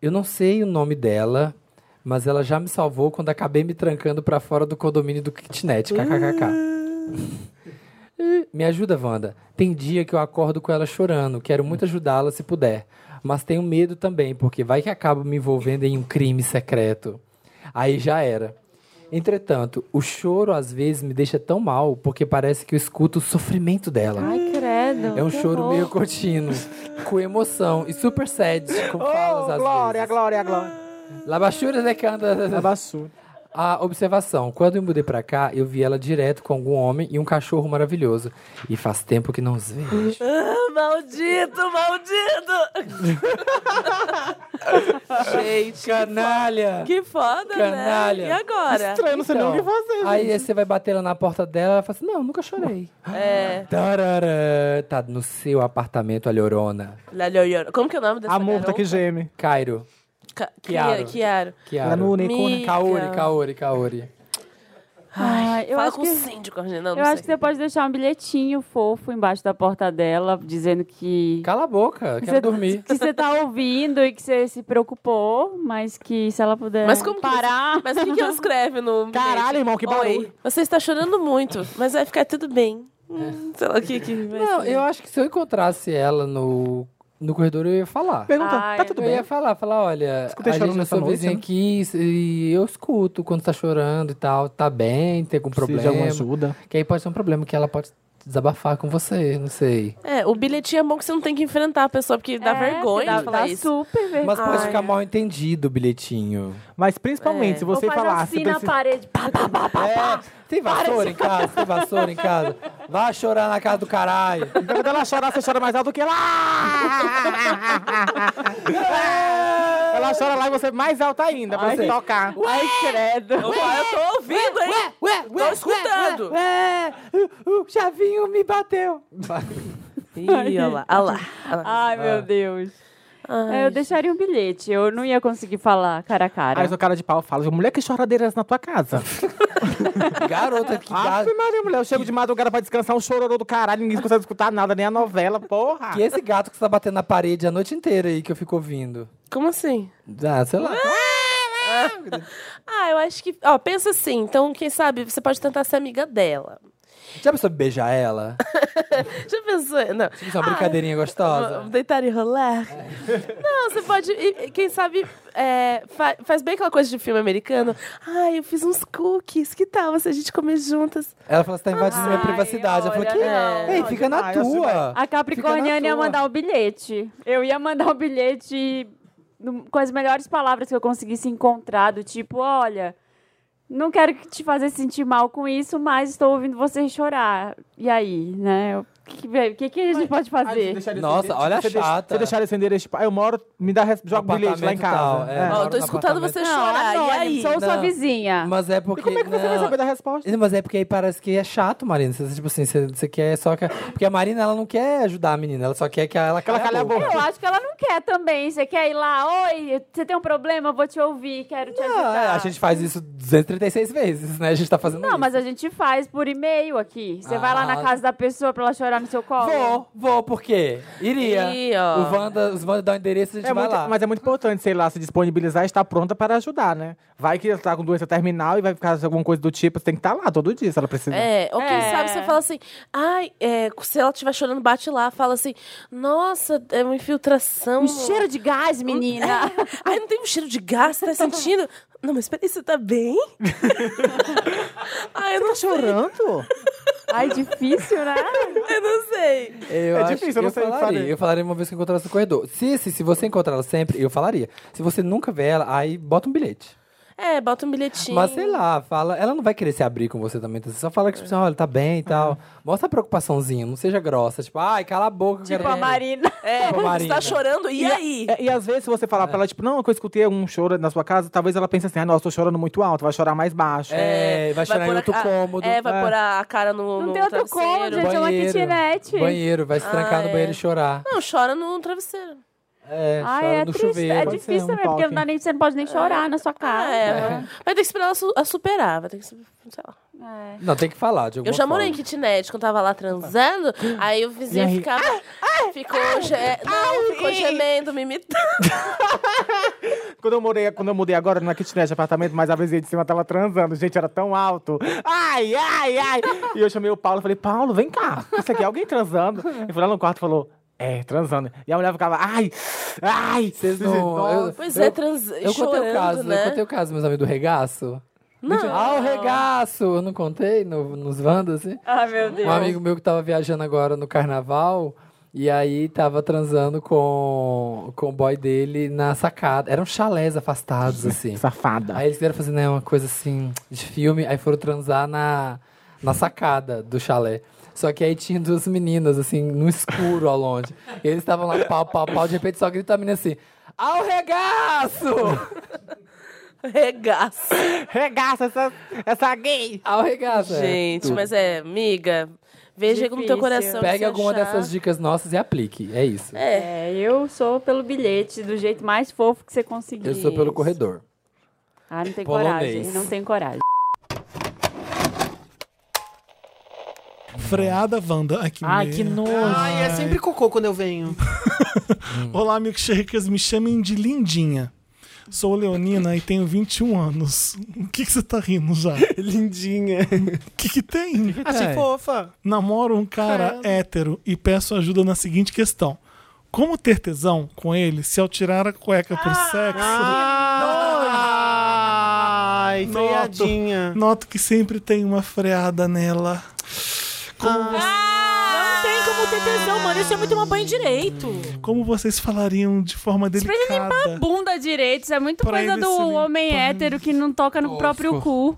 Eu não sei o nome dela, mas ela já me salvou quando acabei me trancando pra fora do condomínio do kitnet. KKKK. me ajuda, Wanda. Tem dia que eu acordo com ela chorando. Quero muito ajudá-la se puder. Mas tenho medo também, porque vai que acabo me envolvendo em um crime secreto. Aí já era. Entretanto, o choro às vezes me deixa tão mal porque parece que eu escuto o sofrimento dela.
credo.
É um choro meio contínuo, com emoção e super sad, com falas
Oh,
às
glória,
vezes.
glória, glória.
Labachura de
Na
canta.
basura.
A observação. Quando eu mudei pra cá, eu vi ela direto com algum homem e um cachorro maravilhoso. E faz tempo que não os vejo.
Ah, Maldito, maldito!
Gente, canalha!
Que foda,
Canalha.
né? E agora?
Estranho, não sei nem o que
Então,
fazer.
Aí você vai bater lá na porta dela ela fala assim: Não, nunca chorei.
É.
Tarará, tá no seu apartamento, a Llorona.
Lalhoioro. Como que é o nome dessa
A
tá
multa que geme.
Cairo.
Ca-
Kiaro.
Kiaro. Kiaro.
Lá no
Kiaro.
Unicone.
Mi-
Kaori,
Kiaro.
Kaori, Kaori.
Ai, Ah, eu
Fala
acho
com
que-
o síndico, Regina. Não,
Eu
não
acho que
sei.
você pode deixar um bilhetinho fofo embaixo da porta dela, dizendo que.
Cala a boca, quero
você-
dormir.
Que você tá ouvindo e que você se preocupou, mas que se ela puder
Mas como que
parar.
Mas o que, que ela escreve no.
Caralho, irmão, que barulho.
Oi, você está chorando muito, mas vai ficar tudo bem.
É.
Hum, sei lá o que que vai
Não,
ser.
eu acho que se eu encontrasse ela no, no corredor, eu ia falar.
Pergunta,
Ah,
Ai,
tá tudo
Eu
bem?
ia falar, falar, olha, a
Escutei chorando
gente é
essa
sua
noite,
vizinha
né?
aqui e eu escuto quando tá chorando e tal, tá bem, tem algum
Precisa de alguma
problema.
ajuda.
Que aí pode ser um problema que ela pode desabafar com você, não sei.
É, o bilhetinho é bom que você não tem que enfrentar a pessoa, porque dá
É,
vergonha
dá,
de falar
dá
isso.
super vergonha.
Mas pode
Ai,
ficar
é.
mal entendido o bilhetinho.
Mas principalmente,
É.
se
Ou
você
faz
falar...
assim
se
na
precisa-
parede. Pá, pá, pá, pá.
É, tem vassoura em casa, tem vassoura em casa. Vai chorar na casa do caralho.
Quando ela chorar, você chora mais alto do que ela. ela chora lá e você mais alto ainda, pra você tocar.
Ai, credo.
Ó, eu tô ouvindo, hein?
Ué, ué,
tô escutando.
É,
ué,
uh,
o, o chavinho me bateu.
Ih, olha lá, olha lá. olha lá.
Ai,
Ah.
meu Deus.
Ai,
É, eu deixaria um bilhete. Eu não ia conseguir falar cara a cara.
Aí o cara de pau fala, mulher que choradeiras na tua casa.
Garota, que gato.
Ave Maria, mulher, eu chego de madrugada pra descansar, um chororô do caralho, ninguém consegue escutar nada, nem a novela, porra.
Que esse gato que você tá batendo na parede a noite inteira aí que eu fico ouvindo.
Como assim?
Ah, sei lá.
Ah, eu acho que. Ó, pensa assim, então, quem sabe, você pode tentar ser amiga dela.
Já pensou em beijar ela?
Já pensou? Não.
Isso é uma brincadeirinha gostosa.
Vamos Deitar e rolar? Não, você pode. e- e Quem sabe é, fa- faz bem aquela coisa de filme americano. Ai, eu fiz uns cookies. Que tal se a gente comer juntas?
Ela falou, você tá invadindo minha
Ai,
privacidade. Eu falei,
olha,
que...
não.
Ei, fica na
Ai, assim
tua.
A Capricorniana ia
sua.
mandar o bilhete. Eu ia mandar o bilhete no- com as melhores palavras que eu conseguisse encontrar, do tipo, olha, não quero que te fazer sentir mal com isso, mas estou ouvindo você chorar. E aí, né? O que, que- que, que a gente pode fazer?
Nossa, olha a chata.
Se eu deixar ele acender este pau, eu moro, me dá, res- joga um bilhete lá em
Apartamento tal,
casa.
é.
É.
Ó,
moro
eu tô
no
escutando
apartamento.
você
Não,
chorar. e
anônimo,
aí?
sou sua
Não.
vizinha.
Mas é porque.
E como é que você vai
não.
saber da resposta?
Mas é porque aí parece que é chato, Marina. Você, tipo assim, você, você quer só que. Porque a Marina, ela não quer ajudar a menina, ela só quer que ela
Ela é calha a boca.
Eu acho que ela não quer também. Você quer ir lá? Oi, você tem um problema? Eu Vou te ouvir, quero te
Ah,
ajudar.
a gente faz isso 236 vezes, né? A gente tá fazendo
Não,
isso.
mas a gente faz por e-mail aqui. Você vai lá
Ah.
na casa da pessoa pra ela chorar no seu colo?
Vou, vou, por quê? Iria.
Ih, ó.
O Wanda, os Wanda dão o endereço e a gente
É
vai
muito-
lá.
mas é muito importante, sei lá, se disponibilizar e estar pronta para ajudar, né? Vai que ela tá com doença terminal e vai ficar com alguma coisa do tipo, você tem que estar lá todo dia se ela precisar.
né?
É, ou quem
É.
sabe você fala assim, ai, é, se ela estiver chorando, bate lá, fala assim, nossa, é uma infiltração.
Um cheiro de gás, menina.
Ai, não tem um cheiro de gás, você tá sentindo? Não, mas peraí, você tá bem? ai, eu não,
Chorando?
tá Ai, difícil, né?
eu não sei.
Eu
É
acho-
difícil, eu não sei o que
falaria,
fazer.
Eu falaria uma vez que eu encontrasse no corredor. Se, se, se você encontrar ela sempre, eu falaria. Se você nunca vê ela, aí bota um bilhete.
É, bota um bilhetinho.
Mas sei lá, fala. Ela não vai querer se abrir com você também. Então você só fala que, tipo, assim, olha, tá bem e tal. Mostra a preocupaçãozinha, não seja grossa. Tipo, ai, cala a boca, eu
Tipo
quero.
a Marina.
É,
Ô,
você
Marina.
tá chorando, e aí?
É, e às vezes, se você falar pra ela, tipo, não, que eu escutei algum choro na sua casa, talvez ela pense assim, ah, nossa, tô chorando muito alto, vai chorar mais baixo.
É, vai chorar em
pôr a
outro
ca-
cômodo.
É, vai
É.
pôr a cara no
Não
no
tem outro
um travesseiro.
cômodo, gente. é uma
Banheiro,
kitnet.
banheiro, vai se trancar
Ah,
no
é.
banheiro e chorar.
Não, chora no travesseiro.
É,
Ai,
chora
é
no
triste. é
chuveiro.
pode
difícil
ser um
também, porque
toque.
não dá nem, você não pode nem chorar na sua
Ah,
cara.
é. Vai ter que esperar ela su- a superar, vai ter que, su- sei lá.
É.
Não, tem que falar de alguma
Eu já morei em
forma.
kitnet quando tava lá transando, aí o vizinho ficava. ficou, ge- não, ficou gemendo, me imitando.
Quando eu, morei, quando eu mudei agora na kitnet de apartamento, mas a vizinha de cima tava transando, gente, era tão alto. Ai, ai, ai. E eu chamei o Paulo e falei, Paulo, vem cá. Isso aqui é alguém transando? Ele foi lá no quarto e falou, é, transando. E a mulher ficava, ai, ai.
Vocês não.
Nossa.
eu-
Pois
eu-
é, trans...
Eu
chorando,
contei o caso,
né?
eu contei o caso, meus amigos, do regaço.
Não.
Ah, o regaço! Eu não contei no- nos Vandas, assim?
Ai, meu
Um amigo meu que tava viajando agora no carnaval, E aí tava transando com, com o boy dele na sacada. Eram chalés afastados, assim.
Safada.
Aí eles quiseram fazer né, uma coisa assim de filme, aí foram transar na, na sacada do chalé. Só que aí tinha duas meninas, assim, no escuro ao longe. E eles estavam lá, pau, pau, pau, de repente só grita a menina assim: Ao regaço!
Regaço.
Regaça essa, essa gay!
Ao regaço! é.
Gente, mas é, amiga, veja com o teu
Difícil.
coração. o que
Pegue
você
alguma
achar.
dessas dicas nossas e aplique. É isso.
É.
É, eu sou pelo bilhete, do jeito mais fofo que você conseguir.
Eu sou pelo corredor.
Ah, não tem coragem,
Polonês.
não tem coragem.
Freada Wanda aqui
Ai,
mesmo.
que nojo.
Ai,
Ai, é sempre cocô quando eu venho.
Hum. Olá, milkshakers, me chamem de Lindinha. Sou Leonina e tenho 21 anos. O que que você tá rindo já? O
Lindinha.
que que tem? Ah,
Achei fofa.
Namoro um cara hétero e peço ajuda na seguinte questão. Como ter tesão com ele se ao tirar a cueca por
Ah!
sexo,
Ai,
Noto.
feiadinha.
noto que sempre tem uma freada nela? Como,
Não tem como ter tesão, mano. Isso é muito uma banho direito.
como vocês falariam de forma
pra ele
delicada?
Bunda direito, isso é muito
Pra
coisa
ele
do
se limpar.
homem hétero que não toca no próprio cu.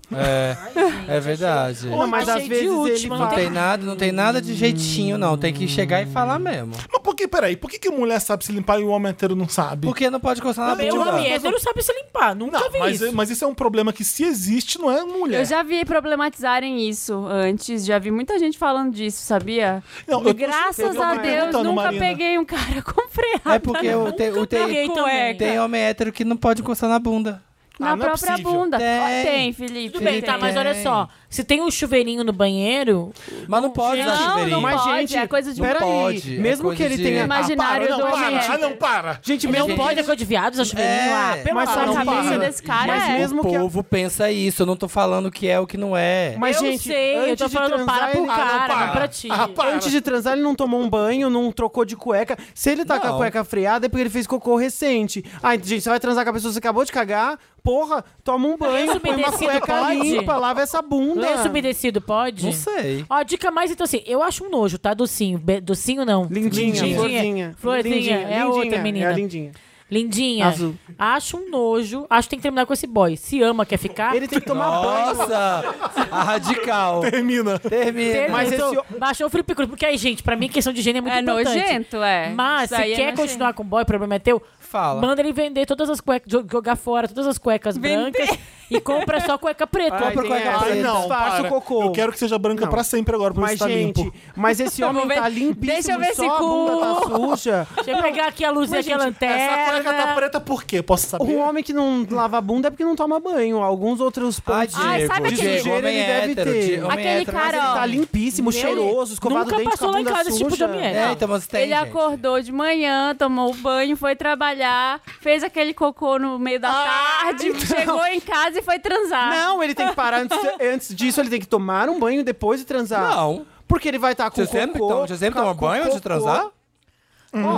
É, verdade.
Não, mas achei às de vezes ele última,
Não
fala-
tem nada, não tem nada de jeitinho, não. Tem que chegar e falar mesmo.
Mas por que, peraí, por que, que mulher sabe se limpar e o homem hétero não sabe?
Porque não pode coçar na
O homem
bunda.
hétero sabe se limpar. Nunca
Não,
vi
mas,
isso.
mas isso é um problema que se existe, não é mulher.
Eu já vi problematizarem isso antes, já vi muita gente falando disso, sabia?
Não, eu tô-
Graças
eu tô
a Deus,
perguntando,
nunca
Marina.
peguei um cara com freada.
É porque o, te, o
peguei
tem,
também.
tem homem hétero que não pode coçar na bunda.
Na
Ah, não é
própria
possível.
bunda.
Tem.
Ó, tem, Felipe.
Tudo bem,
tem.
tá, mas olha só. Se tem um chuveirinho no banheiro,
Mas não pode usar
um Não,
chuveirinho.
não
Mas,
pode,
gente,
é coisa de
não
peraí.
pode, é
Mesmo
coisa
que ele
de-
tenha.
imaginário
Não,
do homem
para, ah,
hétero.
não, para.
Gente, mesmo
Gente,
pode é coisa de viado, usar chuveirinho.
É.
Ah, pelo
Mas
amor
a
de
sabe-
Deus.
cabeça desse cara
Mas
é.
mesmo
o
que a-
povo pensa isso. Eu não tô falando que é o que não é.
Mas,
Eu
gente,
sei, eu
antes
tô
de
falando
transar,
para pro
ele-
cara,
Ah, não, para.
não
pra ti.
Ah, para.
Antes de transar, ele não tomou um banho, não trocou de cueca. Se ele tá com
Não.
a cueca freada, é porque ele fez cocô recente. Ai, gente, você vai transar com a pessoa que você acabou de cagar? Porra, toma um banho,
Lenço
põe uma
umedecido
cueca
pode?
limpa, lava essa bunda.
Lenço umedecido pode?
não sei.
Ó, dica mais então assim, eu acho um nojo, tá? Docinho. Be- docinho não.
Lindinha,
Lindinha.
florzinha.
Florzinha,
Lindinha,
é a outra
lindinha,
menina.
É a lindinha.
Lindinha.
Azul.
Acho um nojo. Acho que tem que terminar com esse boy. Se ama, quer ficar.
Ele tem que tomar banho.
Nossa! a radical.
Termina.
Termina.
Mas
Então,
esse
Baixou o Felipe Cruz, porque aí, gente, pra mim, questão de gênero é muito
É
importante.
nojento, é.
Mas
Isso
se
aí é
quer
nojento.
continuar com o boy, o problema é teu.
Fala.
Manda ele vender todas as cuecas, jo- jogar fora todas as cuecas
Vender.
brancas e compra só cueca preta.
Ai, tem
cueca
essa.
preta.
Não,
Disfarça
para.
o cocô.
Eu quero que seja branca
Não.
pra sempre agora, pra
Mas,
você tá
gente,
limpo.
mas esse homem
Vamos
tá
ver.
limpíssimo,
Deixa eu ver esse
só a bunda
cu.
tá suja.
Deixa eu pegar aqui a luz e aqui a
Essa cueca tá
lanterna.
preta por quê? Posso saber?
Um homem que não lava a bunda é porque não toma banho. Alguns outros
Ah,
pontos
Diego,
Ai, sabe
de
aquele-
Diego,
sujeira
homem
ele deve
é hétero,
ter.
Diego, homem
Aquele
hétero.
cara, ó,
Tá limpíssimo, cheiroso, escovado
Nunca
o dente com a
passou lá em
bunda
casa esse tipo de
suja.
homem hétero.
É, então, mas tem,
Ele
gente.
acordou de manhã, tomou o banho, foi trabalhar, fez aquele cocô no meio da
Ah,
tarde,
então.
chegou em casa e foi transar.
Não, ele tem que parar antes, antes disso, ele tem que tomar um banho depois e transar.
Não.
Porque ele vai estar com
Você sempre,
cocô,
toma- você sempre
ca-
toma
com
banho antes de
cocô.
transar?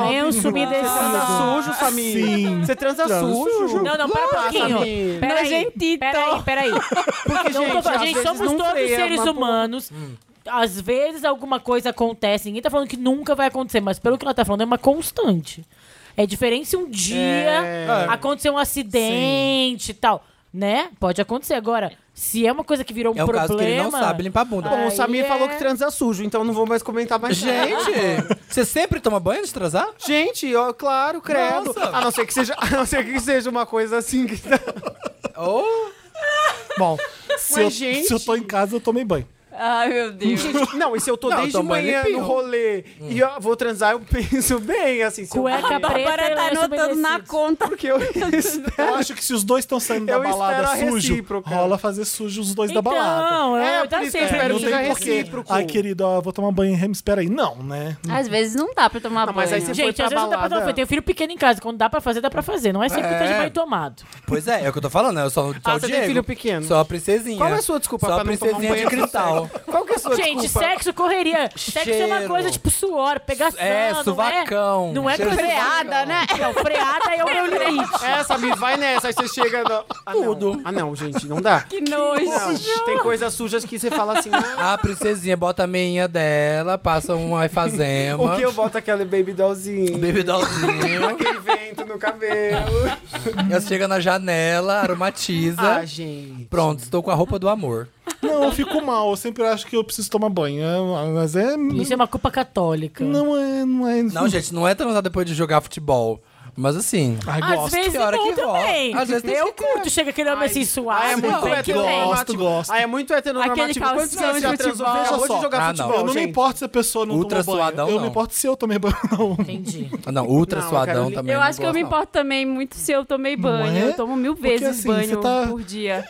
Lenço
Você
umedecido.
transa sujo, Samir.
Sim.
Você transa sujo.
Não, não, para um pouquinho.
Samir. é
Peraí,
Nojentito.
peraí, peraí.
Porque,
Não
gente,
tô-
às
gente,
vezes
somos
não
todos
freia,
seres
mas, pô,
humanos.
Hum.
Às vezes alguma coisa acontece. Ninguém tá falando que nunca vai acontecer, mas pelo que ela tá falando, é uma constante. É diferente se um dia
É.
É.
acontecer um acidente e tal. Né? Pode acontecer. Agora, se é uma coisa que virou um
É um
problema.
caso que ele não sabe limpar a bunda.
Bom, o
Aí
Samir
é-
falou que transa sujo, então não vou mais comentar mais nada.
é.
Gente, você sempre toma banho antes de transar?
Gente, ó, claro, credo.
Nossa.
A não ser que seja, a não ser que seja uma coisa assim que
tá-
Ou...
Bom,
se,
mas
eu,
gente,
se eu tô em casa, eu tomei banho.
Ai, meu Deus.
gente, não, e se eu tô
Não,
desde
tomando
manhã
limpinho.
no rolê e eu vou transar, eu penso bem, assim, se eu...
Cueca preta
Bárbara
e
tá
lenço
anotando na
umedecido.
conta.
Porque eu
Eu acho que se os dois estão saindo da
Eu
balada
espero a
sujo,
recíproca.
rola fazer sujo os dois
Então,
da balada.
é,
É,
tá
por isso que eu
certo.
espero
não
que
tem
seja
porquê.
recíproco.
Ai, querido, ó, vou tomar banho em Rems. Peraí. Não, né?
Às vezes não dá pra tomar
Não,
banho.
mas aí você- foi
Gente,
pra
às vezes não dá pra
balada.
tomar. Tem um filho pequeno em casa. Quando dá pra fazer, dá pra fazer. Não é sempre que tá de banho tomado.
Pois é, é o que eu tô falando, eu sou, sou
Ah,
o
você tem
Diego.
filho pequeno.
Sou a princesinha.
Qual é a sua desculpa
Sou a
pra não tomar um
princesinha
banho
de
no
cristal.
sexo? Qual que é a sua
Gente,
desculpa?
sexo, correria. Sexo é uma
Cheiro.
coisa tipo suor, pegação. né?
É, suvacão.
Não é, não é
Cheiro de
freada, né? Não, freada é o meu limite.
É, sabe, vai nessa, aí você chega. No... Ah, Tudo. Ah, não, gente, não dá.
Que nojo.
Não, tem coisas sujas que você fala assim. "Ah,
A princesinha bota a meinha dela, passa um efazema.
O que eu boto aquele baby dollzinho?
Baby dollzinho.
Aquele vento no cabelo.
Ela chega na janela, aromatiza.
Ah, gente.
Pronto, estou com a roupa do amor.
Não, eu fico mal. Eu sempre acho que eu preciso tomar banho. É, Mas é.
Isso é uma culpa católica.
Não é, não é.
Não, gente, não é transar depois de jogar futebol. Mas assim.
Ai,
Às
gosto.
vezes
que hora
não
que rola.
também.
Às vezes tem
eu
que
curto, chega aquele homem assim suave.
Ah, é muito
Não, que vem.
heteronormativo.
gosto.
Ah, é muito heteronormativo.
Aquele
Quantos
calção
anos você já
de
transou?
futebol.
Acabou de jogar
Ah, não.
futebol,
Eu não me
gente.
importo se a pessoa não
Ultra
tomou banho.
suadão,
eu
não.
me importo se eu tomei banho ou não.
Entendi.
Ah, Não, ultra
Não, eu quero
suadão
li-
também.
Eu
não
acho que eu me
gosto, não.
importo também muito se eu tomei banho.
é?
Eu tomo mil
Porque,
vezes
assim, você
banho
tá-
por dia.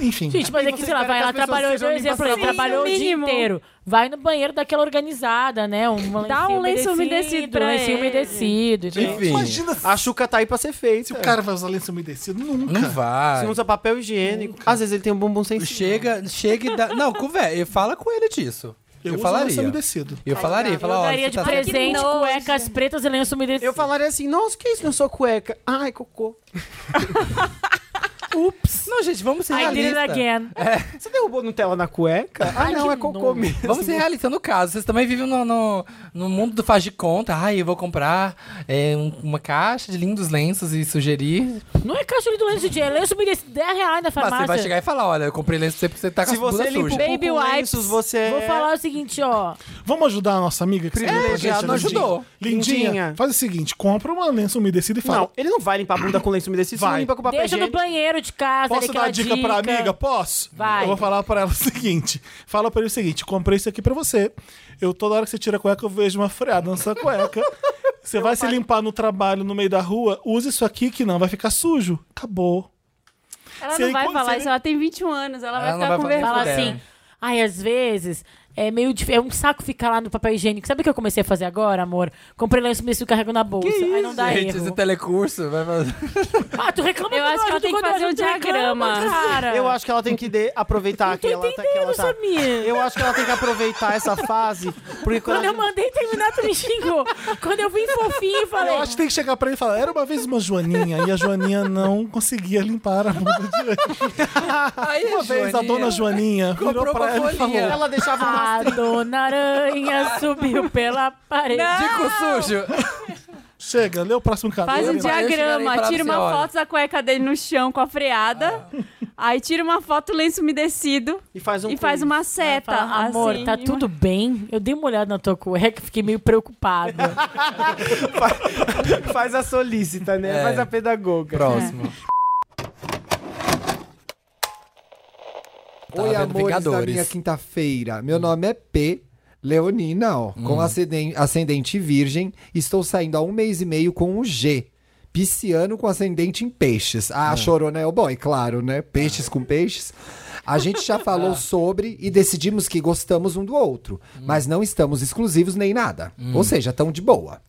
Enfim.
Gente, mas é que, sei lá, vai, ela trabalhou, por exemplo, ela
passadas.
trabalhou o
Sim,
dia
mínimo.
inteiro. Vai no banheiro daquela organizada, né? Um
Dá um lenço umedecido pra
lenço
ele.
umedecido. entendeu?
Enfim,
Imagina se
A chuca tá aí pra ser feita.
o cara vai usar lenço umedecido. Nunca.
não vai.
Se usa papel higiênico. Às vezes ele tem um bumbum sem
Chega, chega e dá. Não, conversa, fala com ele disso. Eu,
uso lenço
falaria.
umedecido.
Tá
Eu falaria,
Eu
falar, olha,
daria
você
de
tá
presente
nojo.
cuecas pretas e lenço umedecido.
Eu falaria assim, nossa, o que é isso na sua cueca? Ai, cocô. Ups.
Não, gente, vamos ser
I did it
realistas.
again.
É.
Você derrubou Nutella na cueca? Ah,
Ai,
não,
que
é cocô
nojo.
mesmo.
Vamos ser realistas no caso. Vocês também vivem no, no, no mundo do faz de conta. Ai, eu vou comprar é, um- uma caixa de lindos lenços e sugerir.
Não é caixa de lenço de é lenço umedecido, 10 reais na
Mas
farmácia.
você vai chegar e falar, olha, eu comprei lenço pra você porque você tá com
Tá Se
a bunda
você limpa o
suja.
cu
Baby
com
wipes.
lenços, você
Vou
é-
falar o seguinte, ó.
Vamos ajudar a nossa amiga que escreveu pra
Privilegiado,
gente.
não
Lindinha.
ajudou.
Lindinha,
Lindinha.
faz o seguinte: compra uma lenço umedecida e fala.
Não, ele não vai limpar a bunda com lenço umedecido, se não
Vai.
limpa com papel
Deixa no
higiênico.
banheiro de casa,
Posso
daquela
dar dica, pra amiga? Posso?
Vai.
Eu vou falar pra ela o seguinte. Fala pra ele o seguinte. Comprei isso aqui pra você. Eu, toda hora que você tira a cueca, eu vejo uma freada na sua cueca. Você vai se limpar no trabalho, no meio da rua. Use isso aqui que não vai ficar sujo. Acabou.
Ela
Se
não
ele-
vai
se
falar
ele-
isso, ela tem 21 anos, ela vai
Ela não
ficar
vai
com
falar
vergonha.
Fala
Fudeu.
assim, ai, às vezes é meio dif- é um saco ficar lá no papel higiênico. Sabe o que eu comecei a fazer agora, amor? Comprei lenço umedecido e carrego na bolsa. aí não dá
Gente, esse
tá-
erro.
telecurso vai fazer.
Ah, tu reclama
Eu
do
acho que ela tem
ajudo
que
quando eu
fazer um
ajudo, tu reclama,
diagrama.
cara.
Eu acho que ela tem que de- aproveitar
Não
que
tô
ela tá. Que ela
entendendo,
tá...
Samir.
Eu acho que ela tem que aproveitar essa fase, porque quando,
Quando eu mandei terminar, tu me xingou. Quando eu vim fofinho, eu falei...
Eu acho que tem que chegar pra ele e falar. Era uma vez uma Joaninha e a Joaninha não conseguia limpar a bunda direito.
Aí,
Uma vez a dona Joaninha virou
Comprou uma
pra ela e falou.
folhinha.
ela deixava uma
A dona aranha subiu pela parede.
Dico sujo.
Chega, lê o próximo caso.
Faz um
Eu- eu chegaria e
diagrama,
falava
tira
assim,
uma
olha. Ah.
foto da cueca dele no chão com a freada. Aí tira uma foto lenço umedecido
e faz um
e faz
quiz.
uma
Aí
seta.
fala, Amor,
assim,
tá
uma-
tudo bem? Eu dei uma olhada na tua cueca, fiquei meio preocupada.
faz a solícita, né?
É.
Faz a pedagoga.
Próximo. Tava
Oi,
vendo
amores da
Vingadores.
minha quinta-feira. Meu nome é P. Leonina, ó,
Hum.
com ascenden- ascendente virgem. Estou saindo há um mês e meio com o G. Pisciano com ascendente em peixes. Ah, chorona é o boy, claro, né? Peixes com peixes. A gente já falou
Ah.
sobre e decidimos que gostamos um do outro,
Hum.
mas não estamos exclusivos nem nada. Ou seja, tão de boa.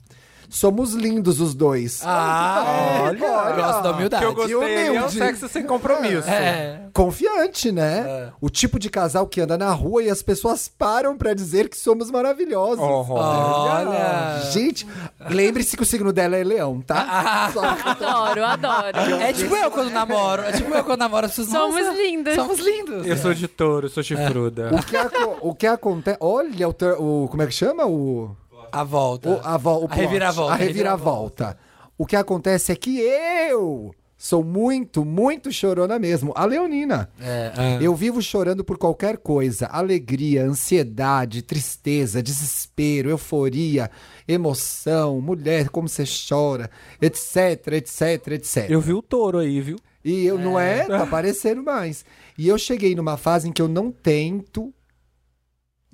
Somos lindos os dois. É.
Ah, olha. Gosto da humildade.
Que eu gostei, ele é um sexo
sem compromisso. É.
Confiante, né? O tipo de casal que anda na rua e as pessoas param pra dizer que somos maravilhosos.
Olha.
Gente, lembre-se que o signo dela é leão, tá? Só-
Adoro, tá adoro.
É tipo eu quando namoro. É tipo eu quando namoro. As pessoas,
Somos
"Nossa,
lindos.
Somos lindos.
Eu sou de touro, sou chifruda.
É.
o, que aco- o que acontece... Olha o, ter- o- Como é que chama? O...
A volta.
O, a, vo- o
A
plot.
reviravolta.
A reviravolta. O que acontece é que eu sou muito, muito chorona mesmo. A Leonina.
É, ah.
Eu vivo chorando por qualquer coisa. Alegria, ansiedade, tristeza, desespero, euforia, emoção, mulher, como você chora, etc, etc, etc.
Eu vi o touro aí, viu?
E eu não é, tá aparecendo mais. E eu cheguei numa fase em que eu não tento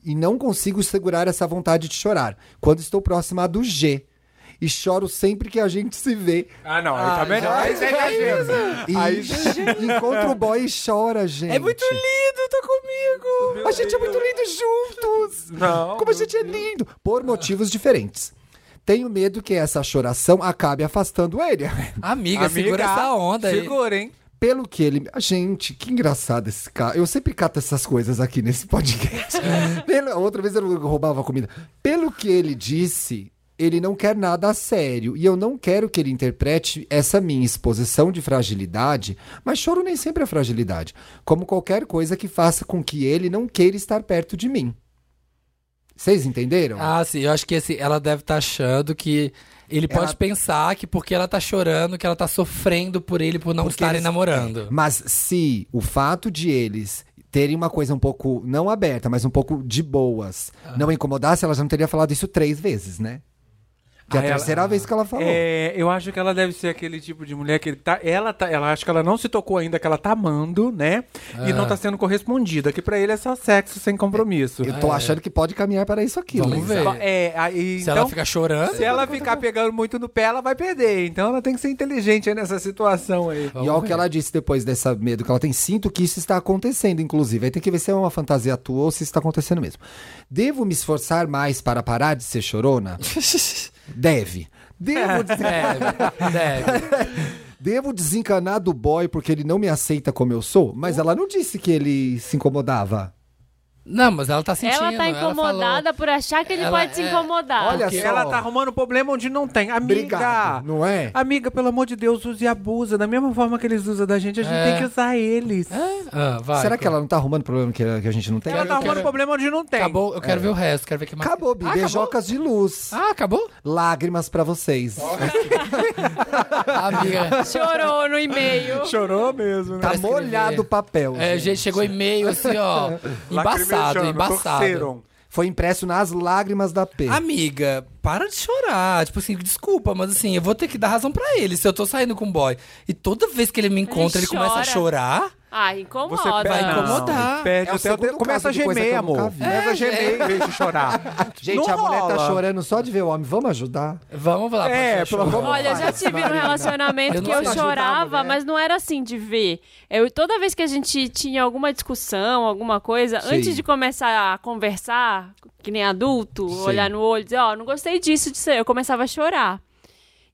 e não consigo segurar essa vontade de chorar. Quando estou próxima do G. E choro sempre que a gente se vê.
Ah, não, aí tá melhor. Aí você
E encontra o boy e chora, gente.
É muito lindo, tá comigo.
A gente é muito lindo juntos.
Não.
Como a gente é lindo! Por motivos diferentes. Tenho medo que essa choração acabe afastando ele.
Amiga, segura essa onda aí. Segura, hein?
Pelo que ele. Gente, que engraçado esse cara. Eu sempre cato essas coisas aqui nesse podcast. Pelo- Outra vez eu roubava comida. Pelo que ele disse, ele não quer nada a sério. E eu não quero que ele interprete essa minha exposição de fragilidade. Mas choro nem sempre é fragilidade. Como qualquer coisa que faça com que ele não queira estar perto de mim. Vocês entenderam?
Ah, sim, eu acho que esse, ela deve estar achando que. Ele pode
Ela-
pensar que porque ela tá chorando, que ela tá sofrendo por ele por não estarem
eles-
namorando.
Mas se o fato de eles terem uma coisa um pouco, não aberta, mas um pouco de boas,
Ah.
não incomodasse, ela já não teria falado isso três vezes, né? Que é a
Ah, ela-
terceira vez que ela falou.
É, eu acho que ela deve ser aquele tipo de mulher que tá. Ela tá. Ela acho que ela não se tocou ainda, que ela tá amando, né? E
Ah.
não tá sendo correspondida. Que pra ele é só sexo sem compromisso.
Eu tô achando que pode caminhar para isso aqui,
É. Vamos
Luísa.
ver. É, aí,
Se ela ficar chorando- tá
Se ela ficar pegando muito no pé, ela vai perder. Então ela tem que ser inteligente aí nessa situação aí.
E olha o que ela disse depois dessa medo que ela tem. Sinto que isso está acontecendo, inclusive. Aí tem que ver se é uma fantasia tua ou se isso está acontecendo mesmo. Devo me esforçar mais para parar de ser chorona? Deve. Devo dizer. Devo desencanar do boy porque ele não me aceita como eu sou?
Oh.
Mas ela não disse que ele se incomodava.
Não, mas ela tá sentindo.
ela tá incomodada por achar que ele
Ela
pode se
é-
incomodar.
Olha só. Ela tá arrumando problema onde não tem. Amiga.
Obrigado, não é?
Amiga, pelo amor de Deus, use e abusa. Da mesma forma que eles usam da gente, a gente
É.
tem que usar eles.
Ah, vai,
Será que ela não tá arrumando problema que que a gente não tem?
Ela tá arrumando problema onde não tem.
Acabou, eu quero
É.
ver o resto, quero ver que mais.
Acabou,
Ah,
Bi.
acabou?
Beijocas de luz.
Ah, acabou?
Lágrimas pra vocês.
Amiga.
Chorou no e-mail.
Chorou mesmo, né?
Tá molhado o papel.
É, gente, chegou e-mail assim, ó. embaçado,
Lacrimejando,
embaçado.
torceram. Foi impresso nas lágrimas da P.
Amiga, para de chorar. Tipo assim, desculpa, mas assim, eu vou ter que dar razão pra ele se eu tô saindo com um boy. E toda vez que ele me encontra, ele, começa a
chora.
chorar.
Ah, incomoda.
Você vai incomodar.
Perde
É o
até o
segundo
tempo. Começa a
caso de coisa
gemer,
que eu nunca
amor.
vi.
Começa a
É,
gemer
é.
em vez de chorar.
Gente,
Não
a mulher tá
rola.
chorando só de ver o homem. Vamos ajudar?
Vamos lá.
É, pelo amor
Olha, eu já tive um relacionamento que eu chorava, mas não era assim de ver. Eu, toda vez que a gente tinha alguma discussão, alguma coisa,
Sim.
antes de começar a conversar, que nem adulto,
Sim.
olhar no olho e dizer, ó, não gostei disso, disso, aí", eu começava a chorar.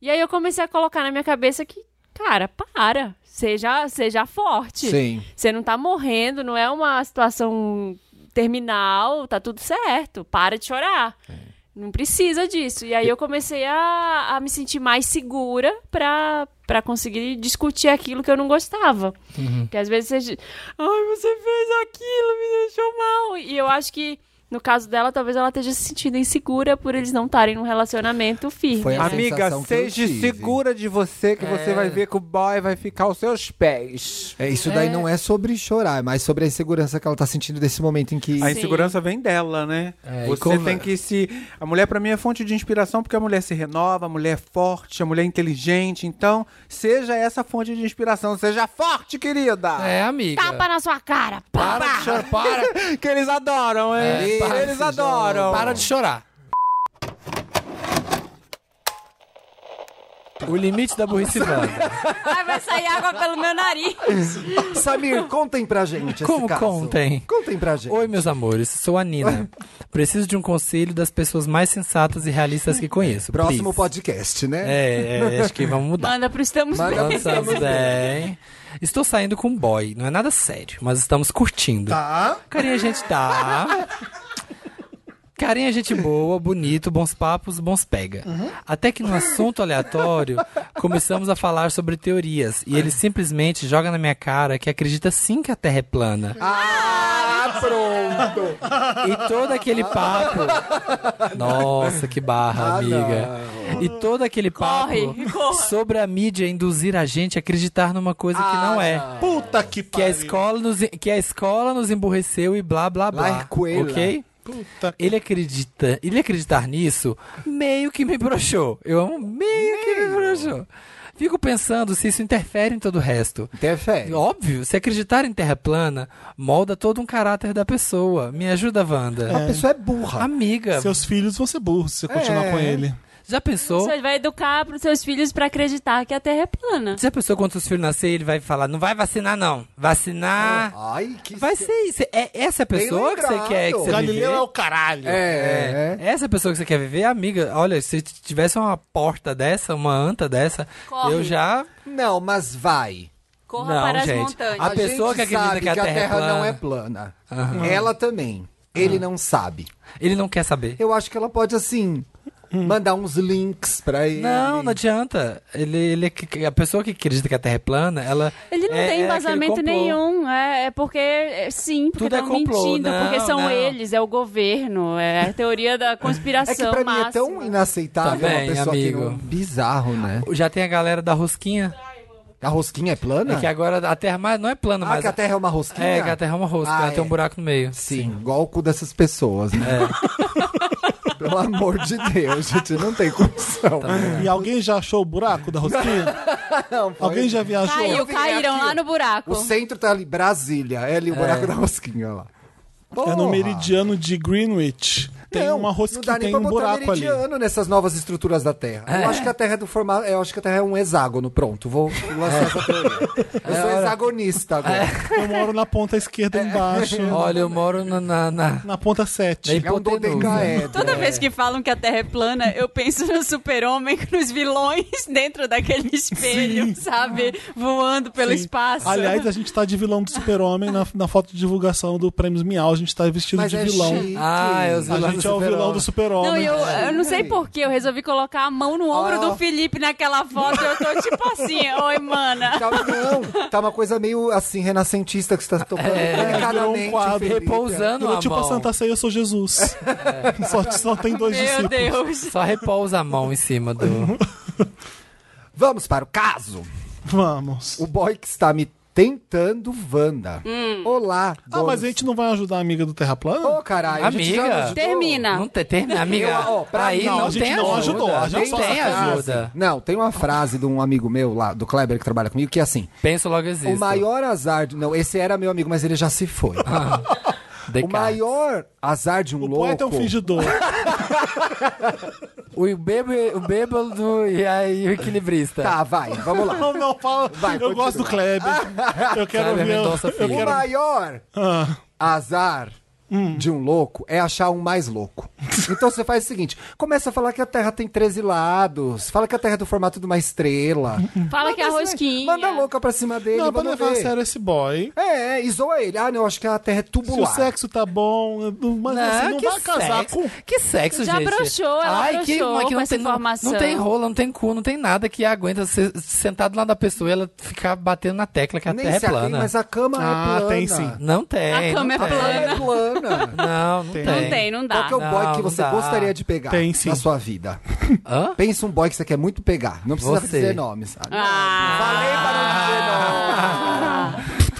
E aí eu comecei a colocar na minha cabeça que, cara, para, seja, seja forte.
Sim.
Você não tá morrendo, não é uma situação terminal, tá tudo certo, para de chorar. Não precisa disso. E aí eu comecei a, a me sentir mais segura pra, pra conseguir discutir aquilo que eu não gostava. Porque às vezes você. di- Ai, você fez aquilo, me deixou mal. E eu acho que, no caso dela, talvez ela esteja se sentindo insegura por eles não estarem num relacionamento firme.
Amiga, seja segura de você que você
É.
vai ver que o boy vai ficar aos seus pés.
É, isso daí não é sobre chorar, é mais sobre a insegurança que ela tá sentindo desse momento em que.
A insegurança vem dela, né?
É, e
você
como-
tem que se. A mulher, pra mim, é fonte de inspiração, porque a mulher se renova, a mulher é forte, a mulher é inteligente. Então, seja essa fonte de inspiração. Seja forte, querida! Tá,
É, amiga.
Tapa na sua cara! Pá, pá.
para.
que eles adoram, hein?
É, para de
eles
ser
adoram.
jovem. Para de chorar.
O limite da burrice Wanda.
Ai, vai sair água pelo meu nariz.
Samir, contem pra gente.
Como
esse caso.
contem?
Contem pra gente.
Oi, meus amores, sou a Nina. Preciso de um conselho das pessoas mais sensatas e realistas que conheço.
Próximo
please.
podcast, né?
É, é, acho que vamos mudar. É.
Manda pro Estamos
Manda
Bem.
Estamos bem. Estou saindo com um boy, não é nada sério, mas estamos curtindo.
Tá.
Carinha, gente, tá. Carinha, gente boa, bonito, bons papos, bons pega. Até que num assunto aleatório, começamos a falar sobre teorias. E ele simplesmente joga na minha cara que acredita sim que a Terra é plana.
Ah, pronto!
E todo aquele papo. Nossa, que barra, amiga. E todo aquele papo
Corre, corra.
sobre a mídia induzir a gente a acreditar numa coisa que não é.
Puta que
que a escola nos Que a escola nos emburreceu e blá blá blá.
Larcoela.
Ok? Ele acredita, ele acreditar nisso, meio que me broxou. Eu amo meio, que me broxou. Fico pensando se isso interfere em todo o resto.
Interfere.
Óbvio, se acreditar em terra plana, molda todo um caráter da pessoa. Me ajuda, Wanda.
A pessoa
é burra.
Amiga.
Seus filhos vão ser burros se você
É.
continuar com ele.
Já pensou?
Você vai educar pros seus filhos pra acreditar que a Terra é plana.
Já pensou quando seus filhos nascer, ele vai falar, não vai vacinar, não.
Ah,
Vacinar.
Ai, que
Vai ser isso. É essa
Bem
pessoa que você
lembrado.
quer que você
Galileu
viver?
é o caralho.
É, é. Essa pessoa que você quer viver, amiga, olha, se tivesse uma porta dessa, uma anta dessa,
Corre.
eu já.
Não, mas vai.
Corra
não,
para as
gente.
montanhas.
A pessoa
gente
que acredita
sabe
que a Terra, é plana.
não é plana.
Aham.
Ela também. Ele não sabe.
Ele não quer saber.
Eu acho que ela pode, assim, mandar uns links pra ele.
Não, não adianta. Ele, ele, a pessoa que acredita que a Terra é plana, ela.
Ele não
é-
tem
é
embasamento
aquele complô.
nenhum. É, é porque, é, sim, porque
Tudo é
estão
complô.
mentindo,
Não,
porque são
não.
eles, é o governo, é a teoria da conspiração
É que pra mim é
máxima.
tão inaceitável
Tá
uma
bem,
pessoa que
amigo.
não- Bizarro, né?
Já tem a galera da rosquinha.
A rosquinha é plana?
É que agora a Terra mais- não é plana,
Ah,
mas.
que a Terra é uma rosquinha?
É, que a Terra é uma rosca.
Ah,
ela tem
é.
um buraco no meio.
Sim, igual o cu dessas pessoas, né?
É.
Pelo amor de Deus, gente, não tem condição.
É.
E alguém já achou o buraco da rosquinha?
Não, foi-
Alguém já viajou?
Caiu,
Eu vi
caíram
aqui,
lá no buraco.
O centro tá ali, Brasília. É ali o
É.
buraco da rosquinha lá.
É no
Porra.
meridiano de Greenwich. Tem
Não,
uma
Não
rosquinha,
dá nem
tem
pra
um
botar
buraco ali.
meridiano nessas novas estruturas da Terra.
É.
Eu acho que a Terra é do formato. Eu acho que a Terra é um hexágono. Pronto, vou
É.
lançar essa teoria. Eu sou hexagonista agora.
Eu moro na ponta esquerda embaixo.
É. Olha, eu moro na. Na, na...
ponta 7.
É um
Toda vez que falam que a Terra é plana, eu penso no super-homem, nos vilões dentro daquele espelho, sabe? Voando pelo
Sim.
espaço.
Aliás, a gente tá de vilão do super-homem na, na foto de divulgação do Prêmios Miau. A gente tá vestido
Mas
de
é
vilão.
chique.
Ah, é
a
os vilões
gente
do
é o vilão
super-homem.
Não,
do super-homem.
e eu, eu não sei porquê, eu resolvi colocar a mão no ombro do Felipe naquela foto. Eu tô tipo assim, oi, mana.
Tá, não, tá uma coisa meio assim, renascentista que você tá tocando.
É,
Virou um
delicadamente, né? É.
quadro.
Felipe.
Virou tipo a Santa Ceia, eu sou Jesus.
É.
Só, só tem dois discípulos.
Só repousa a mão em cima do.
Vamos para o caso.
Vamos.
O boy que está me tentando, Wanda.
Hum.
Olá.
Ah, mas é a gente não vai ajudar a amiga do Terra Plana? Ô,
caralho.
a gente já Amiga. ajudou.
Termina.
Não tem, termina, amiga.
Eu, ó, pra
aí
mim-
não,
a gente
tem
não
ajuda.
ajudou, a gente
Não
só
tem
sacaneou.
ajuda.
Não, tem uma frase de um amigo meu lá, do Kleber, que trabalha comigo, que é assim:
Penso logo existo.
O maior azar. de- Não, esse era meu amigo, mas ele já se foi. o maior azar de um louco.
poeta é um fingidor.
O bêbado, o bêbado e, aí o equilibrista.
Tá, vai, vamos lá.
Não, não, fala. eu gosto do Kleber. Eu quero
Kleber
ver.
Mendonça
Eu
Filho.
O
quero...
maior Ah. azar
Hum.
de um louco é achar um mais louco. Então você faz o seguinte: começa a falar que a Terra tem 13 lados, fala que a Terra é do formato de uma estrela.
Fala que é a rosquinha.
Manda louca pra cima dele.
Não, pra
vamos
levar a
ver.
sério esse boy.
É, e zoa ele. Ah, não, acho que a Terra é
Se o
tubular.
sexo tá bom, eu não- mas
Não,
assim, não
que
vai casar
sexo.
com.
Que sexo,
Ah, Já
gente.
broxou, ela
Ai, que,
broxou
mas que
com
não,
essa
tem, não,
informação.
não tem rola, não tem cu, não tem nada que aguenta ser sentado lá da pessoa e ela ficar batendo na tecla que a
Nem
terra é
se a-
plana.
mas a cama é Ah, plana. tem sim.
Não tem.
A cama
não
é
tem.
plana.
plana.
Não, não tem.
Não tem, não dá.
Qual que é o boy
Não,
que
não
você
dá.
gostaria de pegar
Tem, sim.
na sua vida?
Hã?
Pensa um boy que você quer muito pegar. Não precisa
Você.
dizer nomes. sabe?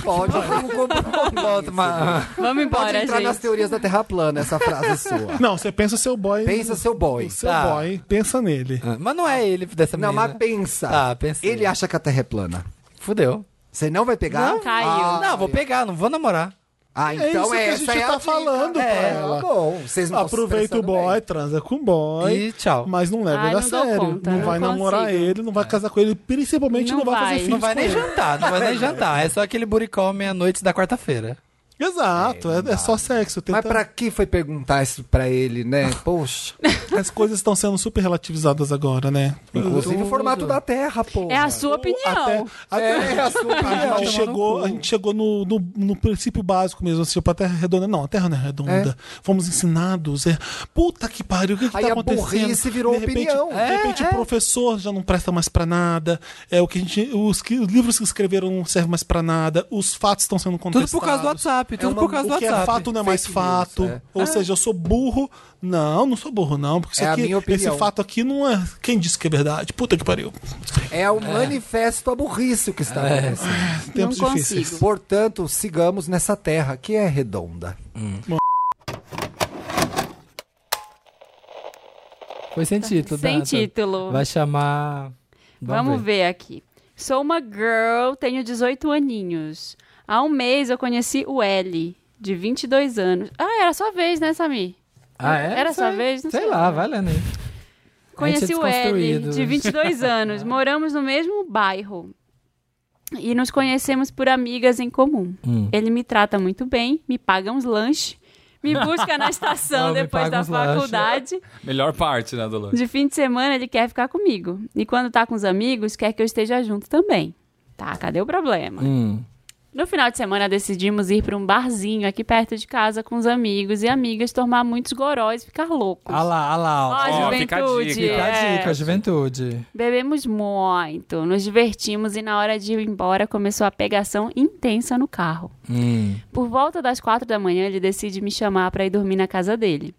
Pode
Volta, mas...
Vamos
Pode
embora,
entrar nas
gente.
teorias da Terra plana, essa frase sua.
Não, você pensa seu boy.
Pensa seu boy.
O seu
Tá. Ah,
boy, pensa nele.
mas não é ele dessa
Não,
menina.
mas pensa.
Tá, pensei.
Ele acha que a Terra é plana.
Fudeu.
Você não vai pegar?
Não, não, vou pegar, não vou namorar.
Ah,
É
então
isso que
é
a gente
essa é
tá
a
falando
dica.
pra
É,
ela.
bom, vocês não tão se
Aproveita o
expressando
boy, transa com o boy.
E tchau.
Mas não leva
Ai,
ele a
não dou
sério.
conta,
não
não
vai namorar
consigo.
ele, não vai casar com ele, principalmente não,
Não
vai,
vai.
fazer filhos
Não vai
com
nem
ele.
jantar, não vai nem jantar. É só aquele buricol meia-noite da quarta-feira.
Exato, é, é só sexo.
Mas
tenta-
pra que foi perguntar isso pra ele, né? Poxa.
As coisas estão sendo super relativizadas agora, né?
Inclusive o formato da Terra, pô.
É a sua opinião.
Até-
É, a sua opinião.
a
Tomar
gente
no
chegou, a gente chegou no, no, no princípio básico mesmo, assim, tipo, a Terra é redonda. Não, a Terra não é redonda. Fomos ensinados. É... Puta que pariu, o que, que
Aí
tá
a
acontecendo?
burrice virou
de repente,
opinião.
De
É,
repente
é.
o professor já não presta mais pra nada. É, o que a gente, os, que- os livros que escreveram não servem mais pra nada. Os fatos estão sendo contestados.
por causa do WhatsApp, tudo por causa do
O que é
WhatsApp.
fato não é mais fato.
é.
Ou seja, eu sou burro. Não, não sou burro, não. Porque isso
É a
aqui-
minha opinião.
esse fato aqui não é... Quem disse que é verdade? Puta que pariu.
É o manifesto à burrice o que está acontecendo.
Tempos É. Ah, Não difíceis. consigo.
Portanto, sigamos nessa terra que é redonda.
Hum.
Foi sem título,
Sem
Data.
título.
Vai chamar.
Vamos ver aqui. Sou uma girl, tenho 18 aninhos. Há um mês eu conheci o L, de 22 anos. Ah, era sua vez, né, Samir?
Ah, é?
Era
Não
sua
sei.
vez? Não
sei lá, vai lendo aí.
Conheci o Éder,
é desconstruído.
de 22 anos. Moramos no mesmo bairro. E nos conhecemos por amigas em comum.
Hum.
Ele me trata muito bem, me paga uns lanches, me busca na estação
Ah, me
depois
paga
da
uns lanches.
faculdade.
Melhor parte, né, Dolores?
De fim de semana ele quer ficar comigo. E quando tá com os amigos, quer que eu esteja junto também. Tá, cadê o problema?
Hum.
No final de semana decidimos ir pra um barzinho aqui perto de casa com os amigos e amigas, tomar muitos goróis e ficar loucos.
Ah lá, ah lá.
Ó, a juventude.
Fica a
é.
dica, juventude.
Bebemos muito, nos divertimos e na hora de ir embora começou a pegação intensa no carro.
Hum.
Por volta das quatro da manhã, ele decide me chamar para ir dormir na casa dele.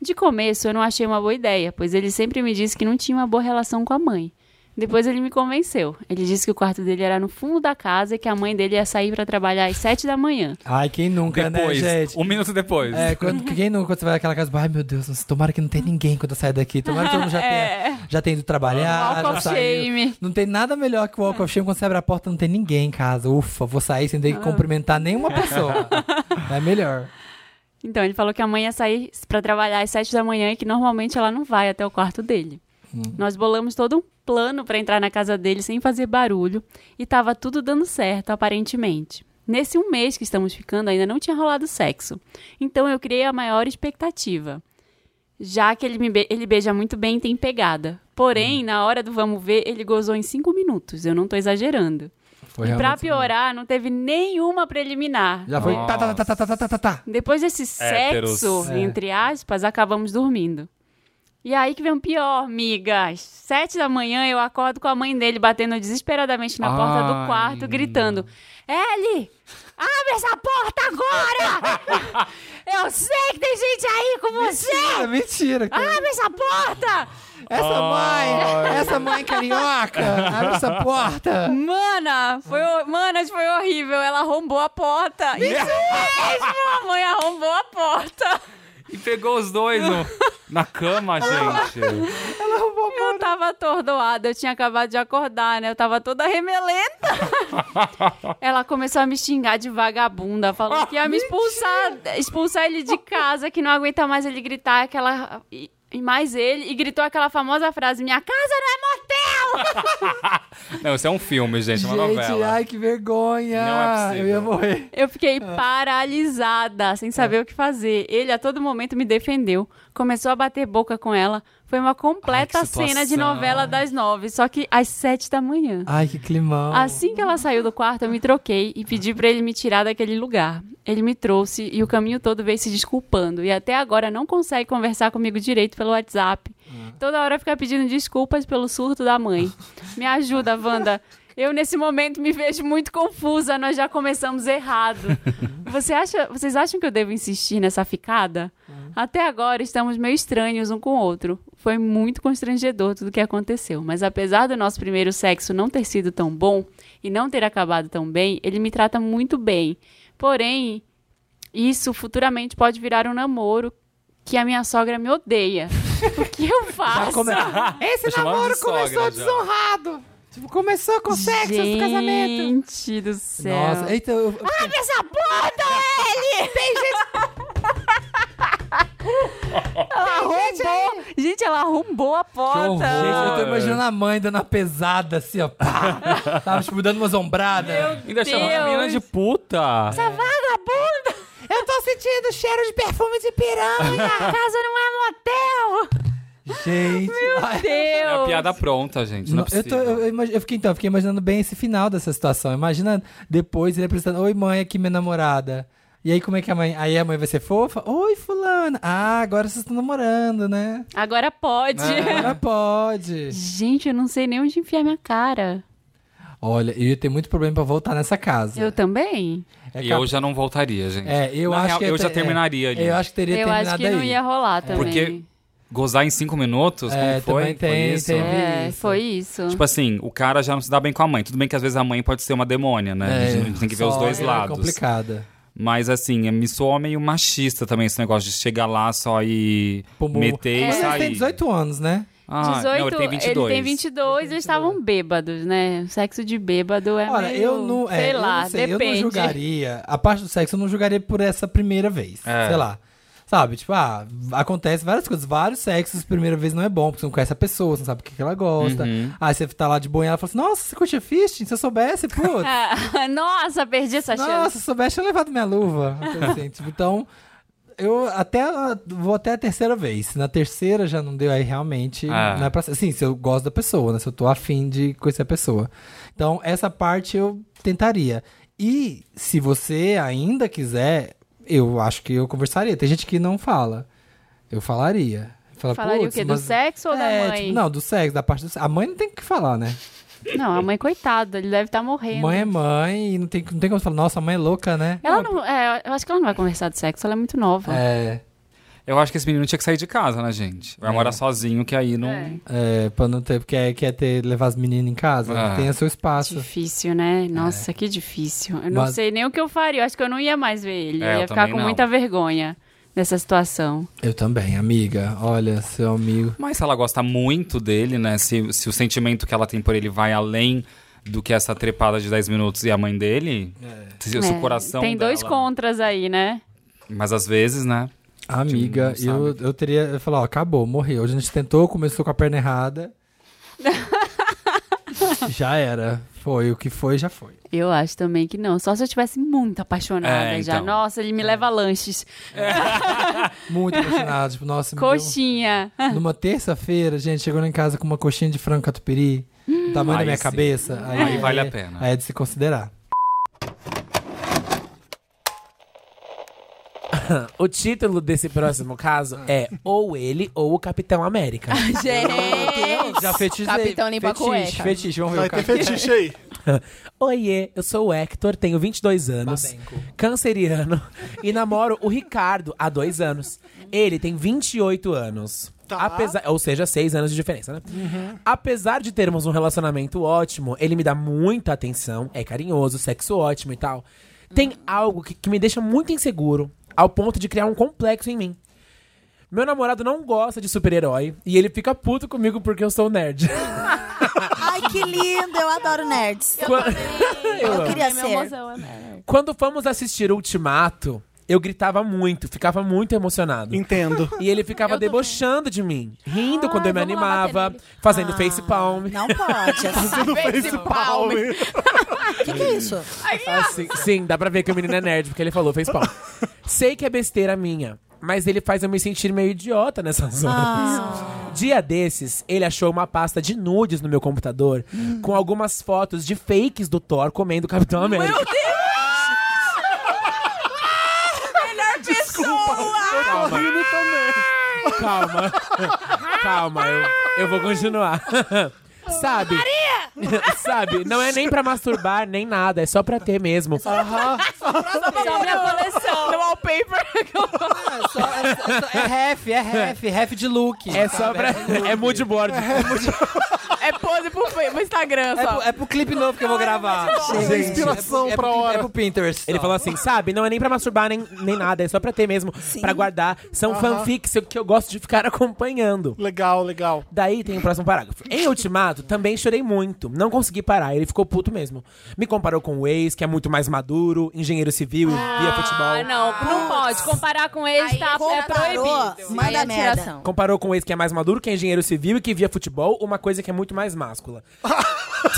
De começo, eu não achei uma boa ideia, pois ele sempre me disse que não tinha uma boa relação com a mãe. Depois ele me convenceu. Ele disse que o quarto dele era no fundo da casa e que a mãe dele ia sair para trabalhar às sete da manhã.
Ai, quem nunca,
Depois,
né, gente?
um minuto depois.
É, quando, quem nunca quando você vai naquela casa, ai meu Deus, nossa, tomara que não tem ninguém quando eu sair daqui. Tomara que todo mundo já,
É.
tenha, já tenha ido trabalhar.
Walk
já
of
saiu.
shame.
Não tem nada melhor que o walk of shame quando você abre a porta não tem ninguém em casa. Ufa, vou sair sem ter
Ah.
que cumprimentar nenhuma pessoa. é melhor.
Então ele falou que a mãe ia sair para trabalhar às sete da manhã e que normalmente ela não vai até o quarto dele. Nós bolamos todo um plano para entrar na casa dele sem fazer barulho e tava tudo dando certo, aparentemente. Nesse um mês que estamos ficando, ainda não tinha rolado sexo. Então eu criei a maior expectativa. Já que ele, me be- ele beija muito bem e tem pegada. Porém, na hora do vamos ver, ele gozou em cinco minutos. Eu não tô exagerando.
Foi
e pra
realmente-
piorar, não teve nenhuma preliminar.
Já foi. Tá, tá, tá, tá, tá, tá, tá, tá, tá.
Depois desse
Héteros.
sexo,
É.
entre aspas, acabamos dormindo. E aí que vem o pior, migas. Sete da manhã eu acordo com a mãe dele batendo desesperadamente na porta
Ai,
do quarto, gritando: Ellie, abre essa porta agora! eu sei que tem gente aí com você!
Mentira, cara.
Abre essa porta!
Essa mãe, essa mãe carioca, abre essa porta.
Mana, foi, ho- manas, foi horrível. Ela arrombou a porta. Isso mesmo! A mãe arrombou a porta.
E pegou os dois no- na cama, Ah, gente.
Eu tava atordoada, eu tinha acabado de acordar, né? Eu tava toda remelenta. Ela começou a me xingar de vagabunda, falando que ia me expulsar, expulsar ele de casa, que não aguenta mais ele gritar aquela. E, e mais ele, e gritou aquela famosa frase: Minha casa não é motel!
Não, isso é um filme, gente, é uma
Gente,
novela.
ai, que vergonha.
Não é possível.
Eu ia morrer. Ah. É.
Eu fiquei paralisada, sem saber o que fazer. Ele a todo momento me defendeu, começou a bater boca com ela. Foi uma completa
Ai, que
cena de
situação.
novela das nove, só que às sete da manhã.
Ai, que climão.
Assim que ela saiu do quarto, eu me troquei e pedi pra ele me tirar daquele lugar. Ele me trouxe e o caminho todo veio se desculpando. E até agora não consegue conversar comigo direito pelo WhatsApp. Toda hora fica pedindo desculpas pelo surto da mãe. Me ajuda, Wanda. Eu, nesse momento, me vejo muito confusa. Nós já começamos errado. Você acha, vocês acham que eu devo insistir nessa ficada? Até agora estamos meio estranhos um com o outro. Foi muito constrangedor tudo o que aconteceu. Mas apesar do nosso primeiro sexo não ter sido tão bom e não ter acabado tão bem, ele me trata muito bem. Porém, isso futuramente pode virar um namoro que a minha sogra me odeia. O que eu faço?
Esse Tá chamando namoro de sogra começou já.
desonrado.
Começou com
sexo,
do casamento.
Gente do céu.
Nossa, eita, eu...
Abre essa porta, ele! Tem gente...
É.
ela arrombou. Gente, ela arrombou a porta.
Gente, eu tô imaginando a mãe dando uma pesada assim, ó. Pá. Tava, tipo, dando umas ombradas.
Ainda chamando a menina de puta.
Essa
vagabunda!
Eu tô sentindo cheiro de perfume de piranha!
A casa não é motel!
Gente, ai.
É a piada pronta, gente. Não, é
Não, eu, tô-
possível.
eu- eu imagi- eu fiquei, então, eu fiquei imaginando bem esse final dessa situação. Imagina depois ele apresentando: Oi, mãe, aqui minha namorada. E aí, como é que a mãe. Aí a mãe vai ser fofa? Oi, Fulana. Ah, agora vocês estão namorando, né?
Agora pode.
Ah, agora pode.
Gente, eu não sei nem onde enfiar minha cara.
Olha, eu ia ter muito problema pra voltar nessa casa.
Eu também?
É
E
cap-
eu já não voltaria, gente.
É, eu
Na
acho
real,
que
eu
te-
já
é,
terminaria ali.
Eu acho que teria
eu
terminado
acho que não
aí.
ia rolar também.
Porque gozar em cinco minutos, como
É,
que
também
foi?
tem-
foi isso?
teve
É, foi isso.
Tipo assim, o cara já não se dá bem com a mãe. Tudo bem que às vezes a mãe pode ser uma demônia, né? a gente tem que ver os
só
dois
é
lados.
complicada.
Mas assim, me soa meio machista também esse negócio de chegar lá só e meter e
Mas ele
sair.
tem 18 anos, né?
Ah,
18,
não, ele tem 22.
Ele tem 22, eles estavam bêbados, né? O sexo de bêbado é
Olha,
meio,
eu não. é,
sei
eu
lá,
não sei, eu não
depende.
julgaria. A parte do sexo eu não julgaria por essa primeira vez.
É.
Sei lá. Sabe, tipo, ah, acontece várias coisas, vários sexos, primeira vez não é bom, porque você não conhece a pessoa, você não sabe o que, que ela gosta.
Uhum.
Aí você tá lá de boinha, ela fala assim, nossa, você curte fisting? Se eu soubesse, pô,
Ah, Nossa, perdi essa chance.
nossa, se soubesse, eu tinha levado minha luva. Uma coisa assim, tipo, então, eu até a- vou até a terceira vez. Na terceira já não deu, aí realmente
Ah.
não é pra ser. Assim, se eu gosto da pessoa, né? Se eu tô afim de conhecer a pessoa. Então, essa parte eu tentaria. E se você ainda quiser, eu acho que eu conversaria. Tem gente que não fala. Eu falaria. Fala,
Falaria o
"Putz,
quê? Do
mas-
sexo ou
É,
da mãe?
tipo, não, do sexo, da parte do sexo. A mãe não tem o que falar, né?
Não, a mãe, coitada, ele deve estar morrendo.
Mãe é mãe, e não tem, não tem como falar, nossa, a mãe é louca, né?
Ela não. é, eu acho que ela não vai conversar de sexo, ela é muito nova.
É.
Eu acho que esse menino tinha que sair de casa, né, gente? Vai morar sozinho, que aí não.
É, pra não ter, porque é- quer ter, levar as meninas em casa,
Ah.
tem o seu espaço.
Difícil, né? Nossa, que difícil. Eu não
Mas-
sei nem o que eu faria. Eu acho que eu não ia mais ver ele.
É,
eu
eu
ia ficar
também
com
não.
muita vergonha nessa situação.
Eu também, amiga. Olha, seu amigo.
Mas se ela gosta muito dele, né? Se, se o sentimento que ela tem por ele vai além do que essa trepada de 10 minutos e a mãe dele, se, se
É,
o coração.
Tem dois
dela-
contras aí, né?
Mas às vezes, né?
Amiga,
Tipo, não
eu, eu teria. Eu falar, ó, acabou, morreu. Hoje a gente tentou, começou com a perna errada. já era. Foi o que foi, já foi.
Eu acho também que não. Só se eu tivesse muito apaixonada
É,
já.
então.
Nossa, ele me leva lanches.
Muito apaixonado. tipo, nossa, me deu-
Coxinha.
Numa terça-feira, gente, chegou lá em casa com uma coxinha de frango catupiry, do tamanho da
Aí
minha
sim.
cabeça. Aí,
Aí vale a pena.
Aí é de se considerar.
O título desse próximo
Ah.
caso é Ou Ele ou o Capitão América.
Ah, Gente!
Já fetizei.
Capitão limpa
Fetiche,
a cueca.
fetiche, vamos ver Vai o ter cara.
fetiche
aí.
Oiê, eu sou o Hector, tenho 22 anos, canceriano e namoro o Ricardo há dois anos. Ele tem 28 anos.
Tá.
Apesar, ou seja, seis anos de diferença, né?
Uhum.
Apesar de termos um relacionamento ótimo, ele me dá muita atenção, é carinhoso, sexo ótimo e tal. Tem algo que, que me deixa muito inseguro, ao ponto de criar um complexo em mim. Meu namorado não gosta de super-herói e ele fica puto comigo porque eu sou nerd.
Ai, que lindo! Eu adoro nerds. Eu,
Eu amo.
É
queria
Meu
ser.
mozão Quando fomos assistir Ultimato, eu gritava muito, ficava muito emocionado. Entendo. E ele ficava debochando de mim, rindo
Ah,
quando eu me animava, fazendo face palm.
Não pode. assim.
Fazendo
face palm. O que, que é isso?
Assim, sim, dá pra ver que o menino é nerd, porque ele falou face palm. Sei que é besteira minha, mas ele faz eu me sentir meio idiota nessas horas. Dia desses, ele achou uma pasta de nudes no meu computador com algumas fotos de fakes do Thor comendo o Capitão América.
Melhor pessoa!
Calma. Calma. Calma, eu, eu vou continuar. Sabe? Sabe? Não é nem pra masturbar, nem nada. É só pra ter mesmo.
Só minha coleção. No wallpaper.
É ref, é ref, ref de look.
É só pra... É mood board.
É pose pro, pro Instagram,
É
só.
pro, é pro clipe novo que eu vou gravar.
Gente,
Gente,
inspiração
é pro- é
pra
pro-
hora.
É pro Pinterest.
Ele falou assim, sabe? Não é nem pra masturbar, nem, nem nada. É só pra ter mesmo, pra guardar. São
Aham.
fanfics que eu gosto de ficar acompanhando.
Legal, legal.
Daí tem o próximo parágrafo. Em Ultimato, também chorei muito. Não consegui parar, ele ficou puto mesmo. Me comparou com o ex, que é muito mais maduro, engenheiro civil, via
Ah,
é futebol.
não, não pode. Comparar com ele tá, é proibido.
manda
Aí é
merda.
atiração.
Comparou com o ex que é mais maduro, que é engenheiro civil e que via futebol, uma coisa que é muito mais máscula.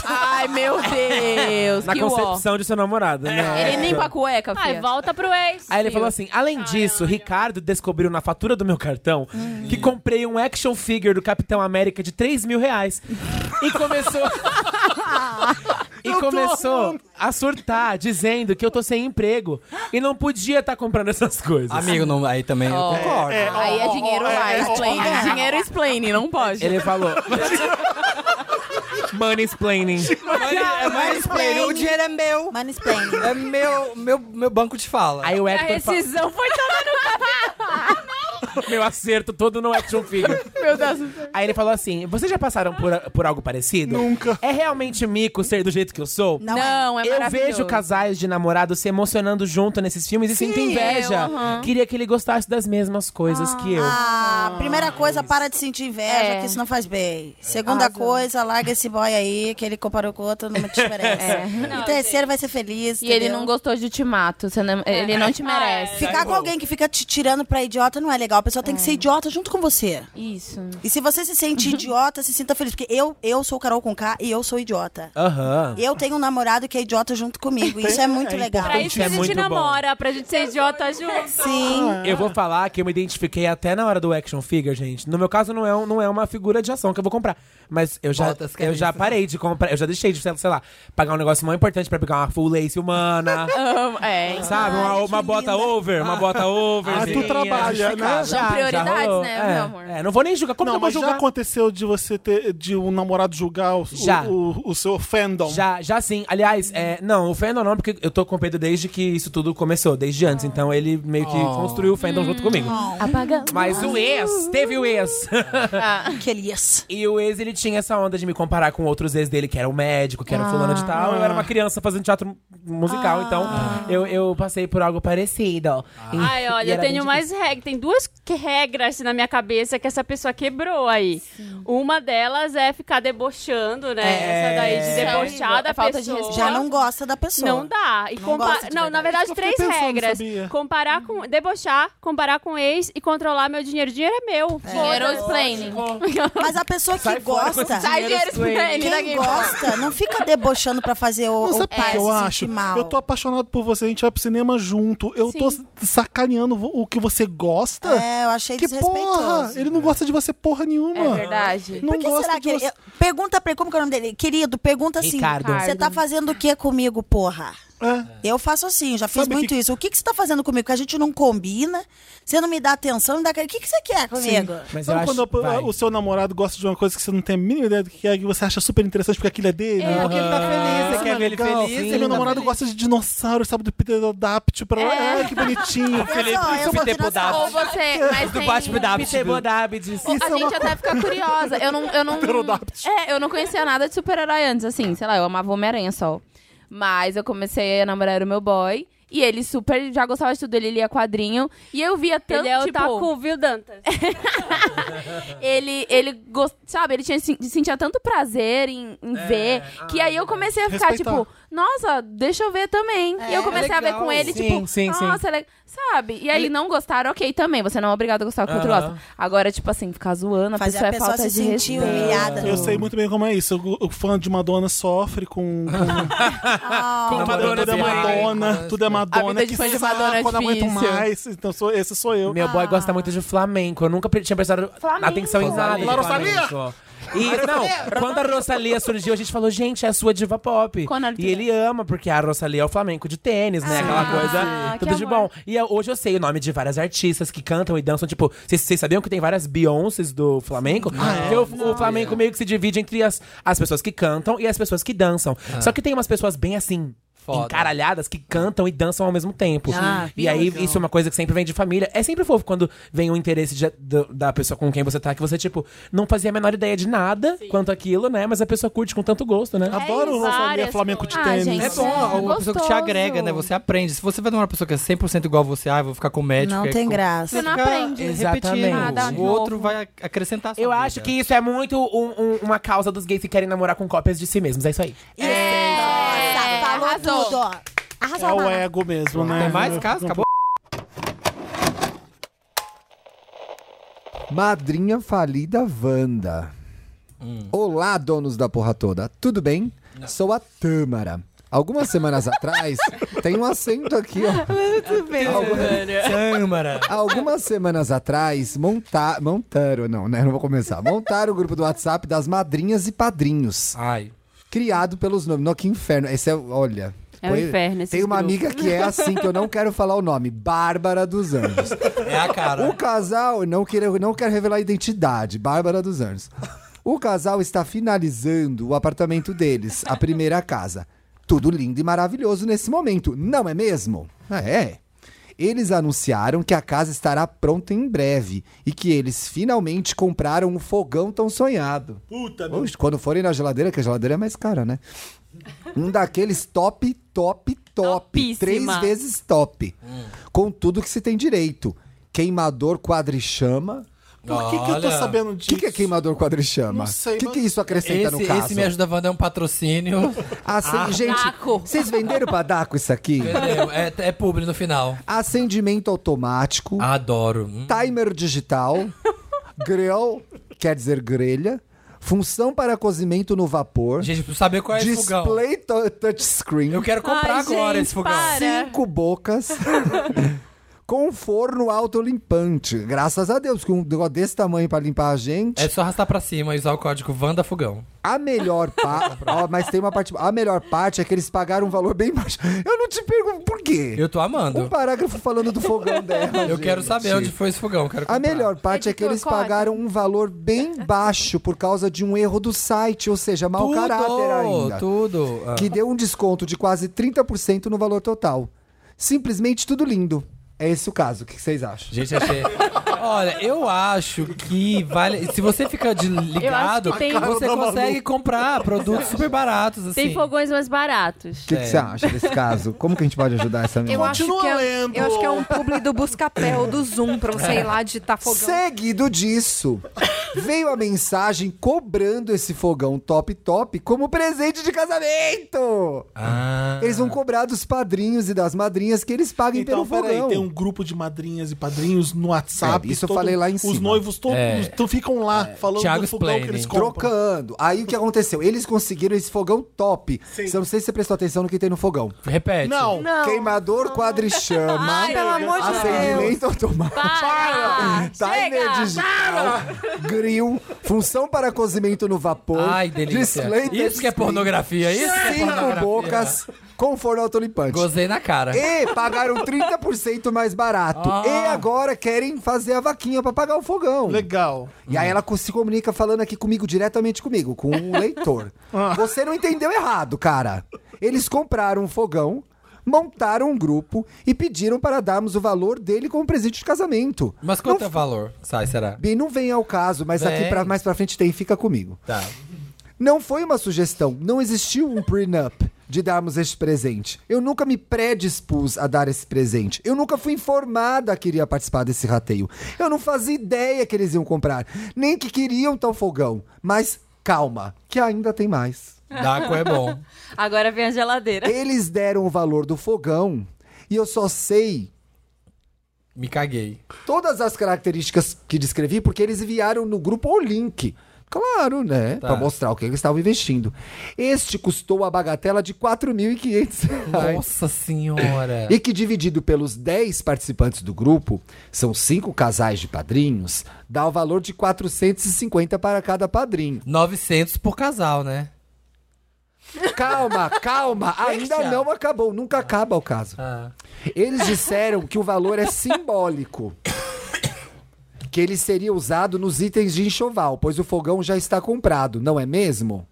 Ai, meu Deus.
Na
que É.
concepção de seu namorado, né?
Ele nem pra cueca, filha. Ai,
volta pro ex.
Aí ele falou assim: além disso, Ricardo descobriu na fatura do meu cartão
Uhum.
que comprei um action figure do Capitão América de 3 mil reais. E começou. e começou a surtar, dizendo que eu tô sem emprego e não podia estar comprando essas coisas.
Amigo, não, aí também eu concordo.
Aí é dinheiro lá, explain.
é, ó.
dinheiro explain, não pode.
Ele falou. Money explaining.
é mansplaining. O dinheiro
é meu.
Mansplaining.
É meu, meu, meu banco de fala.
Aí o
A
Hector fa-
rescisão foi tomar
né?
no cu.
Meu acerto todo no action figure.
Meu Deus.
Aí ele falou assim: vocês já passaram por, por algo parecido? Nunca. É realmente mico ser do jeito que eu sou?
Não é. Não, é
Eu
maravilhoso.
vejo casais de namorados se emocionando junto nesses filmes e
Sim,
sinto inveja.
eu, aham.
Queria que ele gostasse das mesmas coisas que eu.
Ah,
a primeira coisa, para de sentir inveja,
É.
que isso não faz bem. Segunda
Arrasou.
coisa, larga esse boy aí, que ele comparou com outro, não te diferença.
É.
e
Não,
terceiro, vai ser feliz. É. Ah,
E ele não gostou de ultimato. Você não- Ele não te merece.
Ficar
Tá
com alguém que fica te tirando pra idiota não é legal. A pessoa tem que ser idiota junto com você.
Isso.
E se você se sente idiota, se sinta feliz. Porque eu, eu sou Carol com K e eu sou idiota.
Aham.
Eu tenho um namorado que é idiota junto comigo. Isso é muito legal.
Pra isso que
É
a gente
muito bom.
namora, pra gente ser idiota junto.
Sim.
Ah.
Eu vou falar que eu me identifiquei até na hora do action figure, gente. No meu caso, não é, um- não é uma figura de ação que eu vou comprar. Mas eu já,
Botas,
eu já parei de comprar. Eu já deixei de, sei lá, pagar um negócio mais importante pra pegar uma full lace humana.
Amo, é.
Sabe? Uma, uma bota over, uma bota over. assim.
Ah, tu trabalha, né?
São prioridades, né,
é.
meu amor?
É, não vou nem julgar. Como
não,
que eu vou
mas já
julgar?
aconteceu de você ter de um namorado julgar o,
Já.
o, o- o seu fandom?
Já, já sim. Aliás, é, não, o fandom não, porque eu tô com o Pedro desde que isso tudo começou, desde
Ah.
antes. Então ele meio que
Oh.
construiu o fandom junto comigo.
Hum. Apagando.
Mas o ex, teve o ex.
Ah.
Aquele ex.
E o ex, ele tinha essa onda de me comparar com outros ex dele, que era o médico, que era o fulano de tal.
Ah.
Eu era uma criança fazendo teatro
Ah.
musical, então eu, eu passei por algo parecido. E-
Ai,
e
olha, eu
era
tenho
bem
mais regras. Tem duas que- regras na minha cabeça que essa pessoa quebrou aí. Uma delas é ficar debochando, né?
É.
Essa daí
Isso
de
é
debochar
horrível.
da
É falta de
pessoa.
respeito. Já não gosta da pessoa.
Não dá. E
Não
compa-
gosta de
não, na verdade,
Eu
três
fiquei pensando,
regras.
sabia?
Comparar com... Debochar, comparar com ex e controlar meu dinheiro. Dinheiro é meu.
Dinheiro
Foda-se.
explaining.
Mas a pessoa que
Sai fora com
gosta.
esse Sai, dinheiro dinheiro explaining. explaining da
Quem
Game
gosta, não fica debochando pra fazer o,
Mas
o
sabe o
pai
que eu
se sentir
acho?
mal.
Eu tô apaixonado por você, a gente vai pro cinema junto. Eu tô sacaneando vo- o que você gosta.
É, eu achei
que porra!
desrespeitoso.
Ele não gosta de você porra nenhuma. Não
Por que
gosta
será
de
que ele...
você.
Pergunta pra ele, como que é o nome dele? Querido, pergunta assim.
Ricardo.
Você tá fazendo o que comigo, porra? Eu faço assim, já fiz
É. Sabe
muito
que-
isso. O que, que você tá fazendo comigo? Que a gente não combina, você não me dá atenção, não dá... O que, que você quer comigo?
Mas Sabe quando a- o seu namorado gosta de uma coisa que você não tem a mínima ideia do que é, que você acha super interessante porque aquilo é dele?
É, porque ele tá feliz,
Ah,
você quer ver ele
legal.
feliz,
Sim,
ele
meu
tá
namorado gosta de dinossauro, sabe? Do Pterodáptilo. Pra...
É.
Ai, que bonitinho.
O Felipe- Eu sou- eu o sou Pterodáptilo. dinossauro. Ou você- mas tem-
Pterodáptides.
é
a gente até fica curiosa. Eu não, eu não, é, eu não conhecia nada de super-herói antes, assim, sei lá, eu amava Homem-Aranha só. Mas eu comecei a namorar o meu boy. E ele super já gostava de tudo, ele lia quadrinho. E eu via tanto,
Ele é
tipo...
otaku, viu, Dantas?
ele, ele gost... sabe, ele tinha, sen- sentia tanto prazer em, em
É.
ver, que
Ah,
aí eu comecei a ficar,
respeitar.
tipo, nossa, deixa eu ver também. e
É.
eu comecei a ver
legal.
com ele,
Sim,
tipo,
sim, sim.
nossa, le- sabe? E aí
Ele-
não gostaram, ok, também, você não é obrigado a gostar do que o outro
Aham.
gosta. Agora, tipo assim, ficar zoando, a
Fazer
pessoa
a
é
pessoa
falta
se
de
sentir
respeito.
humilhada.
Eu sei muito bem como é isso. O, o fã de Madonna sofre com. com-
Ah,
Madonna, tudo é Madonna, tudo é
A
Madonna.
vida de
Que
fã de
saco,
Madonna é
eu não aguento
difícil.
mais. Então sou, esse sou eu.
Meu boy gosta muito de flamenco. Eu nunca pre- tinha prestado
Flamenco.
atenção em nada. de
La Rosalía.
flamenco. E, não, quando a Rosalia surgiu, a gente falou, gente, é a sua diva pop. E ele ama, porque a Rosalia é o flamenco de tênis, né?
Ah,
Aquela coisa, tudo de bom. E eh, hoje eu sei o nome de várias artistas que cantam e dançam. Tipo, vocês vocês sabiam que tem várias Beyoncés do flamenco? Porque Então, o, o flamenco meio que se divide entre as, as pessoas que cantam e as pessoas que dançam.
Ah.
Só que tem umas pessoas bem assim... Encaralhadas que cantam e dançam ao mesmo tempo.
Ah,
e aí,
legal.
isso é uma coisa que sempre vem de família. É sempre fofo quando vem o interesse de- do- da pessoa com quem você tá, que você, tipo, não fazia a menor ideia de nada quanto aquilo, né? mas a pessoa curte com tanto gosto, né?
Adoro
o
Rosalía Flamengo de
coisas. Ah,
tênis.
gente,
é bom,
é
uma pessoa que te
gostoso.
agrega, né? Você aprende. Se você vai numa pessoa que é 100% igual a você, ah, eu vou ficar com o médico.
Não
que é
tem
com- Você
graça. Você não
fica
aprende.
Repetindo.
Exatamente. Nada
o outro
novo.
vai acrescentar a sua
Eu
vida.
acho que isso é muito um- um- uma causa dos gays que querem namorar com cópias de si mesmos. É isso aí.
Nossa, falou tudo, ó. Arrasou,
É o
Mara.
ego mesmo, né?
Tem mais casos? Acabou?
Madrinha falida Wanda.
Hum.
Olá, donos da porra toda. Tudo bem? Sou a Tâmara. Algumas semanas atrás, tem um acento aqui, ó.
Muito bem.
Tâmara. Algumas semanas atrás, monta... montaram, não, né? Não vou começar. Montaram o grupo do WhatsApp das madrinhas e padrinhos.
Ai.
Criado pelos nomes. No, que inferno. Esse é, olha.
É um inferno esses
Tem uma
grupos.
amiga que é assim, que eu não quero falar o nome. Bárbara dos Anjos.
É a cara.
O casal, não quero, não quero revelar a identidade, Bárbara dos Anjos. O casal está finalizando o apartamento deles, a primeira casa. Tudo lindo e maravilhoso nesse momento, não é mesmo? É. Eles anunciaram que a casa estará pronta em breve e que eles finalmente compraram o fogão tão sonhado.
Puta, meu.
Oxe, quando forem na geladeira, que a geladeira é mais cara, né? Um daqueles top, top, top. Três vezes top. Com tudo que se tem direito. Queimador quadrichama.
Por que, que eu tô
Olha.
sabendo disso?
O que, que é queimador quadrichama?
Não sei,
O que,
mas-
que é isso acrescenta
esse,
no caso?
Esse me ajuda a Wanda é um patrocínio.
Ah, cê- gente, vocês venderam pra Daco isso aqui?
Entendeu? É, é publi no final.
Acendimento automático.
Adoro. Hum.
Timer digital. grill, quer dizer grelha. Função para cozimento no vapor.
Gente, preciso saber qual é esse fogão.
Display tou- touchscreen. Eu
quero comprar Ai, agora gente, esse fogão. para.
Cinco bocas. com um forno autolimpante. Graças a Deus, que um negócio desse tamanho pra limpar a gente.
É só arrastar pra cima e usar o código Wanda Fogão.
A melhor parte. mas tem uma parte. A melhor parte é que eles pagaram um valor bem baixo. Eu não te pergunto por quê.
Eu tô amando.
Um parágrafo falando do fogão dela.
Eu quero
gente.
saber onde foi esse fogão. Quero
A
comprar.
melhor parte é que eles pagaram um valor bem baixo por causa de um erro do site, ou seja, mau
Tudo,
caráter ainda.
tudo. Ah.
Que deu um desconto de quase 30% no valor total. Simplesmente tudo lindo. É esse o caso. O que vocês acham?
Gente, achei. Olha, eu acho que vale. Se você fica de ligado,
que tem- A cara
você
da Malu.
consegue comprar produtos super baratos, assim.
Tem fogões mais baratos.
O que que você acha desse caso? Como que a gente pode ajudar essa menina?
Eu acho, que é, eu acho que é um publi do Buscapé ou do Zoom, pra você ir lá tá digitar fogão.
Seguido disso, veio a mensagem cobrando esse fogão top top como presente de casamento. Eles vão cobrar dos padrinhos e das madrinhas que eles paguem
Então,
pelo fogão.
tem um grupo de madrinhas e padrinhos no WhatsApp.
É, isso eu
todo-
falei lá em
Os
cima.
noivos todos
É.
então ficam lá falando do fogão que eles compram.
Trocando. Aí o que aconteceu? Eles conseguiram esse fogão top. Eu não sei se você prestou atenção no que tem no fogão.
Repete.
Não. Não.
Queimador quadrichama.
Ai, pelo amor de
acendimento
Deus.
automático.
Para!
Timer
Chega!
digital. Grill. Função para cozimento no vapor.
Ai, delícia.
Display
Isso que é
touchscreen,
pornografia, isso que é
Cinco
pornografia.
bocas com forno autolimpante.
Gozei na cara.
E pagaram 30% mais barato.
Ah.
E agora querem fazer a vaquinha pra pagar o fogão.
Legal.
E aí ela co- se comunica falando aqui comigo, diretamente comigo, com um leitor. Você não entendeu errado, cara. Eles compraram um fogão, montaram um grupo e pediram para darmos o valor dele como presente de casamento.
Mas quanto é o valor? Sai, será?
Bem, não vem ao caso, mas aqui
Vem.
pra, mais pra frente tem, fica comigo.
Tá.
Não foi uma sugestão, não existiu um prenup de darmos este presente. Eu nunca me predispus a dar esse presente. Eu nunca fui informada que iria participar desse rateio. Eu não fazia ideia que eles iam comprar, nem que queriam tal fogão. Mas calma, que ainda tem mais.
Daco é bom.
Agora vem a geladeira.
Eles deram o valor do fogão e eu só sei
Me caguei.
todas as características que descrevi, porque eles enviaram no grupo o link. Claro, né?
Tá.
Pra mostrar o que eles estavam investindo. Este custou a bagatela de 4.500 reais.
Nossa senhora.
E que dividido pelos 10 participantes do grupo, são cinco casais de padrinhos, dá o valor de 450 para cada padrinho.
900 por casal, né?
Calma, calma,
é
ainda
Deixa.
não acabou, nunca acaba o caso.
Ah.
Eles disseram que o valor é simbólico. Que ele seria usado nos itens de enxoval, pois o fogão já está comprado, não é mesmo?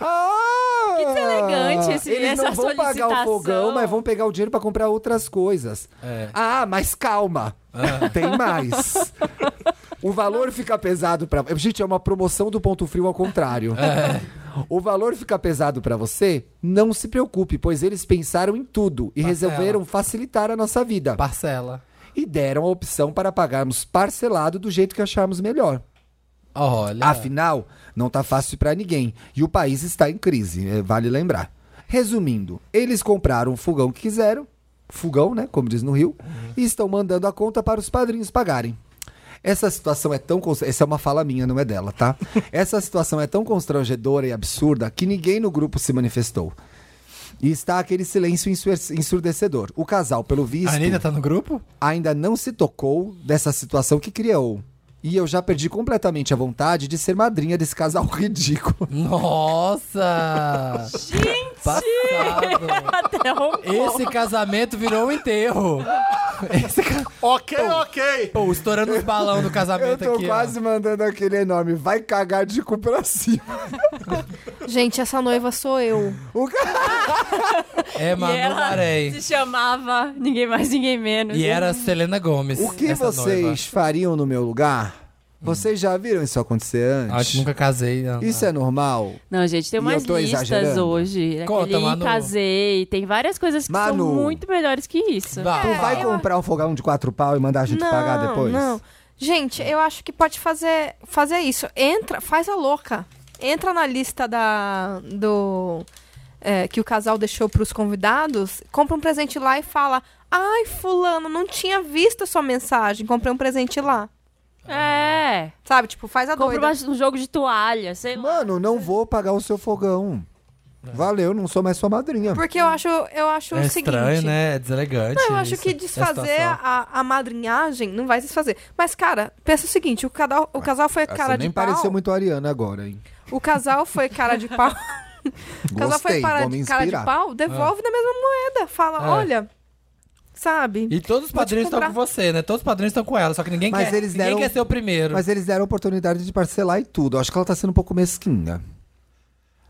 Ah,
Que deselegante esse-
Eles
essa
não vão pagar o
solicitação.
fogão, mas vão pegar o dinheiro para comprar outras coisas.
É.
Ah, mas calma.
Ah.
Tem mais. O valor fica pesado pra. Gente, é uma promoção do ponto frio ao contrário.
É.
O valor fica pesado pra você? Não se preocupe, pois eles pensaram em tudo e
Parcela.
resolveram facilitar a nossa vida.
Parcela.
E deram a opção para pagarmos parcelado do jeito que acharmos melhor.
Olha.
Afinal, não tá fácil pra ninguém e o país está em crise, eh, vale lembrar. Resumindo, eles compraram o fogão que quiseram, fogão, né, como diz no Rio, e estão mandando a conta para os padrinhos pagarem. Essa situação é tão const- essa é uma fala minha, não é dela, tá? Essa situação é tão constrangedora e absurda que ninguém no grupo se manifestou. E está aquele silêncio ensur- ensurdecedor. O casal, pelo visto.
A Anitta tá no grupo?
Ainda não se tocou dessa situação que criou. E eu já perdi completamente a vontade de ser madrinha desse casal ridículo.
Nossa! Gente!
um
Esse casamento virou um enterro.
Ok, ok.
Pô, estourando os balão do casamento
Eu tô
aqui, ó.
quase mandando aquele enorme. Vai cagar de cu pra cima.
Gente, essa noiva sou eu.
É Manu
e ela
Maré.
se chamava ninguém mais, ninguém menos.
E era
assim.
Selena Gomes.
O que
essa
vocês
noiva.
fariam no meu lugar? Vocês já viram isso acontecer antes?
Acho que nunca casei. Não.
Isso é normal?
Não, gente, tem
E
umas
eu tô
listas
exagerando?
é
hoje.
Conta,
Aquele
Manu.
casei, tem várias coisas que
Manu.
são muito melhores que isso. É.
Tu vai comprar um fogão de quatro pau e mandar a gente pagar depois?
Não. Gente, eu acho que pode fazer, fazer isso. Entra, faz a louca. Entra na lista da, do é, que o casal deixou para os convidados, compra um presente lá e fala: Ai, fulano, não tinha visto a sua mensagem, comprei um presente lá.
É.
Sabe, tipo, faz a
Compra
doida.
uma- um jogo de toalha, sei lá.
Mano, não vou pagar o seu fogão. Valeu, não sou mais sua madrinha.
Porque eu acho, eu acho
É
o seguinte.
estranho,
né? É deselegante.
Não, eu acho
isso,
que
essa
desfazer
situação.
a, a madrinhagem não vai desfazer. Mas, cara, pensa o seguinte: o casal, o casal foi
Ah,
cara
Você
de
nem
pau.
pareceu muito a Ariana agora, hein?
O casal foi cara de pau. o casal foi
Gostei,
para
vou me
cara de
inspirar.
pau, devolve na mesma moeda. Fala,
Ah. É.
olha, sabe?
E todos os
Vou te
padrinhos estão
comprar.
com você, né? Todos os padrinhos estão com ela, só que ninguém,
Mas
quer,
eles
ninguém
deram-
quer ser o primeiro.
Mas eles deram a oportunidade de parcelar e tudo. Eu acho que ela tá sendo um pouco mesquinha.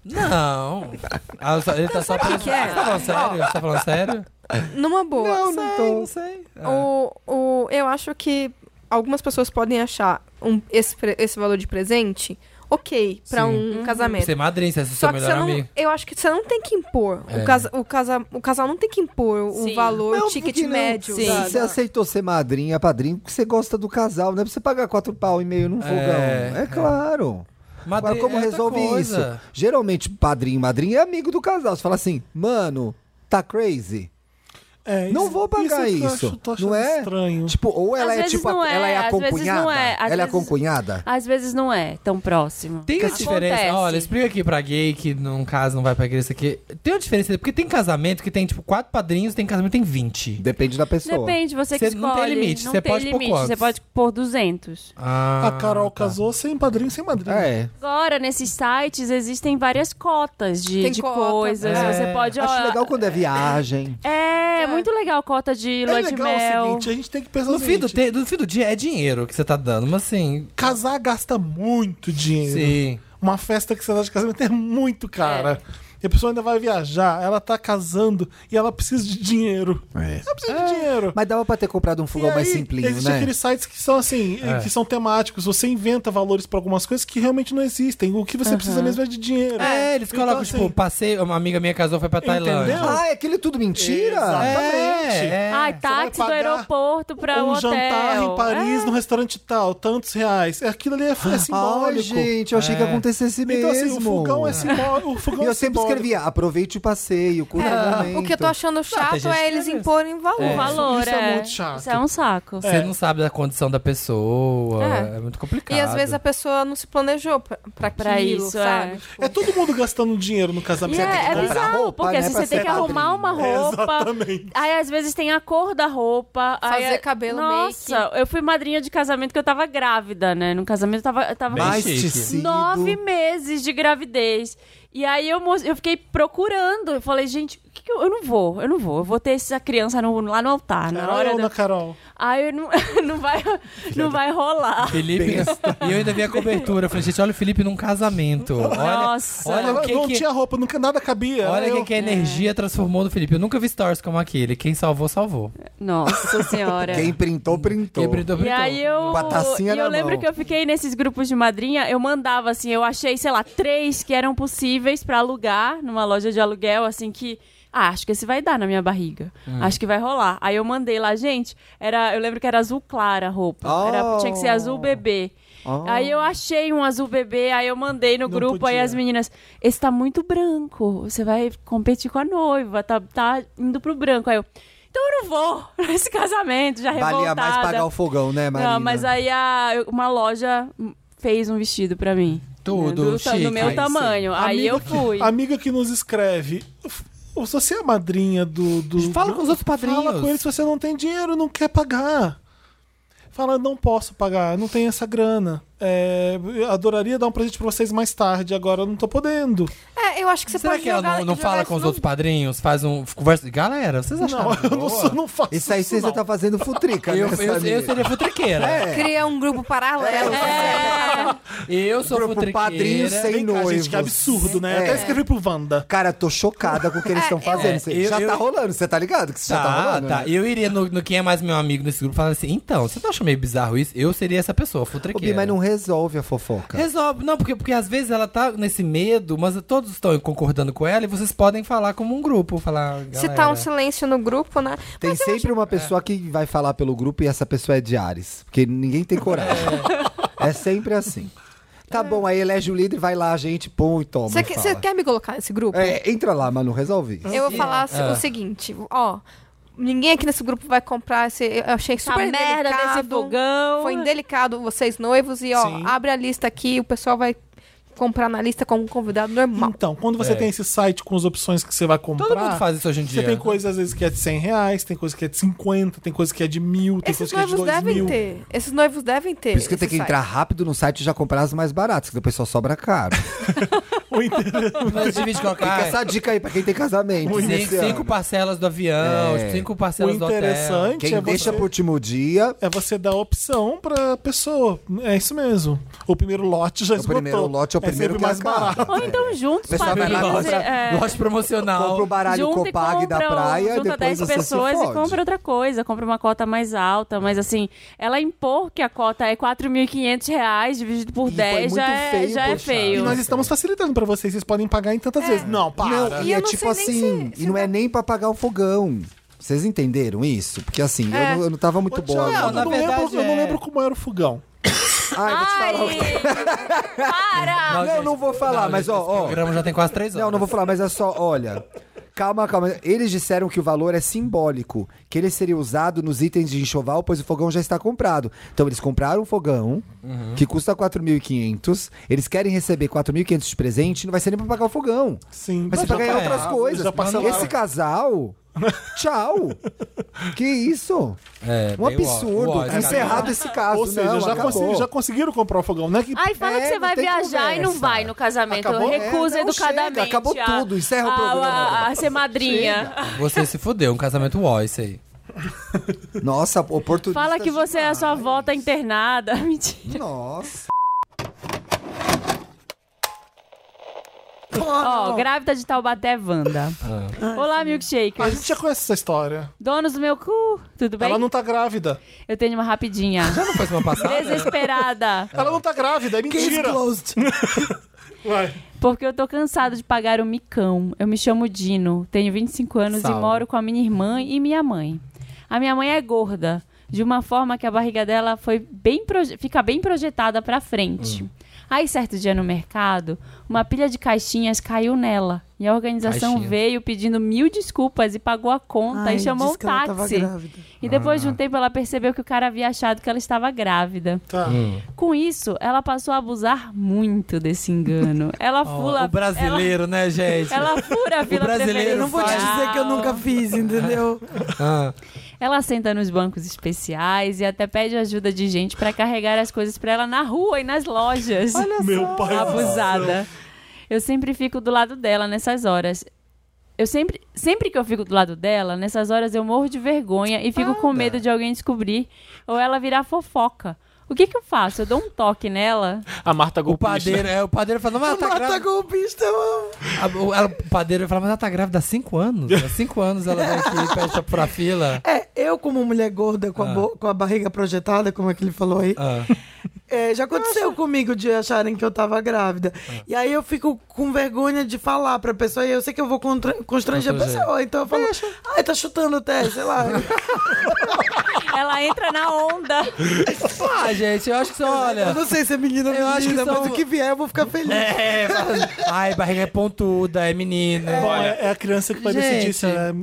Não. Ah, só- ele tá só
sabe o
pensando.
que que é?
Você tá falando sério? Você tá falando sério?
Numa boa.
Não, não tô.
É.
O, o, eu acho que algumas pessoas podem achar um, esse, pre- esse valor de presente ok pra
Sim.
um
Uhum.
casamento.
Você é madrinha, você é seu
Só que
melhor
você não-
amigo.
eu acho que você não tem que impor.
É.
O, casa, o, casa, o casal não tem que impor o valor, o ticket
É
médio.
Sim.
da-
né?
Você
da-
aceitou ser madrinha, padrinho, porque você gosta do casal. Não é pra você pagar quatro pau e meio num
É,
fogão. É,
é.
claro.
Madri-
Agora, como
é outra
resolve
coisa.
isso? Geralmente, padrinho e madrinha é amigo do casal. Você fala assim, mano, tá crazy?
É,
não
isso-
vou pagar
isso é que eu
isso.
acho- tô
não
achando
é?
estranho.
Tipo, ou ela
Às
é
vezes
tipo, a-
não é,
ela é
às vezes não é,
acompanhada.
às
ela é
vezes-
acompanhada?
Às vezes não é tão próximo.
Tem a diferença. Olha, explica aqui pra gay que num caso não vai pra igreja isso aqui. Tem uma diferença, porque tem casamento que tem, tipo, quatro padrinhos, tem casamento que tem 20.
Depende da pessoa.
Depende, você que
Você não
escolhe.
tem limite,
Não
você
tem
pode pôr
limite,
quantos? Ah.
Você pode pôr 200.
a Ah, Carol casou sem padrinho, sem madrinha.
É.
Agora, nesses sites, existem várias cotas de,
Tem
de
cota.
coisas.
É.
É.
Você pode...
Acho
ó,
legal quando é viagem.
É, muito legal a cota
É
de lua de mel.
a gente tem que pensar
no fim, do te- no fim do dia é dinheiro que você tá dando, mas assim.
Casar gasta muito dinheiro.
Sim.
Uma festa que você dá de casamento é muito cara.
É.
E a pessoa ainda vai viajar, ela tá casando e ela precisa de dinheiro. Ela precisa de dinheiro.
É. Mas dava pra ter comprado um fogão mais simplinho,
Existem
né?
aqueles sites que são assim,
É.
que são temáticos. Você inventa valores pra algumas coisas que realmente não existem. O que você precisa mesmo é de dinheiro.
É, eles
Então,
colocam,
assim,
tipo, passei, uma amiga minha casou, foi pra Tailândia.
Entendeu? Ah,
é aquilo tudo mentira?
Exatamente.
É, é.
Ai,
Você
táxi
vai
do
pagar
aeroporto pra
um
o hotel.
jantar em Paris,
É.
no restaurante tal, tantos reais. É, Aquilo ali é, é simbólico.
Ai, Ah, gente, eu achei que
É.
acontecesse mesmo.
Então, assim, o fogão é simbólico. O fogão
E eu
é
sempre
simbólico.
escrevia, aproveite o passeio, curta o
É,
momento.
o que eu tô achando chato
gente
é eles imporem valor.
É.
Valor,
Isso
é.
é muito chato.
Isso é um saco.
Você não sabe da condição da pessoa.
É.
É, muito complicado.
E às vezes a pessoa não se planejou pra, pra,
Pra
aquilo,
isso,
sabe?
é.
Tipo,
É todo mundo gastando dinheiro no casamento.
E
Você tem que
é, é
comprar
bizarro,
roupa,
porque
né,
assim,
pra
você tem
ser
que arrumar uma
padrinho. É,
roupa.
Exatamente.
Aí às vezes tem a cor da roupa. aí
Fazer
é-
cabelo,
Nossa, eu fui madrinha de casamento que eu tava grávida, né? No casamento eu tava, eu tava
Bem
com
Mais chique. tecido.
nove meses de gravidez. E aí eu, mos- eu fiquei procurando. Eu falei, gente, o que que eu, eu não vou, eu não vou. Eu vou ter essa criança no- lá no altar. Na
Carol,
hora da-
Ana Carol.
Aí eu não, não, vai, não vai rolar.
Felipe. E eu ainda vi a cobertura. Eu falei, gente, olha o Felipe num casamento. Olha,
Nossa. É.
olha o que,
não
que
tinha roupa, nunca nada cabia.
Olha o que,
Eu-
que é. a energia transformou no Felipe. Eu nunca vi stories como aquele. Quem salvou, salvou.
Nossa senhora.
Quem printou, printou.
Quem printou,
É E
printou.
aí eu.
Com a tacinha
e
na
eu lembro
mão.
que eu fiquei nesses grupos de madrinha, eu mandava assim, eu achei, sei lá, três que eram possíveis pra alugar numa loja de aluguel, assim que. Ah, acho que esse vai dar na minha barriga.
Hum.
Acho que vai rolar. Aí eu mandei lá, gente, era, eu lembro que era azul clara a roupa. Era, tinha que ser azul bebê.
Oh.
Aí eu achei um azul bebê, aí eu mandei no grupo, aí as meninas, esse tá muito branco, você vai competir com a noiva, tá, tá indo pro branco. Aí eu, então eu não vou nesse casamento, já
Valia
revoltada.
mais pagar o fogão, né, Marina?
Não, mas aí a- eu- uma loja fez um vestido pra mim.
Tudo,
do, ta- do meu tamanho. Aí
Amiga
eu
que-
fui.
amiga que nos escreve. f- Você é a madrinha do, do-
Fala
do-
com os outros padrinhos.
Fala com eles se você não tem dinheiro, não quer pagar. Fala, não posso pagar, não tenho essa grana. É, eu adoraria dar um presente pra vocês mais tarde, agora eu não tô podendo.
É, eu acho que você
Será
pode
que ela
jogar-
não, não
jogar
fala
isso
com os
no-
outros padrinhos? Faz um. Conversa. Galera, vocês acharam?
eu não,
assim.
sou, não faço
Isso aí você tá fazendo futrica,
Eu,
né,
eu, eu
Samir?
seria futriqueira.
Cria um grupo paralelo.
Eu sou
Grupo
futriqueira.
padrinho sem
né? Vem cá,
noivos. É.
gente, que absurdo, né? Até escrevi pro Wanda.
Cara, tô chocada com o que
É,
eles estão fazendo. Cê-
eu-
já tá
eu-
rolando, você tá ligado que isso já tá
Tá,
rolando?
tá.
né?
Eu iria no, no Quem é Mais Meu Amigo nesse grupo e falar assim: então, você não acha meio tá bizarro isso? Eu seria essa pessoa,
Ô, Bi,
futriqueira.
mas não resolve a fofoca.
Resolve. Não, porque, porque às vezes ela tá nesse medo, mas todos estão concordando com ela e vocês podem falar como um grupo. Falar,
Se tá
"Galera,
um silêncio no grupo, né?
Tem sempre uma
É.
pessoa que vai falar pelo grupo e essa pessoa é de Ares. Porque ninguém tem coragem. É, sempre assim. Tá bom, aí elege o líder, vai lá, gente, põe e toma.
Você
e
que-
fala.
você quer me colocar nesse grupo?
É, entra lá, Manu, resolve.
Eu vou falar se-
Ah.
É.
o seguinte, ó. Ninguém aqui nesse grupo vai comprar esse. Eu achei super
Tá merda desse
delicado.
fogão.
Foi indelicado vocês noivos e ó,
Sim.
abre a lista aqui, o pessoal vai comprar na lista como um convidado normal.
Então, Quando você
É.
tem esse site com as opções que você vai comprar.
mundo
faz isso hoje em
Você
dia.
tem coisa, às vezes, que é de 100 reais, tem coisa que é de 50, tem coisa que é de mil, tem
esses
coisa que é de
noivos
2
devem
mil.
ter. Esses noivos devem ter.
Por isso que tem que
esse
entrar
site.
rápido no site e já comprar as mais baratas, que depois só sobra caro.
Mas divide com a
Fica essa dica aí pra quem tem casamento.
Cinco,
nesse ano.
cinco parcelas do avião,
É.
cinco parcelas
O
do hotel.
interessante Quem é deixa você- pro último dia.
É você dar opção pra pessoa. É isso mesmo. O primeiro lote já
O
esgotou.
primeiro lote é o primeiro
sempre
que
mais
acaba.
barato.
Ou então juntos,
Pessoal vai
família,
lá
fazer,
compra-
é,
loja
promocional.
Compra o baralho
junta e
Copag da
compra um-
praia e
junta
depois
10
você
pessoas
se
e
fode.
compra outra coisa, compra uma cota mais alta, mas assim, ela impor que a cota é 4.500 reais dividido por 10 já é, já é feio. É.
E nós estamos facilitando pra vocês. Vocês podem pagar em tantas vezes. Não, para.
Não, e é tipo assim, e não é nem pra pagar o fogão. Vocês entenderam isso? Porque assim,
É.
eu, não, eu não tava muito
Ô,
boa.
Thiago, eu,
na
não lembro, eu não lembro como era o fogão.
Ai,
vou te
falar. Não, eu não vou falar, mas ó, ó. O
programa já tem quase três horas.
Não, não vou falar, mas é só, olha. Calma, calma. Eles disseram que o valor é simbólico, que ele seria usado nos itens de enxoval, pois o fogão já está comprado. Então eles compraram um fogão
Uhum.
que custa 4.500, eles querem receber 4.500 de presente, não vai ser nem pra pagar o fogão.
Sim,
vai ser
mas já
pra ganhar
tá-
pagaram,
outras coisas.
já parcelaram.
Esse casal, tchau. que isso?
É,
um
bem o-
absurdo.
o Oscar.
Encerrado esse caso.
Ou seja,
não,
já,
acabou.
consegui- já conseguiram comprar o fogão, né? Que...
Ai, fala que você vai viajar e não vai no casamento.
Acabou?
Recusa
É, não chega,
educadamente.
acabou
a-
tudo, encerra o
a-
programa.
A, a ser madrinha.
Você se fudeu, um casamento uó, isso aí.
Nossa, oportunidade.
Fala que você é a sua avó tá internada. Mentira.
Nossa.
Ó, grávida de Taubaté, Wanda. Olá,
A
milkshakers.
gente já conhece essa história.
Donos do meu cu, tudo bem?
Ela não tá grávida.
Eu tenho uma rapidinha. Já não
faz uma
passada?
Desesperada.
Ela não tá grávida, é
Case
mentira. Vai.
Porque eu tô cansado de pagar o micão. Eu me chamo Dino, tenho 25 anos
Salve.
e moro com a minha irmã e minha mãe. A minha mãe é gorda, de uma forma que a barriga dela foi bem proje- fica bem projetada pra frente. Aí, certo dia no mercado, uma pilha de caixinhas caiu nela. E a organização
Caixinha.
veio pedindo mil desculpas e pagou a conta
Ai,
e chamou
disse
um
que ela tava
táxi.
grávida.
E depois de um tempo ela percebeu que o cara havia achado que ela estava grávida.
Hum.
Com isso, ela passou a abusar muito desse engano. Ela
Ó,
fula.
o brasileiro, né, gente?
Ela fura a
O
fila
brasileiro
preferencial.
não vou te dizer que eu nunca
fiz, entendeu? Ah.
Ela senta nos bancos especiais e até pede ajuda de gente pra carregar as coisas pra ela na rua e nas lojas.
Olha Meu só. pai do
Abusada.
céu.
Eu sempre fico do lado dela nessas horas. Eu sempre, sempre que eu fico do lado dela, nessas horas eu morro de vergonha e fico com medo de alguém descobrir ou ela virar fofoca. O que que eu faço? Eu dou um toque nela?
A Marta
O padeiro, é, o padeiro falando, mas ela tá grávida.
golpista, mano.
A- o- ela- o padeiro vai falar, mas ela tá grávida há cinco anos? Há cinco anos ela vem aqui e pede pra fila.
É, eu como mulher gorda com, a,
Ah.
bo- com a barriga projetada, como é que ele falou aí,
Ah.
é, já aconteceu comigo de acharem que eu tava grávida.
Ah.
E aí eu fico com vergonha de falar pra pessoa e eu sei que eu vou contra- constranger a
Constranger.
pessoa. Então eu falo, ai, tá chutando até, sei lá.
Ela entra na onda.
Ah, gente, eu acho que são, olha...
Eu não sei se é menina ou
Eu
menina,
acho que são-
mas o que vier eu vou ficar feliz.
É, fala- ai, barriga é pontuda, é menina.
Bom, é-
a criança que
vai decidir se ela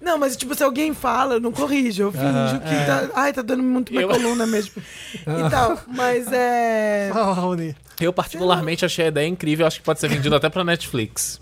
Não, mas tipo, se alguém fala, eu não corrijo, eu finjo
Aham,
que
é.
tá. Ai, tá dando muito minha
Eu-
coluna mesmo. E tal, mas é.
Eu particularmente achei a ideia incrível, acho que pode ser vendido até pra Netflies.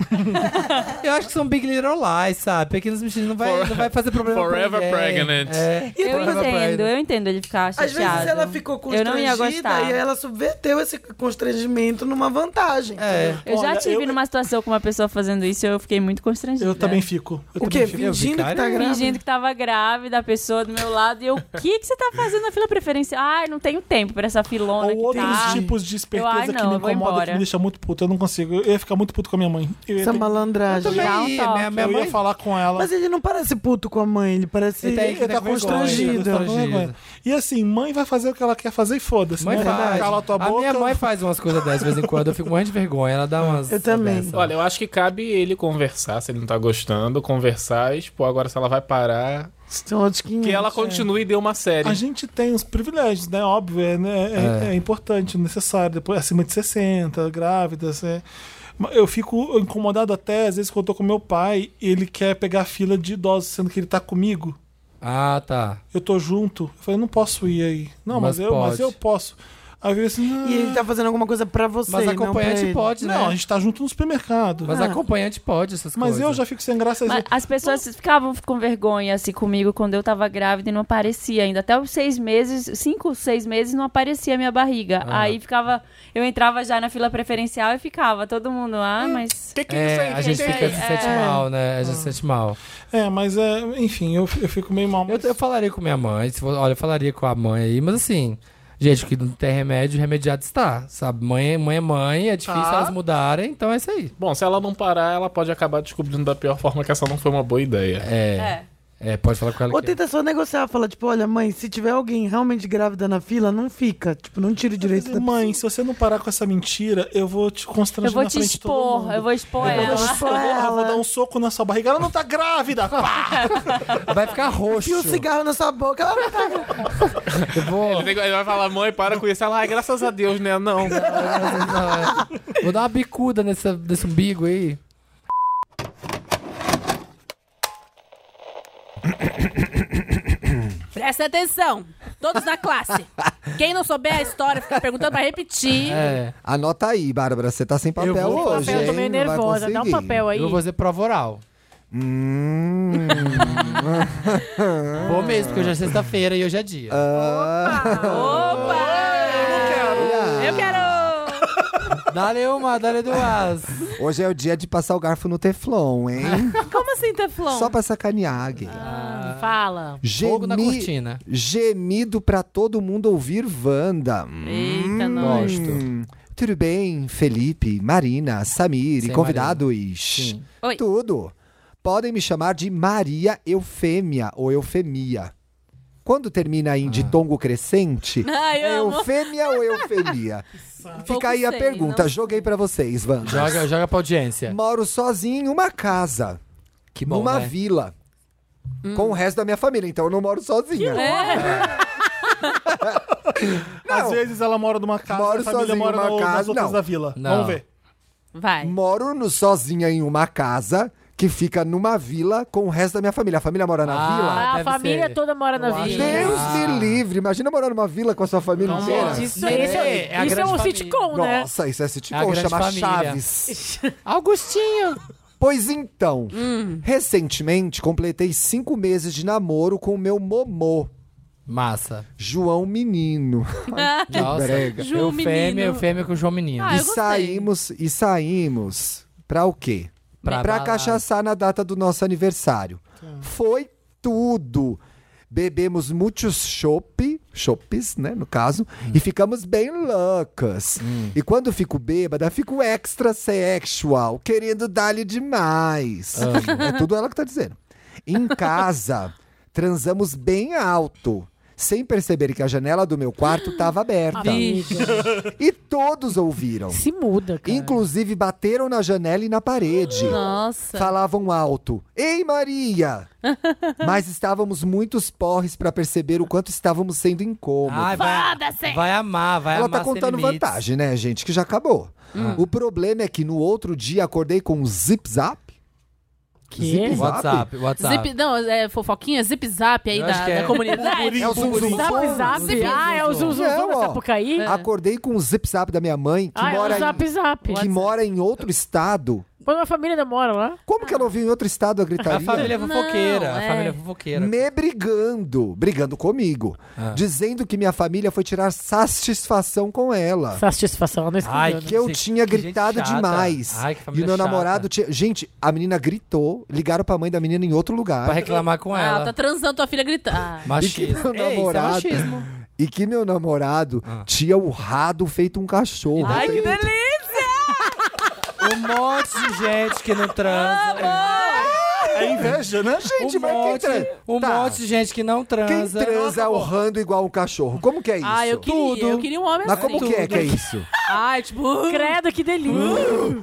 Eu acho que são Big Little Lies, sabe? Pequenos mexidinhos não vai, não vai fazer problema pra
Forever
ninguém.
pregnant.
É.
Eu
Forever
entendo,
pregnant.
eu entendo ele ficar chateado.
Às vezes ela ficou
Eu
constrangida
não ia gostar.
e ela subverteu esse constrangimento numa vantagem.
É.
Eu já tive numa situação com uma pessoa fazendo isso e eu fiquei muito constrangida.
Eu também fico. Eu
O
também
quê?
fico.
Fingindo que tá grávida?
Fingindo que tava grávida, a pessoa do meu lado. E eu, o que, que você tá fazendo na fila preferencial? Ai, não tenho tempo pra essa filona Ou que
Outros
tá.
tipos de
Eu Ai,
coisa que
não,
me
eu vou
incomoda, que
embora.
me deixa muito puto. Eu não consigo. Eu ia ficar muito puto com a minha mãe. Eu ia
Essa
ter-
malandragem.
Eu
Dá um
também ia, né?
toque.
Minha mãe ia falar com ela.
Mas ele não parece puto com a mãe, ele parece.
Ele tá, ele tá constrangido.
constrangido.
tá com vergonha. E assim, mãe vai fazer o que ela quer fazer e foda-se.
Mãe
né?
faz.
Cala a tua boca.
minha mãe faz umas coisas dessas de vez em quando, eu fico morrendo de vergonha. Ela dá umas.
Olha, eu acho que cabe ele conversar, se ele não tá gostando, conversar e expor. Agora, se ela vai parar. que ela
é.
continue e dê uma série.
A gente tem os privilégios, né? Óbvio, é, né? É, é importante, necessário. Depois, acima de 60, grávidas, é. Mas Eu fico incomodado até, às vezes, quando eu tô com meu pai, ele quer pegar a fila de idosos, sendo que ele tá comigo.
Ah, tá.
Eu tô junto. Eu falei, não posso ir aí. Não, mas,
Mas
eu, mas
pode.
eu posso. Aí eu falei assim, "Ah."
E ele tá fazendo alguma coisa pra você.
Mas
não
acompanhante
pra ele.
pode, né? Não, a gente tá junto no supermercado.
Mas
Ah.
acompanhante pode essas
Mas
coisas.
eu já fico sem graça.
Mas as pessoas ficavam com vergonha assim comigo quando eu tava grávida e não aparecia ainda. Até os seis meses, cinco, seis meses, não aparecia a minha barriga.
Ah.
Aí ficava. Eu entrava já na fila preferencial e ficava todo mundo, ah, mas.
Que
É, a gente fica se sente mal, né? A gente se sente mal.
É, mas é, enfim, eu, eu fico meio mal.
Eu, eu falaria com minha mãe, se for- olha, eu falaria com a mãe aí, mas assim, gente, que não tem remédio, remediado está, sabe? Mãe, é- mãe é mãe, é difícil
Tá.
elas mudarem, então é isso aí.
Bom, se ela não parar, ela pode acabar descobrindo da pior forma que essa não foi uma boa ideia.
É. É, pode falar com ela.
Ou tenta só negociar, fala, tipo, olha, mãe, se tiver alguém realmente grávida na fila, não fica. Tipo, não tira o direito da
Mãe, se você não parar com essa mentira, eu vou te constranger
Eu vou
na
te
frente de todo
expor,
mundo.
eu vou expor
Eu vou
ela.
dar um soco- Eu vou dar um soco na sua barriga. Ela não tá grávida! Pá!
Vai ficar roxo.
um
E o cigarro na sua boca. Ela não tá grávida.
Ele, tem- ele vai falar, mãe, para com isso. Ela, ai, graças a Deus, né? Não.
ah, é. Vou dar uma bicuda nessa, nesse umbigo aí.
Presta atenção, todos na classe. Quem não souber a história, fica perguntando pra repetir.
É. Anota aí, Bárbara, você tá sem papel
vou-
hoje.
Papel, eu tô meio
hein? Não vai
nervosa, dá um
conseguir.
papel aí. Eu vou
fazer prova oral.
Hum.
Vou mesmo, porque hoje é sexta-feira e hoje é dia.
Ah.
Eu quero!
Dá-lhe uma, dá-lhe duas.
Hoje é o dia de passar o garfo no Teflon, hein?
Como assim, Teflon? Ah.
Só pra sacanear, gay.
Ah.
Fala.
Gemi- Gemido pra todo mundo ouvir Wanda. Hum.
Eita,
nós.
Tudo bem, Felipe, Marina, Samir e
Sim,
convidados. Tudo. Podem me chamar de Maria Eufêmia ou Eufemia. Quando termina
Ah.
em ditongo crescente,
Ai,
é
amo.
eufêmia ou eufemia?
Pouco
Fica aí a
sei,
pergunta.
não
Joguei pra vocês, Wanda.
Joga, joga pra audiência.
Moro sozinho em uma casa.
Que bom,
Numa
né?
vila.
Hum.
Com o resto da minha família, então eu não moro sozinha.
É.
É.
Às vezes ela mora numa casa,
Moro
a família
sozinho
mora
numa
no, nas
casa,
outras
não.
da vila.
Não.
Vamos ver.
Vai.
Moro no- sozinha em uma casa que fica numa vila com o resto da minha família. A família mora na
Ah,
vila?
a família toda mora na vila.
é
Deus
Ah.
me livre. Imagina morar numa vila com a sua família
Nossa,
inteira.
isso é- isso é- É a isso é grande um família. sitcom, né?
Nossa, isso
É
é
a
sitcom.
grande
Chama
família.
Chaves.
Augustinho!
Pois então,
Hum.
recentemente completei cinco meses de namoro com o meu momô.
Massa.
João Menino. Ai, que
Nossa,
brega.
João eu fêmea, eu fêmea com o João Menino.
Ah,
e saímos, e saímos pra o quê?
Pra
Pra,
balada.
cachaçar na data do nosso aniversário. Foi tudo. Bebemos muitos chopp, chopes, né, no caso,
Hum.
e ficamos bem loucas. E quando fico bêbada, fico extra sexual, querendo dar-lhe demais.
Amo.
É tudo ela que tá dizendo. Em casa, transamos bem alto, sem perceber que a janela do meu quarto estava aberta.
Amiga.
E todos ouviram.
Se muda, cara.
Inclusive bateram na janela e na parede.
Nossa.
Falavam alto. Ei, Maria! Mas estávamos muitos porres para perceber o quanto estávamos sendo incômodos.
Ai, vai, vai amar, vai
Ela
amar.
tá
sem
contando
limites.
vantagem, né, gente? Que já acabou.
Hum.
O problema é que no outro dia acordei com um zip zap.
Que?
Zip zap?
WhatsApp,
Zip, não, é fofoquinha, zip zap aí
Tá. Eu
da,
acho que é-
da comunidade.
É o zum, zum,
Zap
zum.
zap.
Zip,
ah, é o zum zum zum
Não,
da
ó.
Sapucaí?
Acordei com o zip zap da minha mãe, que
Ah, é o
mora em-
zap zap.
que mora em outro estado
Mas minha família demora lá.
Como que ela ouviu em outro estado a gritaria?
A família é fofoqueira,
Não,
a
é.
família é fofoqueira. Ah.
Me brigando, brigando comigo, dizendo que minha família foi tirar satisfação com ela.
Satisfação, não
escreveu, Ai, né?
que eu
que-
tinha
que gente
gritado
chata.
demais.
Ai, que
e
família
o meu
chata.
namorado tinha. Gente, a menina gritou, ligaram pra mãe da menina em outro lugar.
Pra reclamar com
Ah, ela tá transando, tua filha gritar.
E que
Ei,
meu
isso é
namorado,
machismo.
e que meu namorado tinha urrado feito um cachorro.
Ah. Ai,
Tem-
que Um monte de gente que não transa.
É inveja, né? Gente,
um
mas quem
monte,
tran-
um
Tá.
monte de gente que não transa.
Quem transa urrando igual um cachorro? Como que é isso?
Ah, eu queria, Tudo. eu queria um homem
Mas
assim.
como que é que é
Tudo.
isso?
Ai, tipo, credo, que delícia. não,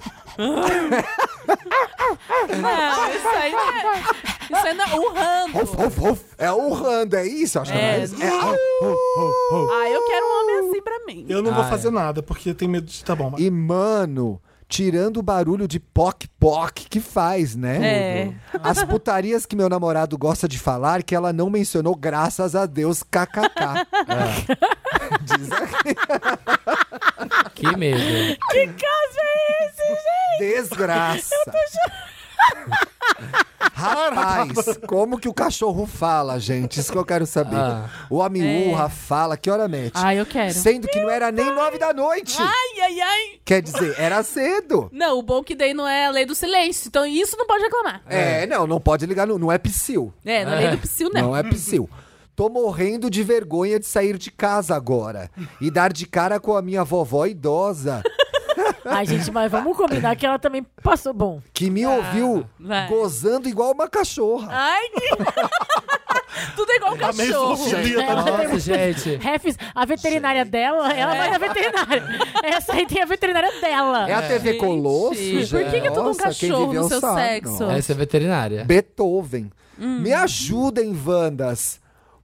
isso aí não é. Isso aí não é urrando.
Of, of, of. É urrando, é isso? Acho que
É.
é isso. É, au, ho, ho, ho.
Ah, eu quero um homem assim pra mim.
Eu não vou
Ah,
fazer nada, porque eu tenho medo de. Tá bom, mas...
E, mano, tirando o barulho de poc-poc que faz, né?
É.
As putarias que meu namorado gosta de falar, que ela não mencionou, graças a Deus, kkk.
É.
Que medo.
Que caso é esse, gente?
Desgraça.
Eu tô chorando.
Rapaz, como que o cachorro fala, gente? Isso que eu quero saber. O
É.
homem urra, fala, que hora mete?
Ah, eu quero.
Sendo que não era nem nove da noite.
Ai, ai, ai.
Quer dizer, era cedo.
Não, o bom que daí não é a lei do silêncio. Então isso não pode reclamar.
É, não, não pode ligar, no- não é psil.
É, não é lei do psil, não.
Não é psil. Tô morrendo de vergonha de sair de casa agora e dar de cara com a minha vovó idosa
Ai, gente, mas vamos combinar que ela também passou bom.
que me ouviu
vai.
gozando igual uma cachorra.
Ai, que... Tudo é igual um
A
cachorro.
mesmofilia tá
Ela tem-
Nossa, gente.
Refs, a veterinária dela, ela
É.
vai na veterinária. Essa aí tem a veterinária dela.
É a TV Colosso, gente.
Por que, que tu com um
Nossa, quem
cachorro
viveu
no seu
sabe.
sexo? Hum.
Essa é veterinária.
Beethoven. Me ajudem, Vandas.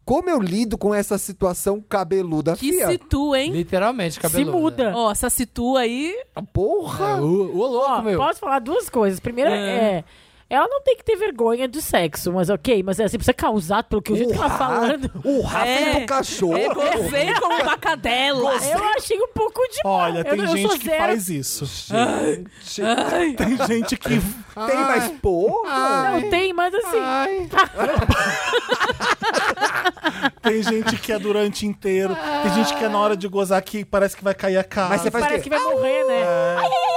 Como eu lido com essa situação cabeluda
Que
fia?
situa, hein?
Literalmente,
Se muda. Ó, essa situa aí.
Ah, Porra!
É, o, louco, meu.
Posso falar duas coisas. Primeiro é.
É.
Ela não tem que ter vergonha do sexo, mas ok, mas assim, precisa causar, pelo que o jeito que ela tá
Urrar.
falando.
Urrar
é,
feito um cachorro.
É, gozei como uma cadela.
Gozei.
Eu achei um pouco de
Olha, tem
eu, eu
gente
sou
que
zero.
faz isso.
Gente. Ai.
Tem gente que.
Ah.
Tem mais porra?
Não tem, mas assim.
Tem gente que é durante inteiro. Tem gente que é na hora de gozar que parece que vai cair a cara.
Mas você faz o Parece quê? que vai morrer, né? Ai, ai,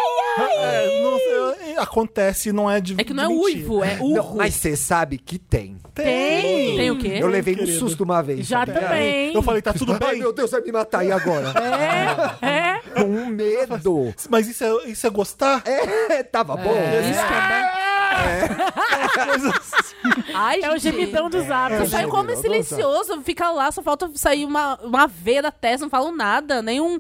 É, não sei, acontece, não é de. É que
não é uivo, é
Não, mas você sabe que tem.
Tem.
Tem o quê?
Eu levei
Tem,
um
querido.
susto uma vez.
Já
sabia?
também.
Eu falei, tá tudo
Ai,
bem?
meu Deus, vai me matar e agora?
É,
Com um medo.
Mas isso é, isso é gostar?
É, tava bom.
Isso
é Ai,
é o gemidão do zap.
É o
Você sai
gemidão
como é
do
silencioso, fica lá, só falta sair uma, uma veia da testa, não falam nada, nenhum.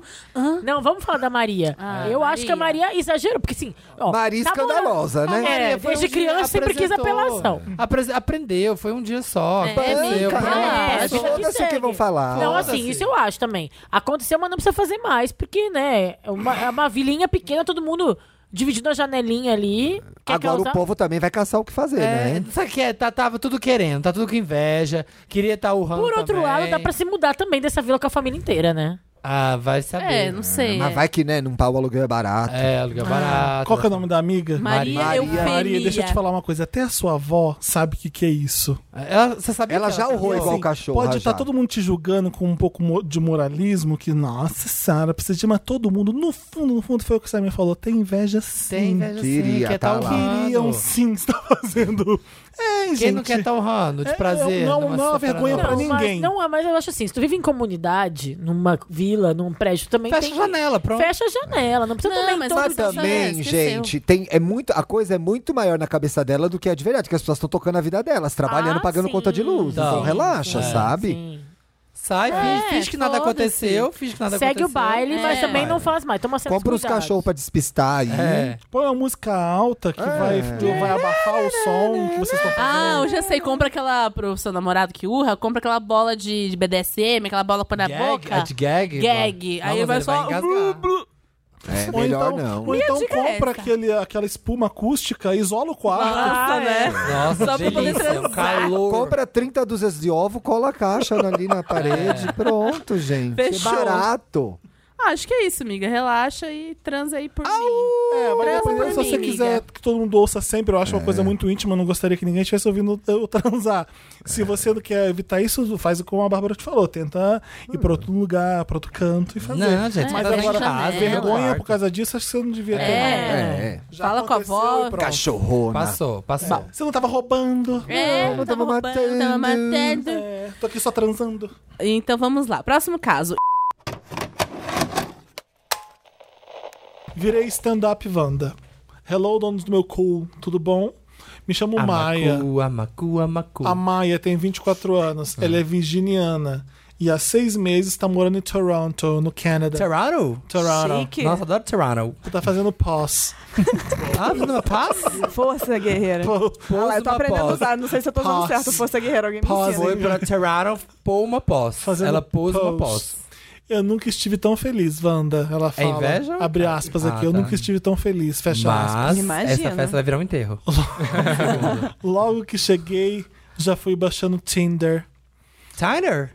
Não, vamos falar da Maria. eu acho que a Ah, Maria exagerou, porque assim. Ó,
Maria escandalosa, né?
É,
foi
desde
um dia-
criança sempre quis
apresentou.
apelação.
Apres- aprendeu, foi um dia só.
É,
Aconteceu,
brinca,
pronto.
é, vida que
Passou.
Foda-se o que
segue.
vão falar.
Não, assim, isso eu acho também. Aconteceu, mas não precisa fazer mais, porque, né, é uma, é uma vilinha pequena, todo mundo dividindo a janelinha ali. Quer
Agora
causar-
o povo também vai caçar o que fazer,
É,
né?
sabe o que é? Tá, tava tudo querendo, tá tudo com inveja. Queria estar tá urrando
Por outro
também.
lado, dá pra se mudar também dessa vila com a família inteira, né?
Ah, vai saber.
É, não sei.
Mas vai que, né, num pau o aluguel é barato.
É, aluguel é
Ah, Qual que é o nome da amiga?
Maria Maria.
Maria,
Eufemia.
deixa eu te falar uma coisa. Até a sua avó sabe o que, que é isso.
Ela, você sabe
Ela já urrou igual cachorro.
Pode estar
já.
todo mundo te julgando com um pouco mo- de moralismo, que, nossa, Sara, precisa de mas todo mundo. No fundo, no fundo, foi o que o Samir falou. Tem inveja sim.
Tem inveja sim,
Queria
quer
tá
tá
lá.
Queriam sim, está fazendo. É,
Quem
gente.
não quer tá honrando de
É,
prazer?
Não,
numa
não é uma
safra-
vergonha pra
Não, mas-
ninguém.
não, mas eu acho assim, se tu vive em comunidade, numa vila, num prédio, também
Fecha
tem
a janela, pronto.
Fecha a janela, não precisa
Não,
também
mas
todo
mas
dia-
Também,
Esqueceu.
gente, tem, é muito, a coisa é muito maior na cabeça dela do que é de verdade, porque as pessoas estão tocando a vida delas, trabalhando,
Ah,
pagando
sim,
conta de luz.
sim,
então relaxa,
sim,
sabe?
Sai,
É,
finge, finge que nada
foda-se.
aconteceu, finge que nada
Segue
aconteceu.
o baile, mas
É.
também não faz mais. Toma certos
Compra os
cuidados.
cachorros pra despistar aí.
É.
Põe uma música alta que
É.
vai, vai abafar o som que vocês estão
Ah, eu já sei. Compra aquela pro seu namorado que urra, compra aquela bola de, de BDSM, aquela bola que põe na
Gag?
boca.
É de gag?
Gag.
Não,
Aí
mas
vai
ele
só.
vai
blu, blu.
É,
Ou
melhor
então,
não.
Ou
Minha
então
dica é
compra
essa.
aquele, aquela espuma acústica, isola o quarto.
Nossa, Ah, né? é.
Nossa, Só pra poder delícia, transar. calor.
Compra 30
É.
dúzias de ovo, cola a caixa ali na parede. Pronto, gente. é
Fechou.
Barato.
Acho que é isso, amiga. Relaxa e transa aí por mim.
É, vai
transa por
depender
mim,
se você
amiga.
quiser que todo mundo ouça sempre. Eu acho uma
É.
coisa muito íntima, eu não gostaria que ninguém estivesse ouvindo eu transar.
É.
Se você não quer evitar isso, faz como a Bárbara te falou. Tenta ir pra outro lugar, pra outro canto e fazer.
Não, gente,
Mas
você tá
agora, ah,
em casa, no
vergonha
quarto.
por causa disso, acho que você não devia ter.
É. É.
Fala com a avó.
Cachorrona.
Passou, passou.
Você não tava roubando.
É,
não
tava roubando, tava matando.
É, tô aqui só transando.
Então vamos lá. Próximo caso.
Virei stand-up Wanda. Hello, donos do meu cu, tudo bom? Me
Ah,
chamo Maia.
Amacu, amacu, amacu.
A Maia tem 24 anos,
Ah.
ela é virginiana. E há seis meses tá morando em Toronto, no Canadá.
Toronto?
Toronto.
Chique. Nossa, adoro Toronto.
Tu tá fazendo pós.
ah, fazendo uma
tá?
pós?
Força, guerreira. Ah, lá, eu tô
uma
aprendendo a
pose.
usar. Não sei se eu tô usando
Pose.
certo. Força, guerreira. Alguém me
Pose.
ensina.
Foi pra Toronto pôr uma pós.
Fazendo
Ela pôs uma
pós.
pós.
Eu nunca estive tão feliz, Wanda. Ela fala.
É inveja?
Abre aspas
Ah,
aqui. Eu
tá.
nunca estive tão feliz. Fecha
Mas
aspas.
essa festa vai virar um enterro.
Logo que cheguei, já fui baixando Tinder.
Tinder?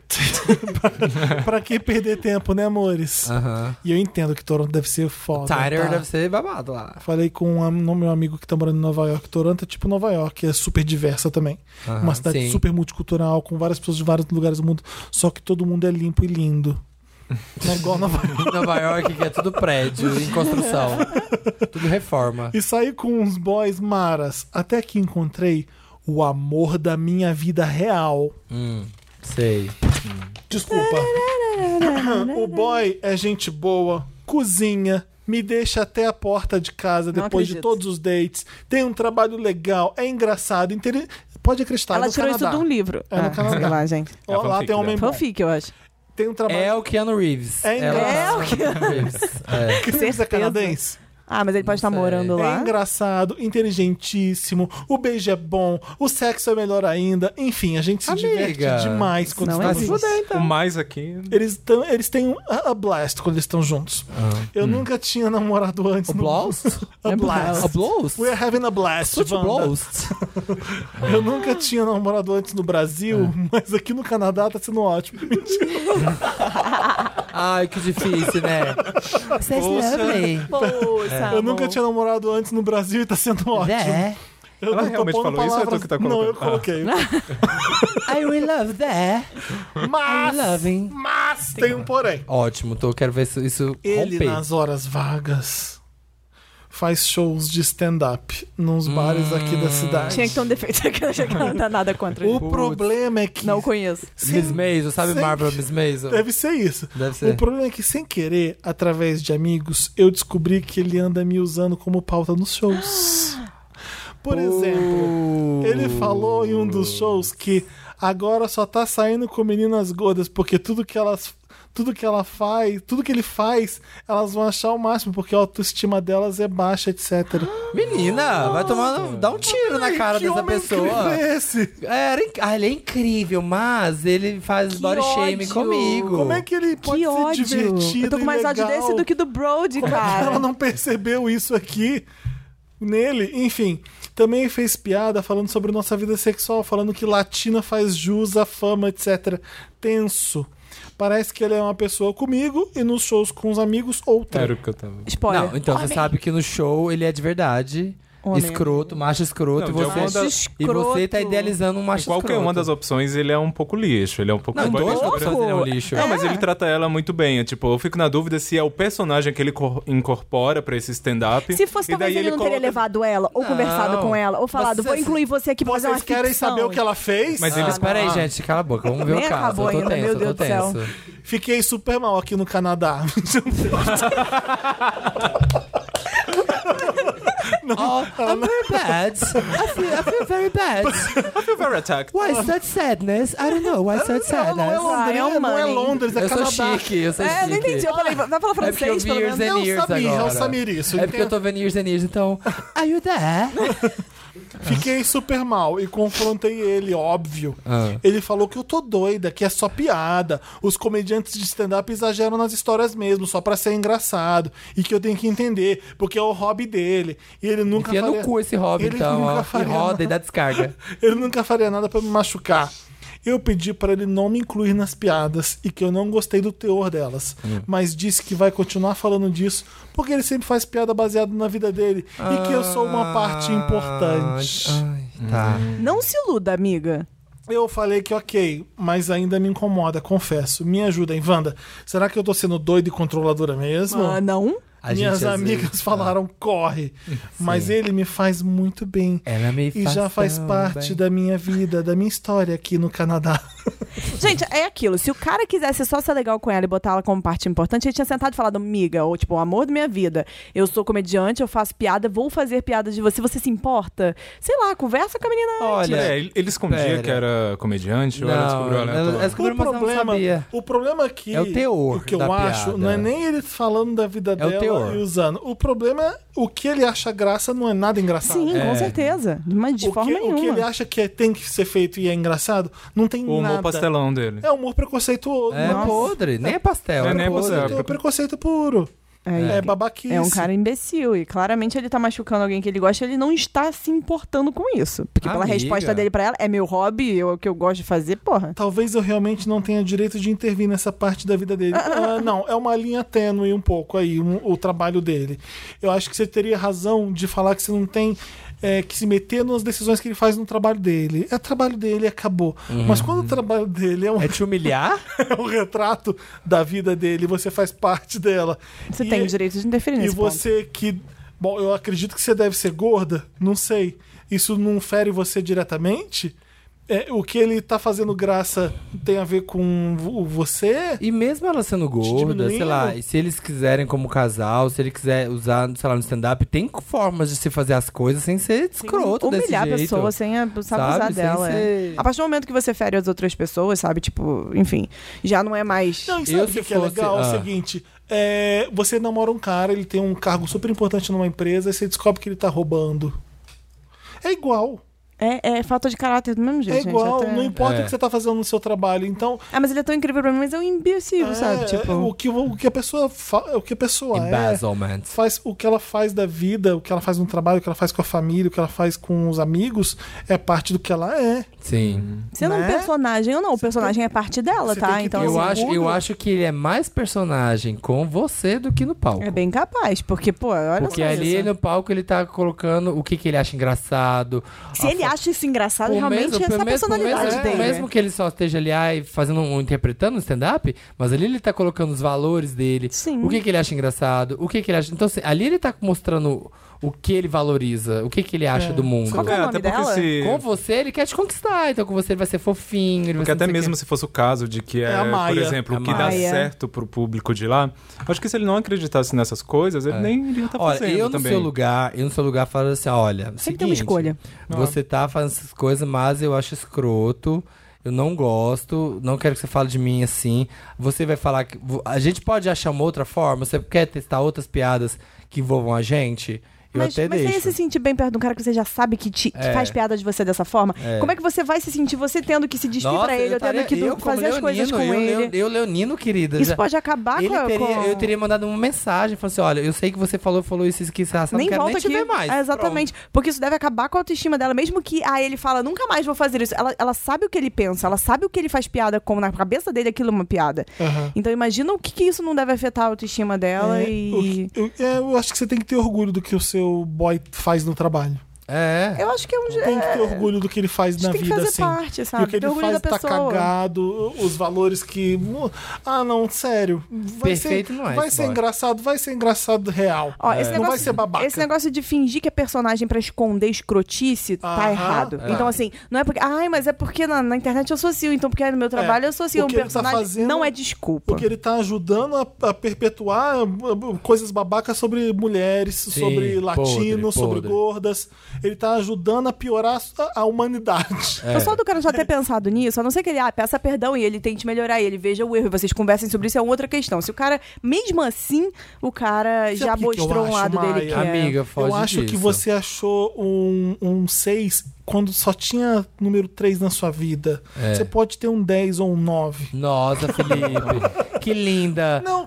pra, pra que perder tempo, né, amores?
Aham.
E eu entendo que Toronto deve ser foda.
Tinder
tá?
deve ser babado lá.
Falei com um am- no meu amigo que tá morando em Nova York. Toronto é tipo Nova York, é super diversa também.
Aham,
Uma cidade
sim.
super multicultural, com várias pessoas de vários lugares do mundo. Só que todo mundo é limpo e lindo. Não é igual Nova York.
Nova York, que é tudo prédio, em construção. tudo reforma.
E saí com uns boys maras, até que encontrei o amor da minha vida real.
Hum, sei.
Desculpa. o boy é gente boa, cozinha, me deixa até a porta de casa
Não
depois de
acredito.
todos os dates, tem um trabalho legal, é engraçado, interi- pode acreditar.
Ela
é no
tirou
Canadá.
isso de um livro.
É no
Ah,
Canadá.
sei lá, gente. né?
Ó, lá tem um homem bom.
É Fanfic, eu acho.
Tem um trabalho.
É o Keanu Reeves.
É
Ela- tá.
engraçado.
É.
Que Reeves é canadense?
Ah, mas ele pode estar morando lá.
É engraçado, inteligentíssimo, o beijo é bom, o sexo é melhor ainda. Enfim, a gente se diverte demais quando tá assim.
Não
estamos
existe.
juntos.
então.
O mais aqui.
Eles, tão, eles têm um a, a blast quando eles estão juntos. Eu nunca tinha namorado antes. A
Hum. blast? É
a blast.
A blast?
We're having a blast,
Such a
Wanda.
blast.
Eu nunca tinha namorado antes no Brasil,
É.
mas aqui no Canadá tá sendo ótimo.
Ai, que difícil, né?
Vocês
Poxa. lovely.
Eu
Poxa,
nunca
amor.
tinha namorado antes no Brasil e tá sendo ótimo.
É.
Eu
Ela
não tô
realmente
pondo
falou isso ou é tu
palavras-
que tá
Não,
colocando?
eu coloquei.
I really love that.
Mas,
I love him.
mas tem um porém.
Ótimo, tô, quero ver isso, isso
Ele,
romper.
nas horas vagas, faz shows de stand-up nos bares
Hum.
aqui da cidade.
Tinha que ter um defeito que eu achei que ela não tá nada contra
O
ele.
problema é que.
Não conheço.
Miss Maisel, sabe
Sempre-
Marvel Miss Maisel?
Deve ser isso.
Deve ser.
O problema é que, sem querer, através de amigos, eu descobri que ele anda me usando como pauta nos shows. Por exemplo, ele falou em um dos shows que agora só tá saindo com meninas gordas, porque tudo que elas. Tudo que ela faz, tudo que ele faz, elas vão achar o máximo, porque a autoestima delas é baixa, etc.
Menina, vai tomar. Dá um tiro na cara
que
dessa
homem
pessoa.
incrível é esse?
Era inc- ah, ele é incrível, mas ele faz body shame comigo.
Como é que ele pode
Que
ser
ódio.
divertido
Eu tô com
e
mais ódio
legal?
desse do que do Brody,
Como é que
cara.
Ela não percebeu isso aqui nele. Enfim, também fez piada falando sobre nossa vida sexual, falando que latina faz jus à fama, etc. Tenso. Parece que ele é uma pessoa comigo e nos shows com os amigos outra.
Era o
que eu tava.
Então, Spoiler.
Não, então você
Homem.
sabe que no show ele é de verdade.
Homem.
Escroto, macho escroto,
Não,
e
de alguma
você,
das-
e você tá idealizando um macho
Qualquer
escroto.
uma das opções, ele é um pouco lixo. Ele é um pouco
Não,
um boy
duas
lixo.
opções ele é um lixo.
Não, mas ele trata ela muito bem. É, tipo, eu fico na dúvida se é o personagem que ele cor- incorpora pra esse stand-up.
Se fosse,
e daí
talvez ele, não teria
coloca-
levado ela, ou conversado com ela, ou falado,
Vocês-
vou incluir você aqui pra fazer é uma
Vocês querem
ficção.
saber o que ela fez?
Mas ele- Ah, peraí, não. gente, cala a boca, vamos ver o Nem caso, acabou eu tô ainda, tenso, meu eu tô Deus do céu. tenso.
Fiquei super mal aqui no Canadá. Não,
Oh, I'm very bad. I feel, I feel very bad.
I feel very attacked.
Why such sadness? I don't know. Why such sadness?
não é Londres, Ah, é um não é money. Londres, é
eu sou
Canadá.
chique, eu sou
É,
chique.
eu não entendi. Eu falei, vai falar
É porque eu
francês,
vi
pelo
Years
menos.
and Years agora.
isso,
É porque eu tô vendo Years and Years, então... Are you there?
Fiquei super mal e confrontei ele, óbvio.
Ah.
Ele falou que eu tô doida, que é só piada. Os comediantes de stand-up exageram nas histórias mesmo, só pra ser engraçado. E que eu tenho que entender, porque é o hobby dele. E ele nunca
Enfia
faria...
no cu esse hobby,
ele
então,
nunca
ó. E
faria
roda e dá descarga.
ele nunca faria nada pra me machucar. Eu pedi para ele não me incluir nas piadas e que eu não gostei do teor delas,
Hum.
mas disse que vai continuar falando disso porque ele sempre faz piada baseada na vida dele e que eu sou uma parte
Ah,
importante.
Tá.
Não se iluda, amiga. Eu falei que ok, mas ainda me incomoda, confesso. Me ajudem, Wanda. Será que eu tô sendo doido e controladora mesmo?
Ah, não.
A
Minhas
gente, às
amigas
vezes,
falaram, corre. Mas ele me faz muito bem.
Ela me
e
faz
já faz
tão
parte
bem.
da minha vida, da minha história aqui no Canadá.
Gente, é aquilo. Se o cara quisesse só ser legal com ela e botar ela como parte importante, ele tinha sentado e falado, amiga, ou tipo, o amor da minha vida. Eu sou comediante, eu faço piada, vou fazer piada de você. Você se importa? Sei lá, conversa com a menina
Olha,
antes.
é,
ele ele escondia
Pera.
que era comediante ou ela
Não,
descobriu
ela-
aleatório?
ela descobriu, mas ela não sabia.
o problema aqui
É o teor
o que eu
da
acho
piada. É
não é nem ele falando da vida
o
dela
teor.
e usando. O problema é o que ele acha graça não é nada engraçado.
Sim, com certeza. Mas de
o
forma
que, O que
nenhuma.
ele acha que é- tem que ser feito e é engraçado, não tem
O humor
nada.
pastelão dele.
É humor preconceituoso.
É
nossa.
podre, nem é pastel, É, é nem é podre. pastel, é
É preconceito puro. É, babaquice.
É um cara imbecil. E claramente ele tá machucando alguém que ele gosta ele não está se importando com isso. Porque pela
Amiga.
resposta dele pra ela, é meu hobby, eu- é o que eu gosto de fazer, porra.
Talvez eu realmente não tenha direito de intervir nessa parte da vida dele. Ah, não, é uma linha tênue um pouco aí, um- o trabalho dele. Eu acho que você teria razão de falar que você não tem é, que se meter nas decisões que ele faz no trabalho dele. É trabalho dele, acabou. Mas quando o trabalho dele é um. Uhum. É te humilhar? é um retrato da vida dele, você faz parte dela.
Você tem o direito de interferir
E
nesse ponto.
você que. Bom, eu acredito que você deve ser gorda, não sei. Isso não fere você diretamente? É, o que ele tá fazendo graça tem a ver com vo- você?
E mesmo ela sendo gorda, sei lá, e se eles quiserem como casal, se ele quiser usar, sei lá, no stand-up, tem formas de se fazer as coisas sem ser escroto desse
humilhar a
jeito.
pessoa sem abusar, abusar
sabe? Sem
dela. é.
ser-
A partir do momento que você fere as outras pessoas, sabe? Tipo, enfim, já não é mais.
Não, e sabe o que, que é legal? É
ah.
o seguinte: é, você namora um cara, ele tem um cargo super importante numa empresa, e você descobre que ele tá roubando. É igual.
É, é falta de caráter do mesmo jeito.
É
gente,
igual,
até-
não importa
É.
o que você tá fazendo no seu trabalho. Então.
Ah, mas ele é tão incrível pra mim, mas é um imbecil,
É,
sabe? Tipo.
é, o, que, o que a pessoa fa- o que a pessoa
Embezzlement.
é, faz o que ela faz da vida, o que ela faz no trabalho, o que ela faz com a família, o que ela faz com os amigos, é parte do que ela é.
Sim.
Sendo
Né?
um personagem ou não, o personagem é parte dela, tá? Então,
eu,
assim,
acho, eu acho que ele é mais personagem com você do que no palco.
É bem capaz, porque, pô, olha
Porque
só
ali
isso.
no palco ele tá colocando o que, que ele acha engraçado.
Se ele acha isso engraçado,
O
realmente
mesmo-
essa é
mesmo-
a personalidade
mesmo,
dele.
Mesmo que ele só esteja ali ai, fazendo um, interpretando um stand-up, mas ali ele tá colocando os valores dele. O que, que ele acha engraçado, o que, que ele acha. Então, assim, ali ele tá mostrando o que ele valoriza, o que, que ele acha do mundo.
Qual que é o É, nome até porque dela? se-
Com você, ele quer te conquistar. Então, com você, ele vai ser fofinho. Ele vai
Porque
ser não
até
sei o quê.
mesmo se fosse o caso de que é,
a
por
Maia.
exemplo,
A
o que dá
Maia.
certo pro público de lá, acho que se ele não acreditasse nessas coisas, ele nem iria estar
É. Olha,
fazendo
eu no
também.
seu lugar, eu no seu lugar falo assim, olha,
Sempre tem
seguinte,
uma escolha.
Você tá fazendo essas coisas, mas eu acho escroto. Eu não gosto, não quero que você fale de mim assim. Você vai falar que vo- a gente pode achar uma outra forma. Você quer testar outras piadas que envolvam a gente? Eu
mas
até
mas
deixo.
você ia se sentir bem perto de um cara que você já sabe que, te, que
É.
faz piada de você dessa forma?
É.
Como é que você vai se sentir você tendo que se despedir
Nossa,
pra ele,
eu
ou tendo
estaria-
que
eu
tu-
como
fazer as coisas com
leonino, eu,
ele?
leo- Eu, Leonino, querida.
Isso
já-
pode acabar
ele
com a-
teria-
com-
Eu teria mandado uma mensagem, falando assim, olha, eu sei que você falou, falou isso, isso, que isso, não
nem
quero
volta
nem te
aqui.
ver mais.
É, exatamente. Porque isso deve acabar com a autoestima dela. Mesmo que ah, ele fala, nunca mais vou fazer isso. Ela, ela sabe o que ele pensa, ela sabe o que ele faz piada com. Na cabeça dele aquilo é uma piada.
Aham.
Então imagina o que, que isso não deve afetar a autoestima dela
É,
e.
o que- eu, é, eu acho que você tem que ter orgulho do que o seu boy faz no trabalho.
É.
Eu acho que é um.
Tem que ter orgulho do que ele faz na
tem que
vida,
fazer
assim.
parte,
E
sabe?
o que
Ter
ele
orgulho
faz
da
tá
pessoa.
cagado, os valores que. Ah, não, sério. Vai
Perfeito
ser,
não é
Vai
esse
ser
boy.
engraçado, vai ser engraçado real. É.
Ó, esse
não
negócio,
vai ser babaca.
Esse negócio de fingir que é personagem pra esconder escrotice tá
Aham.
errado.
É.
Então, assim, não é porque. Ai, mas é porque na, na internet eu sou assim, então porque no meu trabalho eu sou assim,
O
um
que É, ele tá
personagem.
fazendo-
Não é desculpa.
Porque ele tá ajudando a, a perpetuar uh, coisas babacas sobre mulheres,
Sim,
sobre
podre,
latinos, sobre
podre.
gordas. Ele tá ajudando a piorar a, a humanidade.
Eu só do cara já ter pensado nisso, a não ser que ele ah, peça perdão e ele tente melhorar, e ele veja o erro e vocês conversem sobre isso, é uma outra questão. Se o cara, mesmo assim, o cara
Sabe
já
o que que eu
mostrou um
acho,
lado dele
Maia?
que é...
Eu acho que você achou um, um 6 quando só tinha número 3 na sua vida.
É.
Você pode ter um 10 ou um 9.
Nossa, Felipe.
que linda
Não,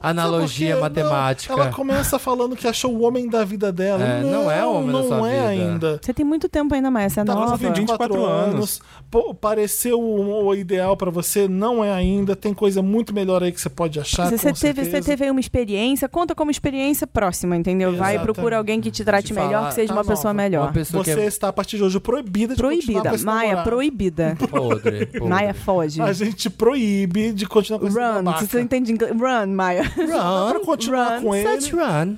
É
analogia
sabe por quê? Não,
matemática.
ela começa falando que achou o homem da vida dela.
É,
não,
não é o homem da
não
sua
é
vida.
ainda. Tá,
Você tem muito tempo ainda mais, você é
Tava
nova.
com 24 anos. Tá, pô, pareceu o, o ideal pra você, não é ainda. Tem coisa muito melhor aí que você pode achar.
Se você,
Tá, com
teve, você
certeza.
teve aí uma experiência, conta como experiência próxima, entendeu? Vai e
Exatamente.
procura alguém que te trate
Te falar,
melhor, que seja
tá
uma pessoa
nova.
melhor.
Uma pessoa que Você é- está, a partir de hoje, proibida de continuar com
Proibida.
esse
Maia,
namorado.
proibida.
Podre, podre.
Maia, foge.
A gente proíbe de continuar com esse
Run,
babaca.
se você entende inglês. Run, Maia.
Run, pra continuar com ele.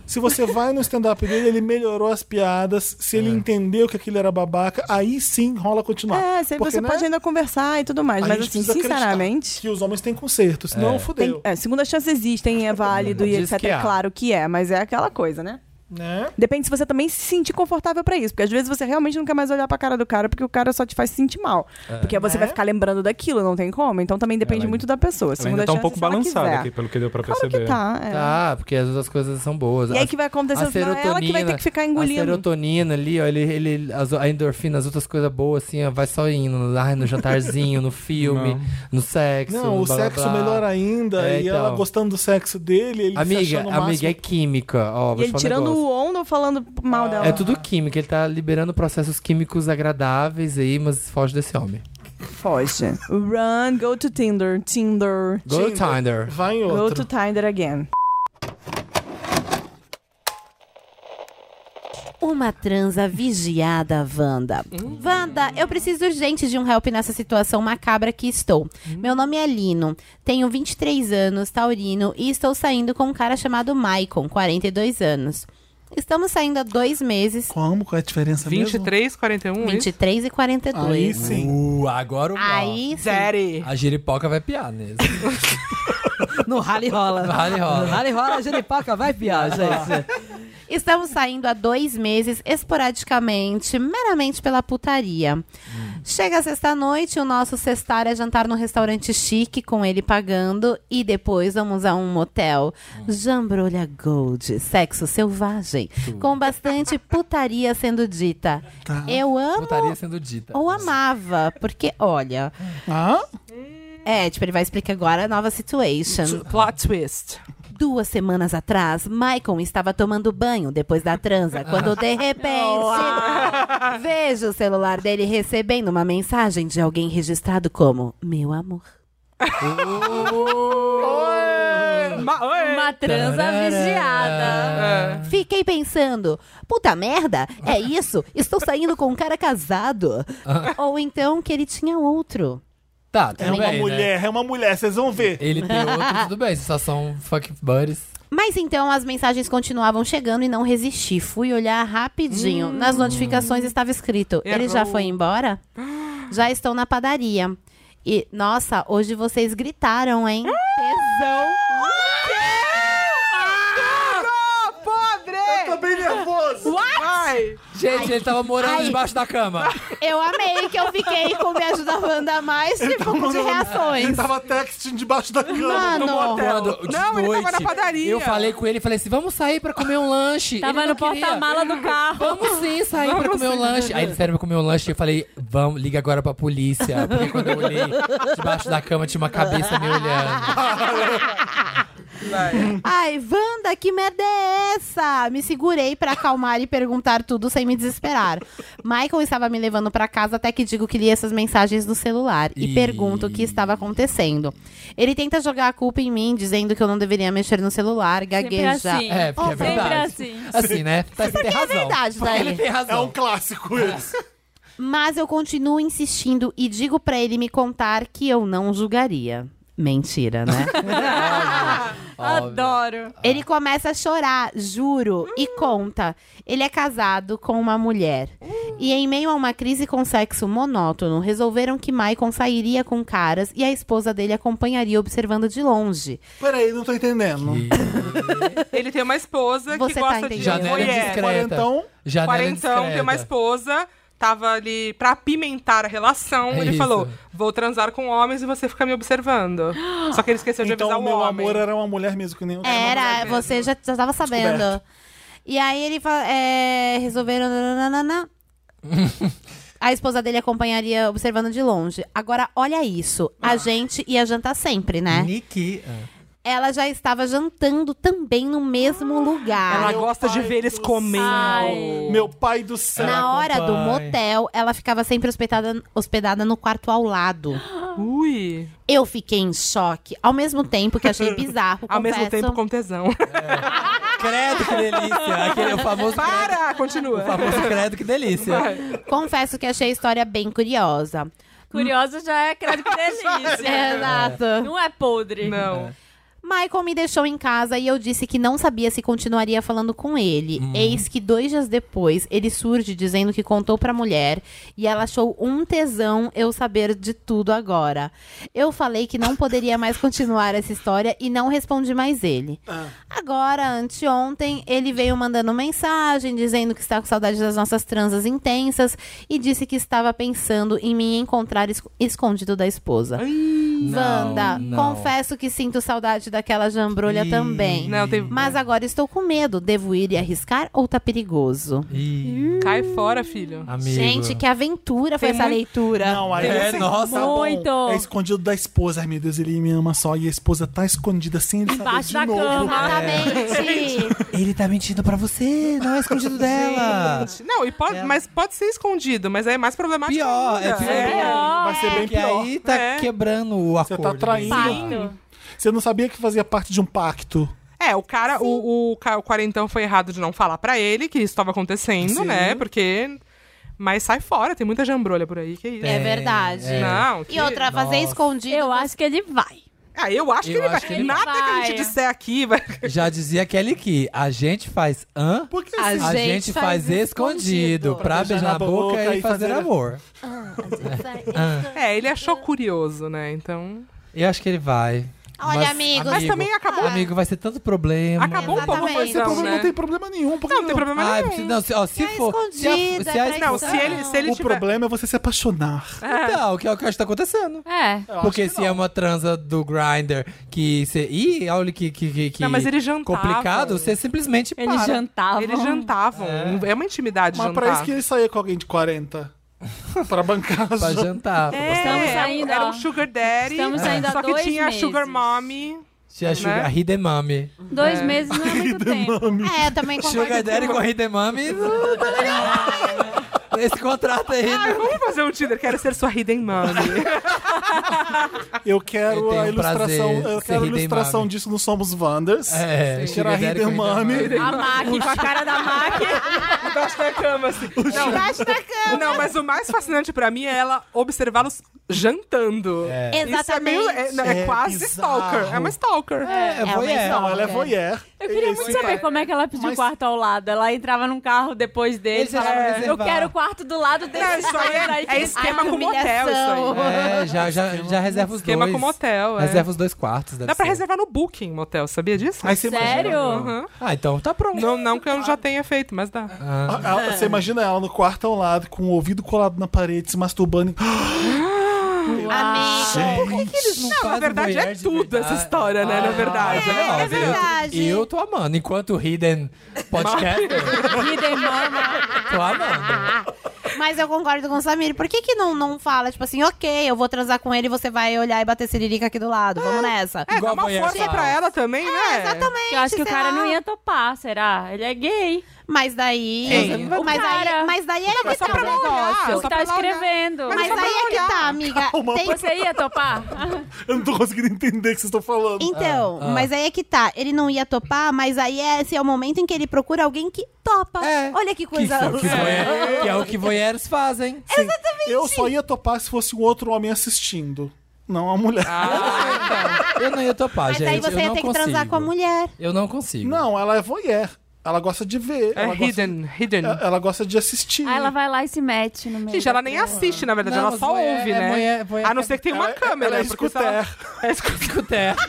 Se você vai no stand-up dele, ele melhorou as piadas. Se ele entendeu que aquilo era babaca, aí sim rola continuar.
É, você,
Porque,
você
né,
pode ainda conversar e tudo mais,
a
mas
gente
assim,
precisa acreditar
sinceramente.
Que os homens têm conserto, senão fudeu.
Tem- é, segunda chance existem, é válido e
Diz
etc.
que há.
É claro que é, mas é aquela coisa, né?
Né?
Depende se você também se sentir confortável pra isso, porque às vezes você realmente não quer mais olhar pra cara do cara, porque o cara só te faz se sentir mal.
É.
Porque você
Né?
vai ficar lembrando daquilo, não tem como. Então também depende muito da pessoa.
Ela ainda
Segunda
tá um
chance,
pouco
se ela
balançada
quiser.
aqui, pelo que deu pra
Claro que
perceber.
tá, é.
Tá, porque às vezes as coisas são boas.
E aí
A-
que vai acontecer
a
no final, é ela que vai ter que ficar engolindo.
A serotonina ali, ó, ele, ele, as- a endorfina, as outras coisas boas, assim, ó, vai só indo. Lá no jantarzinho, no filme, no sexo.
Não, o
no blá, blá,
sexo
blá.
melhor ainda.
É,
e ela
então.
gostando do sexo dele, ele se
Amiga,
achando o máximo.
amiga, é química. Ó, vou te
E ele
falar um
tirando
negócio.
o onda ou falando mal dela.
É tudo química, ele tá liberando processos químicos agradáveis aí, mas foge desse homem.
Foge. Run, go to Tinder, Tinder.
Go to Tinder.
Vai em
Go
outro.
to Tinder again.
Uma transa vigiada, Wanda. Wanda, eu preciso urgente de um help nessa situação macabra que estou. Meu nome é Lino, tenho 23 anos, taurino, e estou saindo com um cara chamado Maicon, 42 anos. Estamos saindo há dois meses.
Como? Qual é a diferença
23, 41? 23 e um, é 42.
Aí sim. Uh, agora o
Aí sim.
A giripoca vai piar nesse.
No rally rola.
No rally rola.
No rally rola, a giripoca vai piar, gente.
Estamos saindo há dois meses, esporadicamente, meramente pela putaria. Chega sexta-noite, o nosso sextar é jantar num restaurante chique, com ele pagando, e depois vamos a um motel. Jambrolha Gold, sexo selvagem, com bastante putaria sendo dita. Eu amo.
Putaria sendo dita.
Ou amava, porque olha. É, tipo, ele vai explicar agora a nova situation. Plot twist. Duas semanas atrás, Michael estava tomando banho depois da transa, quando de repente vejo o celular dele recebendo uma mensagem de alguém registrado como meu amor.
Uhum.
Uma
transa vigiada. Fiquei pensando, puta merda, é isso? Estou saindo com um cara casado. Ou então que ele tinha outro.
Tá,
É uma mulher, é uma mulher, vocês vão ver.
Ele tem outro, tudo bem, vocês só são fuck buddies.
Mas então as mensagens continuavam chegando e não resisti. Fui olhar rapidinho.
Hum.
Nas notificações estava escrito: Ele já
Errou.
foi embora? Já estou na padaria. E, nossa, hoje vocês gritaram, hein? Tesão.
Podre! Eu tô bem nervoso! What?
Gente, ele tava morando
Ai.
debaixo da cama.
Eu amei que eu fiquei com Me Ajuda Wanda a Mais,
Ele
tipo,
tava
de
mandando-
reações.
Ele tava texting debaixo da cama.
Mano.
no motel.
Quando, de noite, Eu falei com ele e falei assim: vamos sair pra comer um lanche.
Tava no
Ele não queria.
porta-mala do carro.
Vamos sim sair pra comer um lanche.
né?
Aí ele sério pra comer um lanche e eu falei: vamos, liga agora pra polícia. Porque quando eu olhei debaixo da cama tinha uma cabeça me olhando.
Ai, Wanda, que merda é essa? Me segurei pra acalmar e perguntar tudo sem me desesperar. Michael estava me levando pra casa até que digo que li essas mensagens no celular e pergunto o que estava acontecendo. Ele tenta jogar a culpa em mim, dizendo que eu não deveria mexer no celular, gaguejar.
assim. É, porque é Sempre verdade. assim. Assim, né? Tá-
Isso aqui
tem
é
razão.
verdade, né?
Ele tem razão.
É um clássico esse.
Mas eu continuo insistindo e digo pra ele me contar que eu não julgaria. Mentira, né?
Adoro.
Ele começa a chorar, juro, e conta. Ele é casado com uma mulher. E em meio a uma crise com sexo monótono, resolveram que Maicon sairia com caras e a esposa dele acompanharia observando de longe.
Peraí, não tô entendendo.
Ele tem uma esposa
Você
que
tá
gosta de
entendendo.
janela mulher.
discreta. Quarentão. Janela
Quarentão, tem
discreta.
uma esposa, tava ali pra apimentar a relação.
É
ele
isso.
falou: vou transar com homens e você fica me observando. Só que ele esqueceu de
Então
avisar
o
o
meu
homem.
amor era uma mulher mesmo que nem
É,
eu.
Era, você já, já tava sabendo.
Descoberto.
E aí ele fala, é, resolveram. nananana. A esposa dele acompanharia
Ah.
observando de longe. Agora, olha isso. A gente ia jantar sempre, né?
Niki.
Ela já estava jantando também no mesmo lugar.
Ela gosta de ver eles comendo.
Meu pai do céu.
Na hora do motel, ela ficava sempre hospedada, hospedada no quarto ao lado.
Ui.
Eu fiquei em choque, ao mesmo tempo que achei bizarro.
Ao mesmo tempo com tesão.
Credo, que delícia. Aquele, é o famoso
Para, continua.
O famoso credo, que delícia.
Confesso que achei a história bem curiosa.
Curioso já é credo que delícia.
Exato.
Não é podre.
Não.
Michael me deixou em casa e eu disse que não sabia se continuaria falando com ele. Eis que dois dias depois, ele surge dizendo que contou pra mulher e ela achou um tesão eu saber de tudo agora. Eu falei que não poderia mais continuar essa história e não respondi mais ele. Agora, anteontem, ele veio mandando mensagem dizendo que está com saudade das nossas transas intensas e disse que estava pensando em me encontrar es- escondido da esposa. Wanda,
não.
confesso que sinto saudade daquela jambrolha também. Mas agora estou com medo. Devo ir e arriscar ou tá perigoso?
Hum. Cai fora, filho.
Amigo.
Gente, que aventura foi
Tem
essa
muito-
leitura.
Não,
Olha,
É,
esse-
nossa,
tá bom.
muito.
É escondido da esposa. Ai, meu Deus, ele me ama só. E a esposa tá escondida sem ele saber de novo. É.
Ele tá mentindo pra você, não é escondido dela.
Gente, Não, e pode, mas pode ser escondido, mas aí é mais problemático. É
Pior, é pior.
Vai ser bem
Porque
pior.
aí tá
É.
quebrando o
Você
acordo. né?
tá traindo. Você não sabia que fazia parte de um pacto.
É, o cara, o, o, ca- o quarentão foi errado de não falar pra ele que isso tava acontecendo,
Sim.
né? Porque. Mas sai fora, tem muita jambrolha por aí. Que isso.
É verdade.
Não.
E outra, fazer escondido. Eu acho que ele vai.
Ah, eu acho que
Eu
ele
acho
vai.
que ele
Nada que a
vai.
gente disser aqui vai.
Já dizia Kelly que a gente faz hã?
Porque
a,
assim-
gente, faz, escondido pra beijar na boca, e fazer, amor.
Ah,
É, ele achou curioso, né? Então.
Eu acho que ele vai.
Olha, amigo, Mas também acabou-
Amigo, vai ser tanto problema.
Acabou um pouco
Mas esse
né?
problema não tem problema nenhum. porque
Não, tem problema
Ai,
nenhum.
se- não, Ah, se, ó, se for. Se a-
escondida,
se a-
é Não, se traição. ele- se ele
o problema é você se apaixonar.
Então, que é o que eu acho que tá acontecendo.
É.
Porque se é uma transa do Grindr que você. Ih, olha que, que, que, que
Não, mas eles jantavam.
complicado, você simplesmente para.
jantavam.
Eles jantavam. É, uma intimidade
Mas
jantar.
pra isso que ele saía com alguém de 40. pra bancar
Pra jantar.
É,
Estamos
saindo,
era
ó.
um sugar daddy. é.
Estamos saindo há
Só que
dois
tinha a
meses.
sugar mommy.
Tinha
né?
sugar- a Hidemami.
Dois meses não é muito tempo.
É, eu também concordo.
Sugar Daddy com Hidemami. Esse contrato aí.
Ah, vamos fazer um Tinder. Quero ser sua hidden mommy.
Eu quero
Eu
a
tenho
ilustração,
um prazer
eu
ser
quero a
Hidden
ilustração
Mami.
disso no Somos Wanders.
É,
que
Sugar
era
Daddy
Hidden
com
Mami.
Hidden
A Mac, com a cara da Mac.
Embaixo da cama, assim. Não.
Embaixo da cama.
Não, mas o mais fascinante pra mim é ela observá-los jantando.
É.
Isso é meio. É, não, é
É
quase
bizarro.
stalker. É uma stalker.
É, é uma voyeur. stalker.
Não, ela é voyeur.
Eu queria muito saber como é que ela pediu o quarto ao lado. Ela entrava num carro depois dele e
Eles achavam
é,
falava, eu
reservar.
quero o quarto do lado dele.
Não, isso aí é- é esquema com motel, isso aí.
É, já, já, já reserva os
Esquema
dois.
com motel, é.
Reserva os dois quartos. deve
Dá pra
ser.
reservar no Booking motel, sabia disso?
Aí você imagina- Sério?
Aham.
Ah, então tá pronto.
Não, não que eu já tenha feito, mas dá.
Ah, ela- Você imagina ela no quarto ao lado, com o ouvido colado na parede, se masturbando.
Amigo, por que, que eles não, na verdade é tudo essa história, né? na verdade.
É,
Óbvio.
verdade. Eu, eu tô amando. Enquanto o Hidden Podcast,
Hidden
né?
mama.
tô amando.
Mas eu concordo com o Samir. Por que que não, não fala, tipo assim, ok, eu vou transar com ele, você vai olhar e bater siririca aqui do lado. Vamos nessa. É,
É, dá uma força pra ela também, né?
Exatamente.
Eu acho que o
sei
cara
lá.
não ia topar, será? Ele é gay.
Mas daí.
Quem? O
Mas
cara. tá
aí, mas daí é que
Mas só
tá o
pra ela olhar,
negócio.
só pra ela olhar. Mas
Mas,
só pra
aí
ela
é que tá, amiga.
Calma,
Tem-
você
ia topar?
Eu não tô conseguindo entender o que vocês estão falando.
Ah.
Ah,
Então, mas aí é que tá. Ele não ia topar, mas aí é, esse é o momento em que ele procura alguém que topa. Olha que
Que,
coisa.
que voyeur- que é o que voyeurs fazem.
Exatamente. Eu só ia topar se fosse um outro homem assistindo. Não a mulher.
Eu não ia topar,
mas
gente.
aí você
eu
ia
não
ter que
consigo.
transar com a mulher.
Eu não consigo.
Não, ela é voyeur. Ela gosta de ver.
É
ela gosta
hidden,
de-
hidden.
é- Ela gosta de assistir.
Aí Ah, ela vai lá e se mete no meio.
Gente,
da
ela nem
turma.
assiste, na verdade,
Não,
ela só
mas voyeur-
ouve,
é
né?
voyeur- voyeur-
a não ser que tenha uma
Ela-
câmera.
ela é
porque se ela- É
escuter.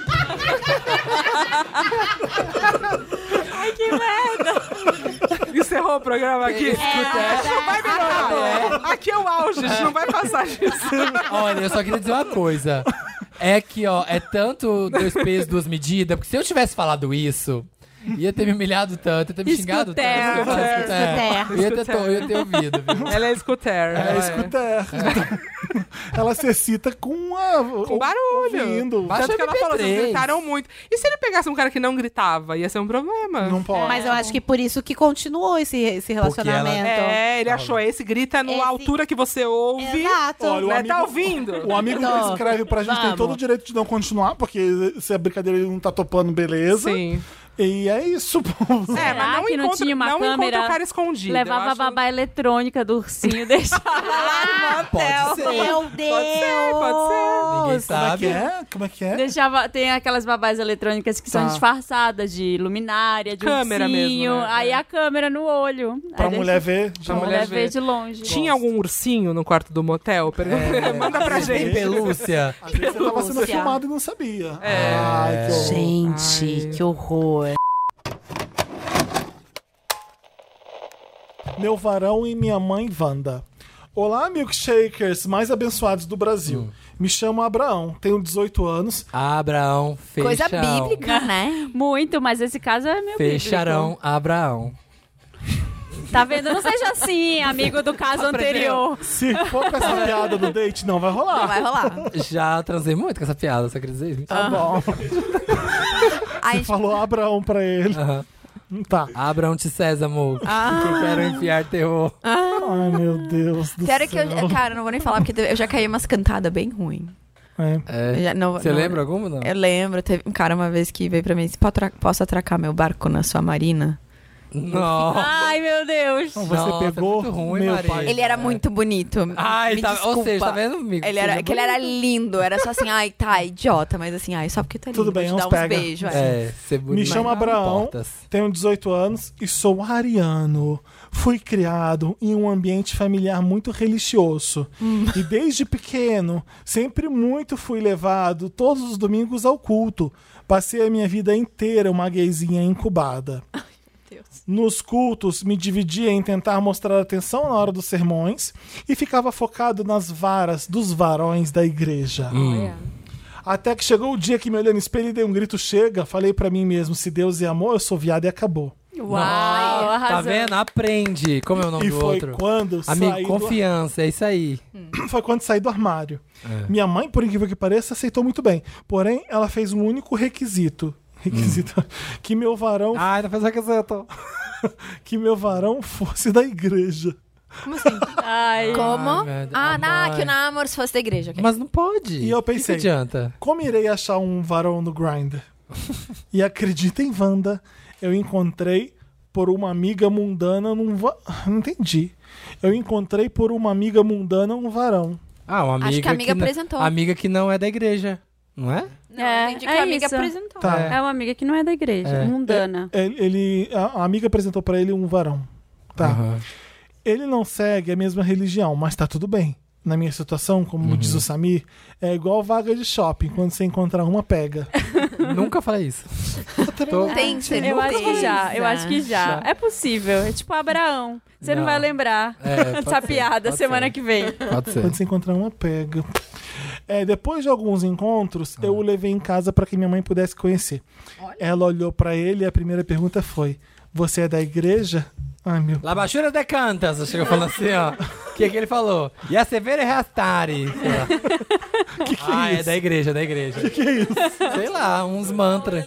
Ai, que merda!
Encerrou o programa aqui.
Escuter. é.
Não vai melhorar. Aqui é o auge, a gente não vai passar disso.
Olha, eu só queria dizer uma coisa. É que, ó, é tanto dois pesos, duas medidas, porque se eu tivesse falado isso, Ia ter me humilhado tanto, ia
tá?
ter
É,
me xingado tanto.
Scooter.
Eu falo,
Scooter.
"Scooter". Ia ter, to- eu ia ter ouvido. viu?
Ela é scooter.
Ela é
scooter.
Ela se excita com a.
Com barulho.
Ouvindo.
Tanto que ela falou, vocês gritaram muito. E se ele pegasse um cara que não gritava? Ia ser um problema. Não
pode.
Mas eu acho que por isso que continuou esse, esse relacionamento.
É, ele achou esse grita na altura que você ouve.
Exato.
Olha,
Né,
tá ouvindo?
O amigo que
Tô.
escreve pra gente tem
Vamos.
todo o direito de não continuar, porque se a brincadeira ele não tá topando, beleza.
Sim.
E é isso, povo.
Será que não tinha uma
É, não encontra
câmera?
o cara escondido,
Levava
eu
a
acho-
babá eletrônica do ursinho e deixava
Ah,
lá no hotel.
Meu
Pode ser, pode ser.
Ninguém sabe. Como é que é? Como é que é?
Deixava, tem aquelas babás eletrônicas que
Tá.
são disfarçadas de luminária, de
Câmera
ursinho.
mesmo, né?
Aí a câmera no olho.
Pra
Aí
mulher
deixa-
ver de
Pra
longe.
mulher ver de longe.
Tinha algum ursinho no quarto do motel? Pergunta- Manda pra gente.
É. Pelúcia.
Às vezes você tava sendo
Pelúcia.
filmado e não sabia.
É.
Ai, que horror.
Gente, que horror.
Meu varão e minha mãe Wanda. Olá, milkshakers mais abençoados do
Hum.
Brasil. Me chamo Abraão, tenho 18 anos.
Abraão, fechão.
né? Muito, mas esse caso é meu então.
Fecharão Abraão.
Tá vendo? Não seja assim, amigo do caso anterior.
Se for com essa piada do date, não vai rolar.
Não vai rolar. Ah.
Já transei muito com essa piada, você quer dizer?
Tá bom. Você falou Abraão pra ele. Tá.
Abraão de César, amor.
Ah.
Que eu quero enfiar terror.
Ai, meu Deus do
Quero que
céu.
eu. Cara, não vou nem falar, porque eu já caí umas cantadas bem ruim.
É.
Eu já- não-
É. Você
não-
lembra alguma, não?
Eu lembro. Teve um cara uma vez que veio pra mim e disse: "Po- atra- Posso atracar meu barco na sua marina?
Não.
Ai, meu Deus.
Você
é
pegou meu pai.
Ele era muito bonito.
Ai,
me
tá- ou
desculpa.
seja, tá vendo, amigo?
Ele
Seja
era, que ele era lindo. Era só assim, ai, tá, idiota. Mas assim, ai, só porque tá lindo.
Tudo bem,
vou te
uns
dar uns
pega.
beijos. é."
É,
Me chama Abraão, tenho 18 anos e sou ariano. Fui criado em um ambiente familiar muito religioso. E desde pequeno, sempre muito fui levado todos os domingos ao culto. Passei a minha vida inteira uma gayzinha incubada. Nos cultos, me dividia em tentar mostrar atenção na hora dos sermões e ficava focado nas varas dos varões da igreja. Até que chegou o dia que me olhei no espelho e dei um grito: Chega! Falei pra mim mesmo: Se Deus é amor, eu sou viado e acabou.
Uau,
Tá
arrasou.
vendo? Aprende. Como é o nome
E
do
foi
outro?
quando
Amigo,
saí do-
confiança, é isso aí. É.
Foi quando saí do armário. Minha mãe, por incrível que pareça, aceitou muito bem. Porém, ela fez um único requisito. Requisito.
Hum.
Que meu varão.
Ah, não fez requisito.
que meu varão fosse da igreja.
Ai.
Como?
Ai, merda.
ah,
Ah,
na,
mãe.
que o namoro se fosse da igreja. ok.
Mas não pode.
E eu pensei,
que adianta?
como irei achar um varão no Grindr? e acredita em Wanda, eu encontrei por uma amiga mundana num va... Não entendi. Eu encontrei por uma amiga mundana um varão.
Ah, uma
Acho
amiga.
que a amiga
não-
apresentou.
Amiga que não é da igreja, não é?
Não, é,
entendi que
é
a amiga
isso.
apresentou.
Tá.
É uma amiga que não é da igreja,
É.
mundana.
Ele, ele- a, a amiga apresentou pra ele um varão. Tá. Ele não segue a mesma religião, mas tá tudo bem. Na minha situação, como
Uhum.
diz o Samir, é igual vaga de shopping. Quando você encontrar uma, pega.
Nunca falei isso.
Tem que ser
Eu acho que
certeza.
já, eu acho que já. É possível. É tipo Abraão. Você não,
Não.
vai lembrar
É, pode
dessa
ser,
piada
pode
semana
ser.
que vem.
Quando você encontrar uma, pega. É, depois de alguns encontros,
Ah.
eu o levei em casa pra que minha mãe pudesse conhecer. Ela olhou pra ele e a primeira pergunta foi: Você é da igreja? Ai, meu.
La Bachura de Cantas, você chegou falando assim, ó. O que, que ele falou? E a Severa Rastari. que que ah, é, da igreja, da igreja. O que,
que é isso?
Sei
Ah,
lá, uns mantras.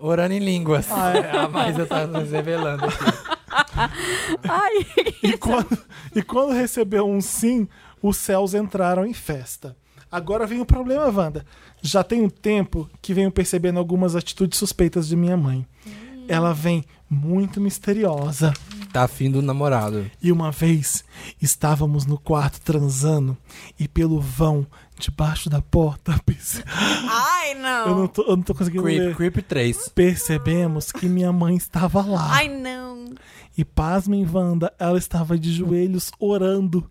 Orando em línguas. Ah, A Maísa tá nos revelando aqui.
E quando, e quando recebeu um sim, os céus entraram em festa. Agora vem o problema, Wanda. Já tem um tempo que venho percebendo algumas atitudes suspeitas de minha mãe.
Hum.
Ela vem muito misteriosa.
Tá afim do namorado.
E uma vez estávamos no quarto transando e pelo vão debaixo da porta. perce-
Ai, não.
Eu não tô, eu não tô conseguindo
Creep-
ler.
Creep 3.
Percebemos que minha mãe estava lá.
Ai, não.
E pasmem, Wanda, ela estava de joelhos orando.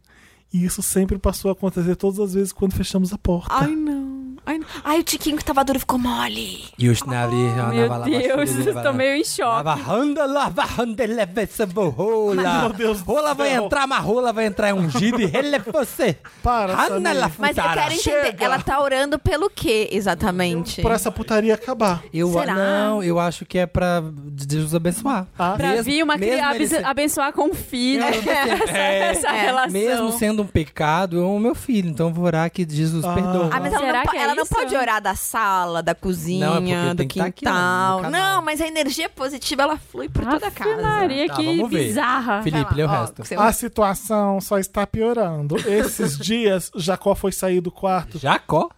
E isso sempre passou a acontecer todas as vezes quando fechamos a porta.
Ai, não.
Ai, não. Ai, o tiquinho que tava duro ficou mole.
E os navios já
Meu
andava lá
Deus, vocês estão meio em choque.
Lavarranda, lavarranda, leva essa rola.
Meu Deus do
Rola vai
céu.
entrar, mas rola vai entrar ungida e ele é você. Para, Ana
Samir. Mas eu quero entender, ela tá orando pelo quê, exatamente?
Por
essa
putaria acabar.
Eu,
Será?
Não, eu acho que é pra Deus abençoar.
Pra
Mesmo-
vir uma
mesmo
criança
ele ser-
abençoar com um filho.
Eu acho que assim,
essa,
é,
essa relação.
Mesmo sendo um pecado, eu amo meu filho, então eu vou orar que Jesus perdoa.
Ah, mas ela, não, po- ela não pode orar da sala, da
é Não, é
cozinha,
porque eu
do
tenho que tá
quintal.
aqui, ó, no canal.
não, mas a energia positiva ela flui por toda a casa.
Maria,
Tá, que vamos ver. bizarra. Felipe,
Vai lá,
lê o
ó,
resto.
que você-
A situação só está piorando. Esses dias, Jacó foi sair do quarto.
Jacó?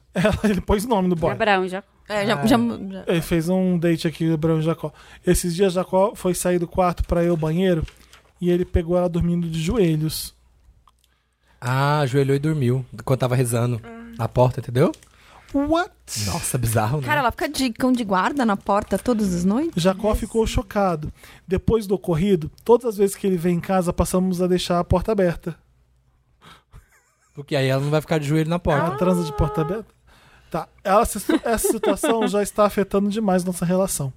Ele pôs o nome no boy.
Abraão já.
É,
já- Ah. já-
já-
Ele fez um date aqui, Abraão e Jacó. Esses dias, Jacó foi sair do quarto pra ir ao banheiro e ele pegou ela dormindo de joelhos.
Ah, ajoelhou e dormiu quando tava rezando na porta, entendeu?
What?
Nossa, bizarro, né?
Cara, ela fica de cão de guarda na porta todas as noites?
Jacó ficou chocado. Depois do ocorrido, todas as vezes que ele vem em casa, passamos a deixar a porta aberta.
Porque aí ela não vai ficar de joelho na porta.
Ela transa de porta aberta? Tá. Ela se- essa situação já está afetando demais nossa relação.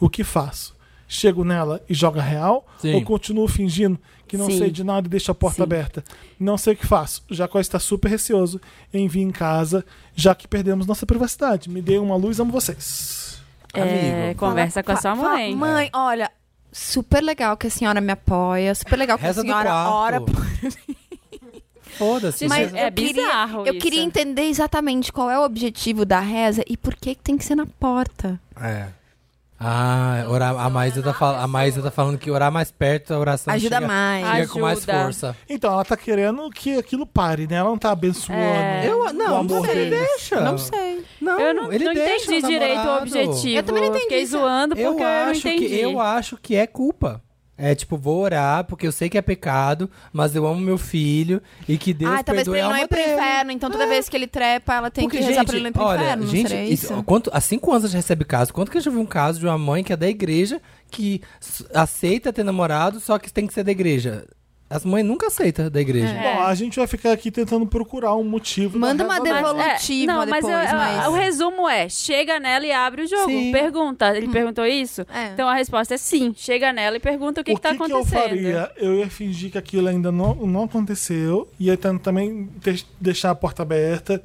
O que faço? Chego nela e jogo a real?
Sim.
Ou continuo fingindo que não
Sim.
sei de nada e deixo a porta
Sim.
aberta? Não sei o que faço. Jacó está super receoso em vir em casa, já que perdemos nossa privacidade. Me dê uma luz, amo vocês.
É, conversa com a sua
Fala,
mãe.
mãe, olha, super legal que a senhora me apoia, super legal que
Reza
a
do
senhora
quarto.
ora por
Foda-se.
Mas
reza-
eu queria,
é bizarro
Eu
isso.
queria entender exatamente qual é o objetivo da reza e por que, que tem que ser na porta.
É. Ah, orar, a, Maísa tá fal- a Maísa tá falando que orar mais perto, a oração
Ajuda
chega-
mais.
Chega com mais
Ajuda.
força.
Então, ela tá querendo que aquilo pare, né? Ela não tá abençoando.
É. Eu- não,
o
não
amor
sei.
deles.
Deixa. Não
sei.
Não,
eu não,
ele
não
deixa
entendi
o
direito o
namorado.
objetivo.
Eu também não entendi,
Fiquei
Zé.
zoando porque eu, não
acho
entendi.
que eu acho que é culpa. É tipo, vou orar porque eu sei que é pecado, mas eu amo meu filho e que Deus
ah, talvez pra
perdoe
ele
a
não
alma É.
ir pro inferno, então toda vez que ele trepa, ela tem que rezar pra ele não ir pro
olha,
inferno,
gente,
seria
isso-
isso?
quanto, há cinco anos a gente recebe caso. Quanto que eu já vi um caso de uma mãe que é da igreja que s- aceita ter namorado, só que tem que ser da igreja. As mães nunca aceitam da igreja.
É.
Bom, a gente vai ficar aqui tentando procurar um motivo.
Manda
da
uma
razão.
Mas, é, não, mas, eu- eu- o resumo é: chega nela e abre o jogo. Pergunta.
Hum.
Ele perguntou isso? Então a resposta é sim. Chega nela e pergunta o que,
o
que tá
que eu
acontecendo.
faria? Eu ia fingir que aquilo ainda não, não aconteceu. Ia ten- também te- deixar a porta aberta,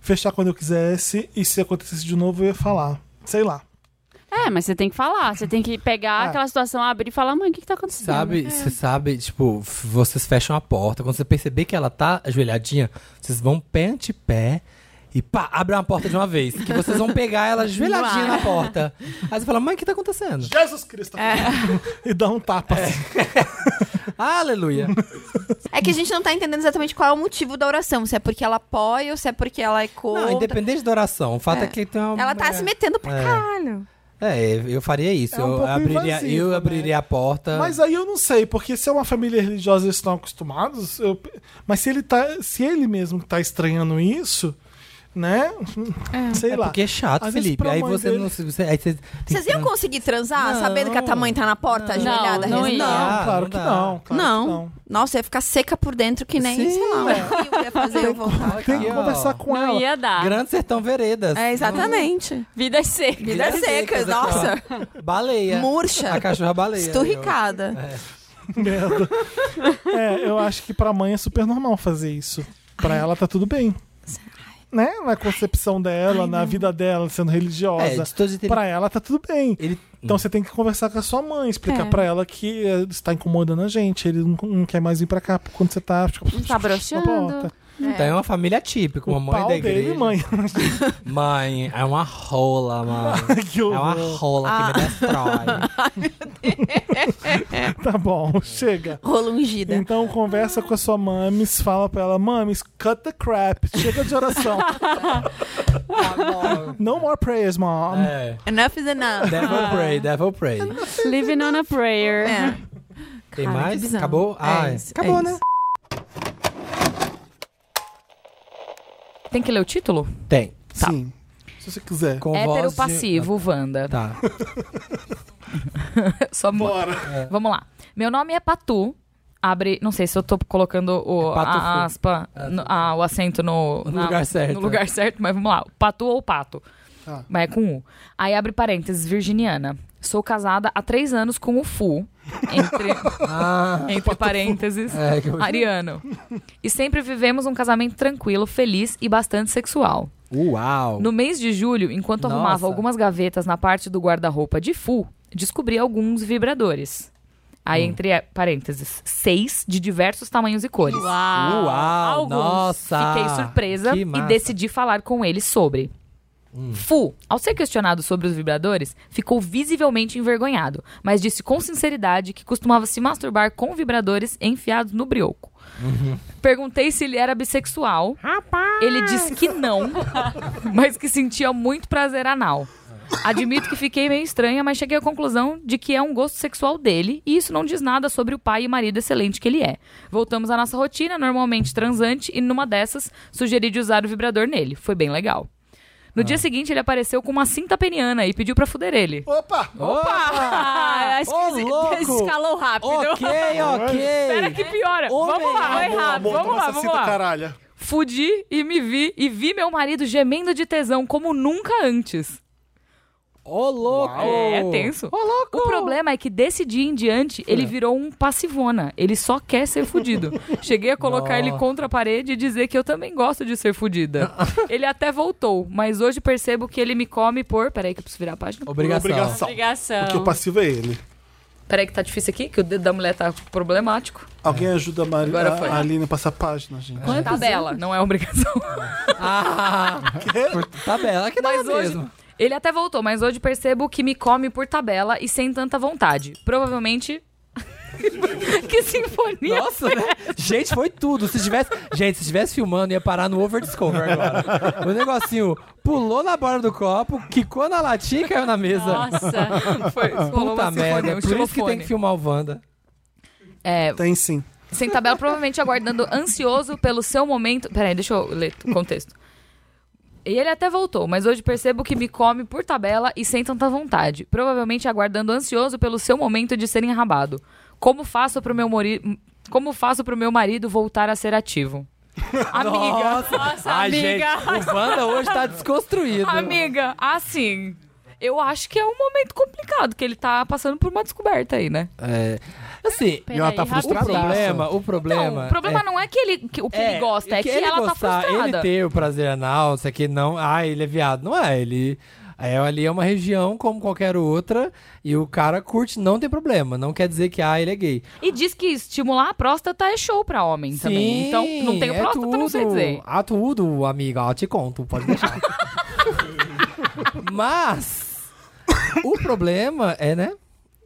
fechar quando eu quisesse. E se acontecesse de novo, eu ia falar. Sei lá.
É, mas você tem que falar. Você tem que pegar aquela situação, abrir e falar: mãe, o que, que tá acontecendo?
Ah. Sabe,
É.
você sabe, tipo, f- vocês fecham a porta. Quando você perceber que ela tá ajoelhadinha, vocês vão pé ante pé e pá, abrem a porta de uma vez. Que vocês vão pegar ela ajoelhadinha na porta. Aí você fala, mãe, o que tá acontecendo?
Jesus Cristo!
É.
e dá um tapa.
Aleluia!
É
hum.
que a gente não tá entendendo exatamente qual é o motivo da oração. Se é porque ela apoia ou se é porque ela é contra.
Não, independente da oração. O fato é,
É.
que tem uma.
Ela tá
é.
se metendo pra
É.
caralho.
É, eu faria isso.
É um
eu
pouco
abriria,
invasivo,
eu abriria a porta.
Mas ah, aí eu não sei, porque se é uma família religiosa eles estão acostumados, eu- mas se ele tá, se ele mesmo tá estranhando isso, né? Sei
é
lá.
porque é chato,
Às vezes
Felipe.
pra
Aí
mãe
você
dele-
não. se- Você, aí você tem que
Vocês iam conseguir transar sabendo que a tua mãe tá na porta ajoelhada?
não
rezando?
ia. Ah,
claro
não
que
dá.
não. Claro
não.
Que não.
Nossa, ia ficar seca por dentro que nem, sei lá, um rio que eu ia fazer eu vou-
Tem que conversar com
Não
ela.
ia dar.
Grande Sertão Veredas.
É, exatamente.
Vidas secas.
Vidas secas, nossa.
Baleia.
Murcha.
A cachorra baleia.
Esturricada.
Merda. É, eu acho que pra mãe é super normal fazer isso. Pra ela tá tudo bem. Né? Na concepção dela, na vida dela, sendo religiosa.
É, de todos ele-
Pra ela tá tudo bem. Então você tem que conversar com a sua mãe, explicar
É.
pra ela que eh, está incomodando a gente, ele não, não quer mais vir pra cá quando você tá.
Não tá broxando?
Então é uma família típica, uma
O
mãe
pau
da
dele,
igreja.
mãe.
Mãe, é uma rola, mãe.
Que
é uma
horror.
rola
Ah.
que me destrói.
tá bom, chega.
Rolo ungida.
Então conversa com a sua mames, fala pra ela, mames, cut the crap, chega de oração.
Tá
no more prayers, mom.
É.
Enough is
Ah.
enough.
Devil pray, devil pray.
Living on a prayer.
Tem
Cara, que
mais?
bizarro.
Acabou? Ah,
isso,
acabou,
é
né?
isso.
Tem que ler o título?
Tem.
Tá.
Sim. Se você quiser.
Com
Hétero passivo, Wanda.
Tá.
Só mo- Vamos lá. Meu nome é Patu. abre. Não sei se eu tô colocando o,
patufu.
a aspa, no- ah, o acento no,
É, No
na-
lugar certo.
no lugar certo, mas vamos lá. Patu ou pato?
Tá.
Mas é com U. Aí abre parênteses, virginiana. Sou casada há três anos com o Fu. Entre,
Ah.
entre parênteses,
É, que eu-
Ariano. E sempre vivemos um casamento tranquilo, feliz e bastante sexual.
Uau!
No mês de julho, enquanto
Nossa.
arrumava algumas gavetas na parte do guarda-roupa de Fu, descobri alguns vibradores. Aí,
Hum.
entre é, parênteses, seis de diversos tamanhos e cores.
Uau. Uau, nossa.
Fiquei surpresa
Que
e
massa. Hum.
decidi falar com ele sobre. Fu, ao ser questionado sobre os vibradores, ficou visivelmente envergonhado, mas disse com sinceridade que costumava se masturbar com vibradores enfiados no brioco. Perguntei se ele era bissexual. Rapaz! Ele disse que não, mas que sentia muito prazer anal. Admito que fiquei meio estranha, mas cheguei à conclusão de que é um gosto sexual dele e isso não diz nada sobre o pai e marido excelente que ele é. Voltamos à nossa rotina, normalmente transante, e numa dessas sugeri de usar o vibrador nele. Foi bem legal. No dia seguinte, ele apareceu com uma cinta peniana e pediu pra fuder ele.
Opa!
Ah, acho que
louco!
escalou rápido.
Ok, ok.
Espera que piora. vamos lá,
Homem.
vai rápido.
Amor,
Vamos
toma
lá,
essa
vamos
cinta,
lá.
caralho. Fudi e me vi e vi meu marido gemendo de tesão como nunca antes.
Ô, louco!
É, é tenso. O problema é que desse dia em diante, ele virou um passivona. Ele só quer ser fudido. Cheguei a colocar ele
Nossa.
contra a parede e dizer que eu também gosto de ser fudida. ele até voltou, mas hoje percebo que ele me come por... Peraí que eu preciso virar a página.
Obrigação. Obrigação. Porque o passivo é ele.
Peraí que tá difícil aqui, que o dedo da mulher tá problemático.
Alguém ajuda a, Mari-
Agora
a-
foi.
a Aline a passar a página, gente.
Tabela, não é obrigação. ah,
tabela que
mas hoje, Ele até voltou, mas hoje percebo que me come por tabela e sem tanta vontade. Provavelmente. que sinfonia!
Nossa, né? Gente, foi tudo. Se tivesse, gente, se estivesse filmando, ia parar no Over Discover agora. O negocinho pulou na borda do copo, quicou na latinha e caiu na mesa.
Nossa, foi- rolou uma
Puta
sinfonia,
merda,
um
é por isso que
xilofone.
tem que filmar o Wanda.
É,
Tem sim.
Sem tabela, provavelmente aguardando ansioso pelo seu momento. Peraí, deixa eu ler o contexto. E ele até voltou, mas hoje percebo que me come por tabela e sem tanta vontade. Provavelmente aguardando ansioso pelo seu momento de ser enrabado. Como faço pro meu mori... Como faço pro meu marido voltar a ser ativo?
Nossa, Ai, gente, o Wanda hoje tá desconstruído.
Amiga, assim. Eu acho que é um momento complicado, que ele tá passando por uma descoberta aí, né?
É, assim,
Peraí, E ela tá rapidinho.
O problema, o problema.
Não, o problema não é que ele que, o que ele gosta, é que,
ele
ela
gostar,
tá frustrada.
Ele ter o prazer anal, isso aqui não. Ah, ele é viado. Não é, ele. É, ali é uma região como qualquer outra e o cara curte, não tem problema. Não quer dizer que, ah, ele é gay.
E diz que estimular a próstata é show pra homem também. Então, não tem
é
próstata, não sei dizer.
Ah, tudo, amiga. Ah, Te conto, pode deixar. Mas o problema é, né?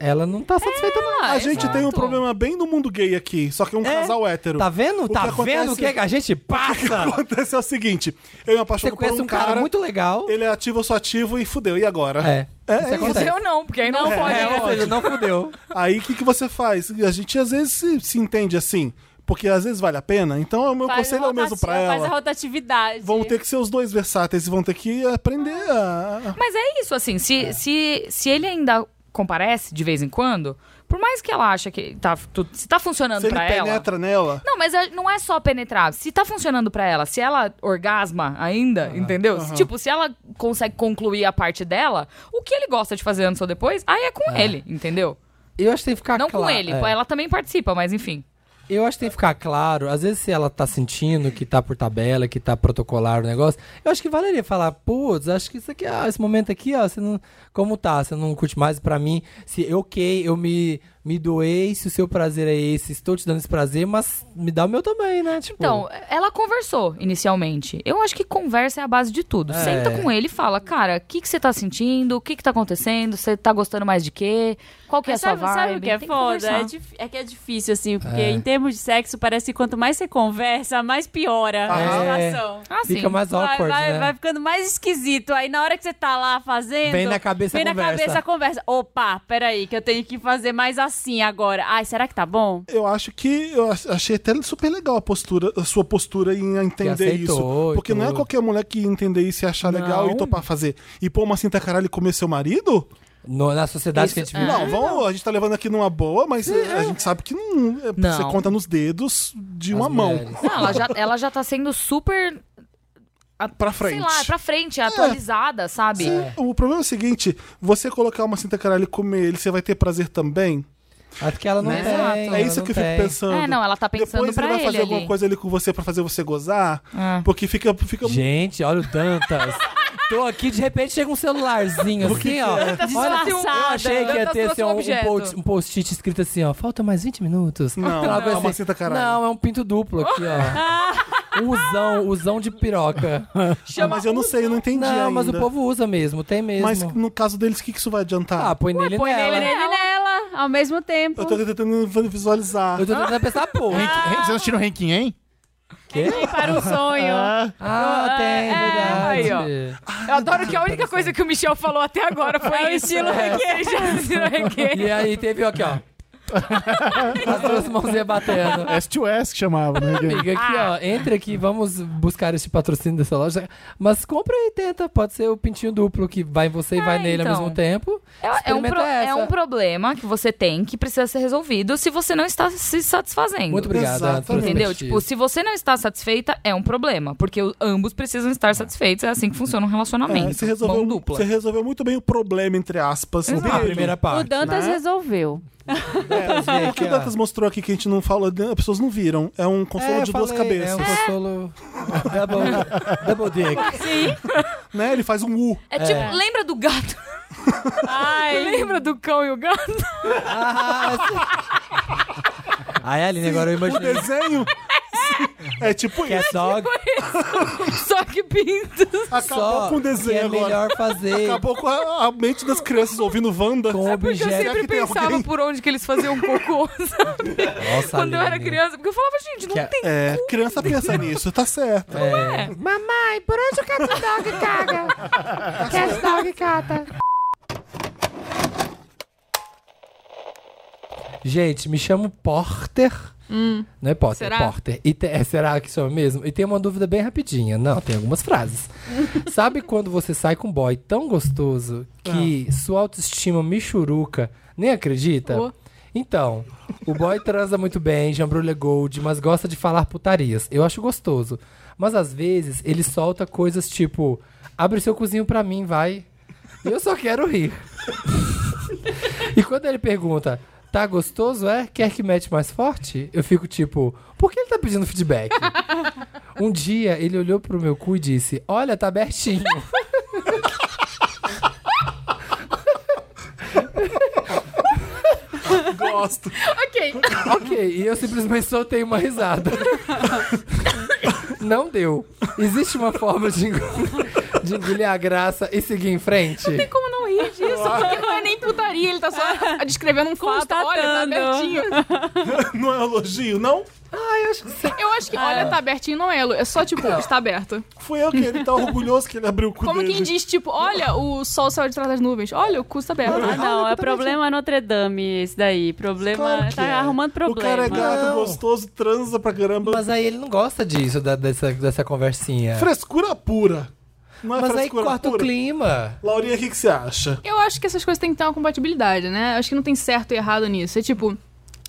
Ela não tá satisfeita, não.
É,
A gente tem um problema bem no mundo gay aqui, só que é um casal hétero.
Tá vendo?
O que
tá
acontece-
vendo o que a gente passa?
O que acontece é o seguinte: eu me apaixono
Você
por
conhece
um,
um cara muito legal.
Ele é ativo, eu sou ativo e fudeu. E agora?
É.
Isso acontece. Fudeu não, porque aí não
É,
pode, né?
ótimo.
Ou seja,
não fudeu.
Aí o que, que você faz? A gente às vezes se, se entende assim, porque às vezes vale a pena. Então o meu
Faz
conselho é o mesmo
rotati-
pra
Faz a
ela.
rotatividade.
Vão ter que ser os dois versáteis e vão ter que aprender a.
Mas é isso, assim, se, se, se ele ainda comparece de vez em quando, por mais que ela acha que tá, tu- se tá funcionando
Se ele
pra ela...
penetra nela.
Não, mas é- não é só penetrar. Se tá funcionando pra ela, se ela orgasma ainda, entendeu? Se,
aham.
Tipo, se ela consegue concluir a parte dela, o que ele gosta de fazer antes ou depois, aí é com
É.
ele, entendeu?
Eu acho que tem que ficar
Não com
claro,
ele,
é.
ela também participa, mas enfim.
Eu acho que tem que ficar claro, às vezes se ela tá sentindo que tá por tabela, que tá protocolar o negócio, eu acho que valeria falar, putz, acho que isso aqui, ah, esse momento aqui, ó, você não, como tá, você não curte mais pra mim, se, ok, eu me, me doei, se o seu prazer é esse, estou te dando esse prazer, mas me dá o meu também, né, tipo...
Então, ela conversou inicialmente. Eu acho que conversa é a base de tudo.
É.
Senta com ele e fala, cara, o que, que você tá sentindo? O que, que tá acontecendo? Você tá gostando mais de quê? Qual que é a
Mas
sua
sabe,
vibe?
sabe o que é
Tem
foda?
conversar.
é, dif- é que é difícil, assim, porque
É.
em termos de sexo, parece que quanto mais você conversa, mais piora a
É.
situação.
Ah, Fica sim. mais
Vai-
awkward,
vai,
né?
vai ficando mais esquisito. Aí na hora que você tá lá fazendo.
Vem na cabeça a
Vem na
conversa.
cabeça a conversa. Opa, peraí, que eu tenho que fazer mais assim agora. Ai, será que tá bom?
Eu acho que eu ach- achei até super legal a postura, a sua postura em entender
aceitou
isso.
e
Porque não é
tudo.
qualquer mulher que entender isso e achar legal
Não.
e topar fazer. E pôr uma cinta caralho e comer seu marido?
No- na sociedade que a gente vive.
Não, vamos, a gente tá levando aqui numa boa, mas eh, a gente sabe que não, é-
Não.
você conta nos dedos de uma mão.
Não, ela já, ela já tá sendo super. a-
Pra frente.
Sei lá, é pra frente, atualizada, sabe?
Sim, O problema é o seguinte: você colocar uma cinta caralho e comer ele, você vai ter prazer também?
Acho que ela
não tem, ela
É isso
não
que eu
tem.
fico pensando.
Né? É, não, ela tá pensando
Depois
pra
ele vai
ele
fazer alguma
ali.
coisa ali com você pra fazer você gozar,
Ah.
porque fica, fica
Gente, olha o Dantas. Tô aqui, de repente chega um celularzinho
O que
assim, ó.
que é? Dantas
Olha, assim, um- eu
disfarçado.
achei que ia
Dantas
ter
trouxe
assim,
um
um, um
objeto.
post- um post-it escrito assim, ó. Falta mais 20 minutos.
Não,
Então, ela
não, é uma
assim,
cinta caralho.
Não, é um pinto duplo aqui, ó. Um Usão, usão de piroca.
Ah, mas eu não sei, eu não entendi
Não, mas o
ainda.
povo usa mesmo, tem mesmo.
Mas no tá. caso deles, o que, que isso vai adiantar?
Ah, põe nele e
Põe
nela.
nele nele e nela, ao mesmo tempo.
Eu tô tentando visualizar.
Eu tô tentando pensar, pô.
Você não tira o Henkin, hein?
Ah. Quem para o sonho. é,
Ah.
Ah, tem,
é,
aí, ó.
Eu adoro que a única coisa que o Michel falou até agora foi
É o
isso.
estilo
Ele já ensinou reggae.
E aí teve aqui, ó. As duas mãozinhas batendo.
S2S que chamava, né?
Amiga, aqui, ó, entra aqui, vamos buscar este patrocínio dessa loja. Mas compra e tenta, pode ser o pintinho duplo que vai em você e vai nele ao
então.
mesmo tempo.
É, é um
Experimenta
pro- é
essa.
um problema que você tem que precisa ser resolvido se você não está se satisfazendo.
Muito obrigado, Exatamente. Ana, por
Entendeu?
perspectiva.
Tipo, se você não está satisfeita, é um problema. Porque o- ambos precisam estar satisfeitos. É um assim que funciona um relacionamento.
É, você,
Mão
resolveu,
dupla.
você resolveu muito bem o problema, entre aspas.
Exato.
dele.
A primeira
O Dantas
Né?
resolveu.
É, o que o Dantas mostrou aqui que a gente não falou, né, as pessoas não viram. É um consolo
É,
de duas
falei, é
cabeças. É.
um consolo double, double dick.
Né? Ele faz um U.
É tipo, lembra do gato? Lembra do cão e o gato?
Aí, Aline, agora eu imaginei.
O desenho é tipo
que isso. É dog.
Só que pintos.
Acabou
Só
com o
que
desenho
é
agora.
melhor fazer.
Acabou com a, a mente das crianças ouvindo Wanda. Com
Porque eu sempre pensava por onde que eles faziam cocô, sabe?
Nossa,
Quando eu era
Aline.
criança. Porque eu falava, gente, não tem
É, criança pensa nisso, tá certo.
É.
Mamãe, por onde o cat dog caga? cat dog cata.
Gente, me chamo Porter. Não é Potter,
Hum. Será?
é Porter. E te- é, será que sou eu mesmo? E tem uma dúvida bem rapidinha. Não, tem algumas frases. Sabe quando você sai com um boy tão gostoso que
Ah.
sua autoestima me churuca, nem acredita?
Ô.
Então, o boy transa muito bem, jambrulha gold, mas gosta de falar putarias. Eu acho gostoso. Mas às vezes ele solta coisas tipo: abre seu cozinho pra mim, vai. E eu só quero rir. E quando ele pergunta, tá gostoso, é? Quer que mete mais forte? Eu fico tipo, por que ele tá pedindo feedback? um dia ele olhou pro meu cu e disse, olha, tá abertinho.
Gosto.
ok.
ok, e eu simplesmente soltei uma risada. Não deu. Existe uma forma de, engo- de engolir a graça e seguir em frente?
Não tem como não rir disso, porque não é nem putaria, ele tá só descrevendo um fato. Olha, tá
Constatando.
abertinho.
Não é elogio, não?
Ai, eu acho que Eu acho que olha, tá abertinho, não é, elo- é só tipo, está aberto.
Foi eu que ele tá orgulhoso que ele abriu o cu
Como
dele.
quem diz, tipo, olha, o sol saiu de trás das nuvens, olha, o cu está aberto.
Ah, não, é problema Notre Dame esse daí. Problema.
Claro que
tá
é.
arrumando
O
problema.
cara é gato,
Não.
gostoso, transa pra caramba.
Mas aí ele não gosta disso, da- dessa, dessa conversinha.
Frescura pura. Não é
É. Mas aí
frescura
corta o
pura.
clima.
Laurinha, o que, que você acha?
Eu acho que essas coisas têm que ter uma compatibilidade, né? Acho que não tem certo e errado nisso. É tipo,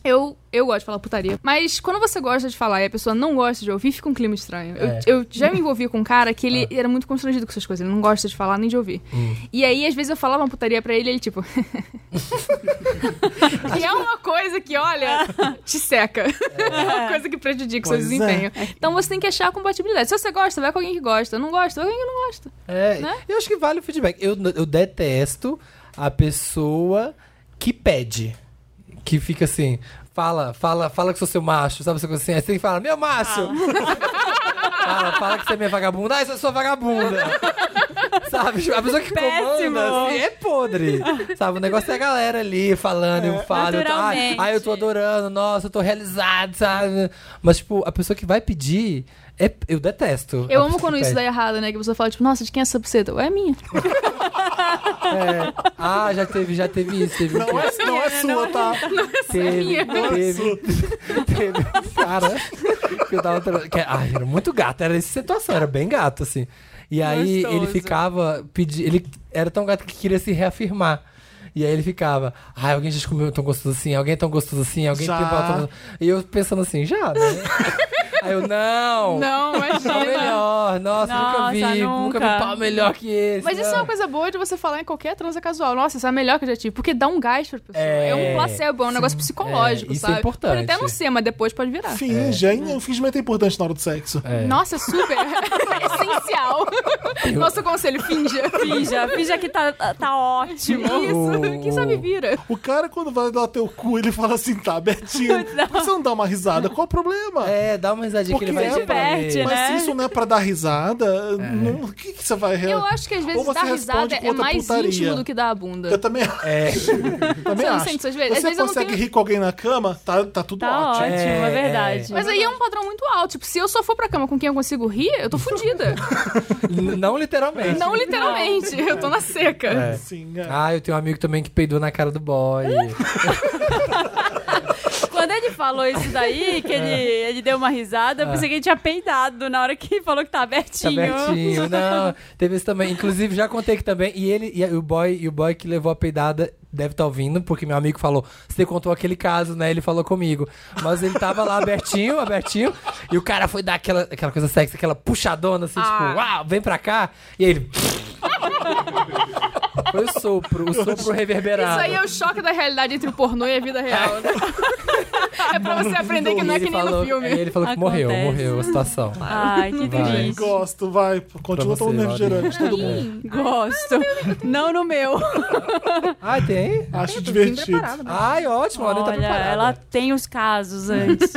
eu, eu gosto de falar putaria. Mas quando você gosta de falar e a pessoa não gosta de ouvir, fica um clima estranho. Eu-
É.
Eu, já me envolvi com um cara que
Ah.
ele era muito constrangido com essas coisas. Ele não gosta de falar nem de ouvir. E aí, às vezes, eu falava uma putaria pra ele e ele, tipo. que é uma coisa que, olha, te seca. É uma coisa que prejudica o seu
Pois
desempenho.
é.
Então você tem que achar a compatibilidade. Se você gosta, vai com alguém que gosta. Não gosta, vai com alguém que não gosta.
É,
Né?
eu acho que vale o feedback. Eu, eu detesto a pessoa que pede. Que fica assim, fala, fala, fala que sou seu macho, sabe? Essa coisa assim, aí você fala, meu macho! fala, fala que você é minha vagabunda, ah, eu sou vagabunda! sabe? tipo, A pessoa que
Péssimo.
comanda assim, é podre. Sabe? O negócio é a galera ali falando,
É,
eu falo, eu tô, ah,
Naturalmente.
ah, eu tô adorando, nossa, eu tô realizado, sabe? Mas, tipo, a pessoa que vai pedir, é- eu detesto. a
Eu amo
pessoa
quando
que
isso
pede.
dá errado, né? Que a pessoa fala, tipo, nossa, de quem é essa buceta? Ué, é minha.
É. Ah, já teve, já teve isso. Teve
Não é- não é sua, tá? Não é sua, é
Teve,
minha.
teve, teve um cara que eu tava tra- que- Ai, era muito gato, era essa situação, era bem gato, assim. E aí
Gostoso.
ele ficava, pedi, ele era tão gato que queria se reafirmar. E aí ele ficava, ai, alguém já comeu tão gostoso assim, alguém tão gostoso assim, alguém
Já.
tem pau tão gostoso. E eu pensando assim, já, né? aí eu, não!
Não, imagina.
Pau melhor, nossa, nunca vi, nunca. vi pau melhor que esse. né?
Mas isso é uma coisa boa de você falar em qualquer transa casual. Nossa, isso é a melhor que eu já tive. Porque dá um gás pra pessoa.
É.
É, um placebo, é um negócio psicológico,
É, isso é
sabe?
importante.
Pode até não ser, mas depois pode virar. É.
Finge, é. o fingimento é importante na hora do sexo.
É.
Nossa, super. é Essencial. Nosso conselho, finja.
Finja, finja que tá, tá ótimo.
Isso, quem sabe vira.
O cara, quando vai dar teu cu, ele fala assim, tá, Betinho, por que você não dá uma risada? Qual o problema?
É, dá uma risadinha
Porque
que ele vai É.
é,
entender. Diverte,
Mas se
né?
isso não é pra dar risada, não- o que, que você vai...
Eu acho que às vezes
você
dar risada
responde com
é
outra
mais
putaria.
íntimo do que dar a bunda.
Eu também,
é.
também
Você não
acho.
sente isso às vezes? Às
Você
vezes eu não
consegue
tenho-
rir com alguém na cama, tá, tá tudo
Tá
ótimo.
ótimo, é É.
verdade.
Mas aí é um padrão muito alto. Tipo, se eu só for pra cama com quem eu consigo rir, eu tô fodida.
Não literalmente.
não literalmente, eu tô na seca.
É. Ah, eu tenho um amigo também que peidou na cara do boy.
Quando ele falou isso daí, que ele, ele deu uma risada, eu pensei que ele tinha peidado na hora que falou que tá
Tá
abertinho.
Bertinho, não. Teve isso também. Inclusive, já contei que também. E ele, e o boy, e o boy que levou a peidada deve estar ouvindo, porque meu amigo falou: você contou aquele caso, né? Ele falou comigo. Mas ele tava lá abertinho, abertinho, e o cara foi dar aquela, aquela coisa sexy, aquela puxadona, assim,
Ah.
tipo, uau, vem pra cá. E aí ele. foi o sopro, o sopro reverberado.
Isso aí é o choque da realidade entre o pornô e a vida real. né? é pra você aprender que não é
Ele
que nem
falou-
no filme.
é, Ele falou que morreu, morreu a situação. Vai.
Gosto, vai. Continua
Pra
tomando
você,
refrigerante,
Laura.
todo mundo.
Gosto. Não no meu.
Ah, tem?
Tá
Acho divertido.
Ai, ótimo,
Olha,
ela tá preparada.
ela tem os casos antes.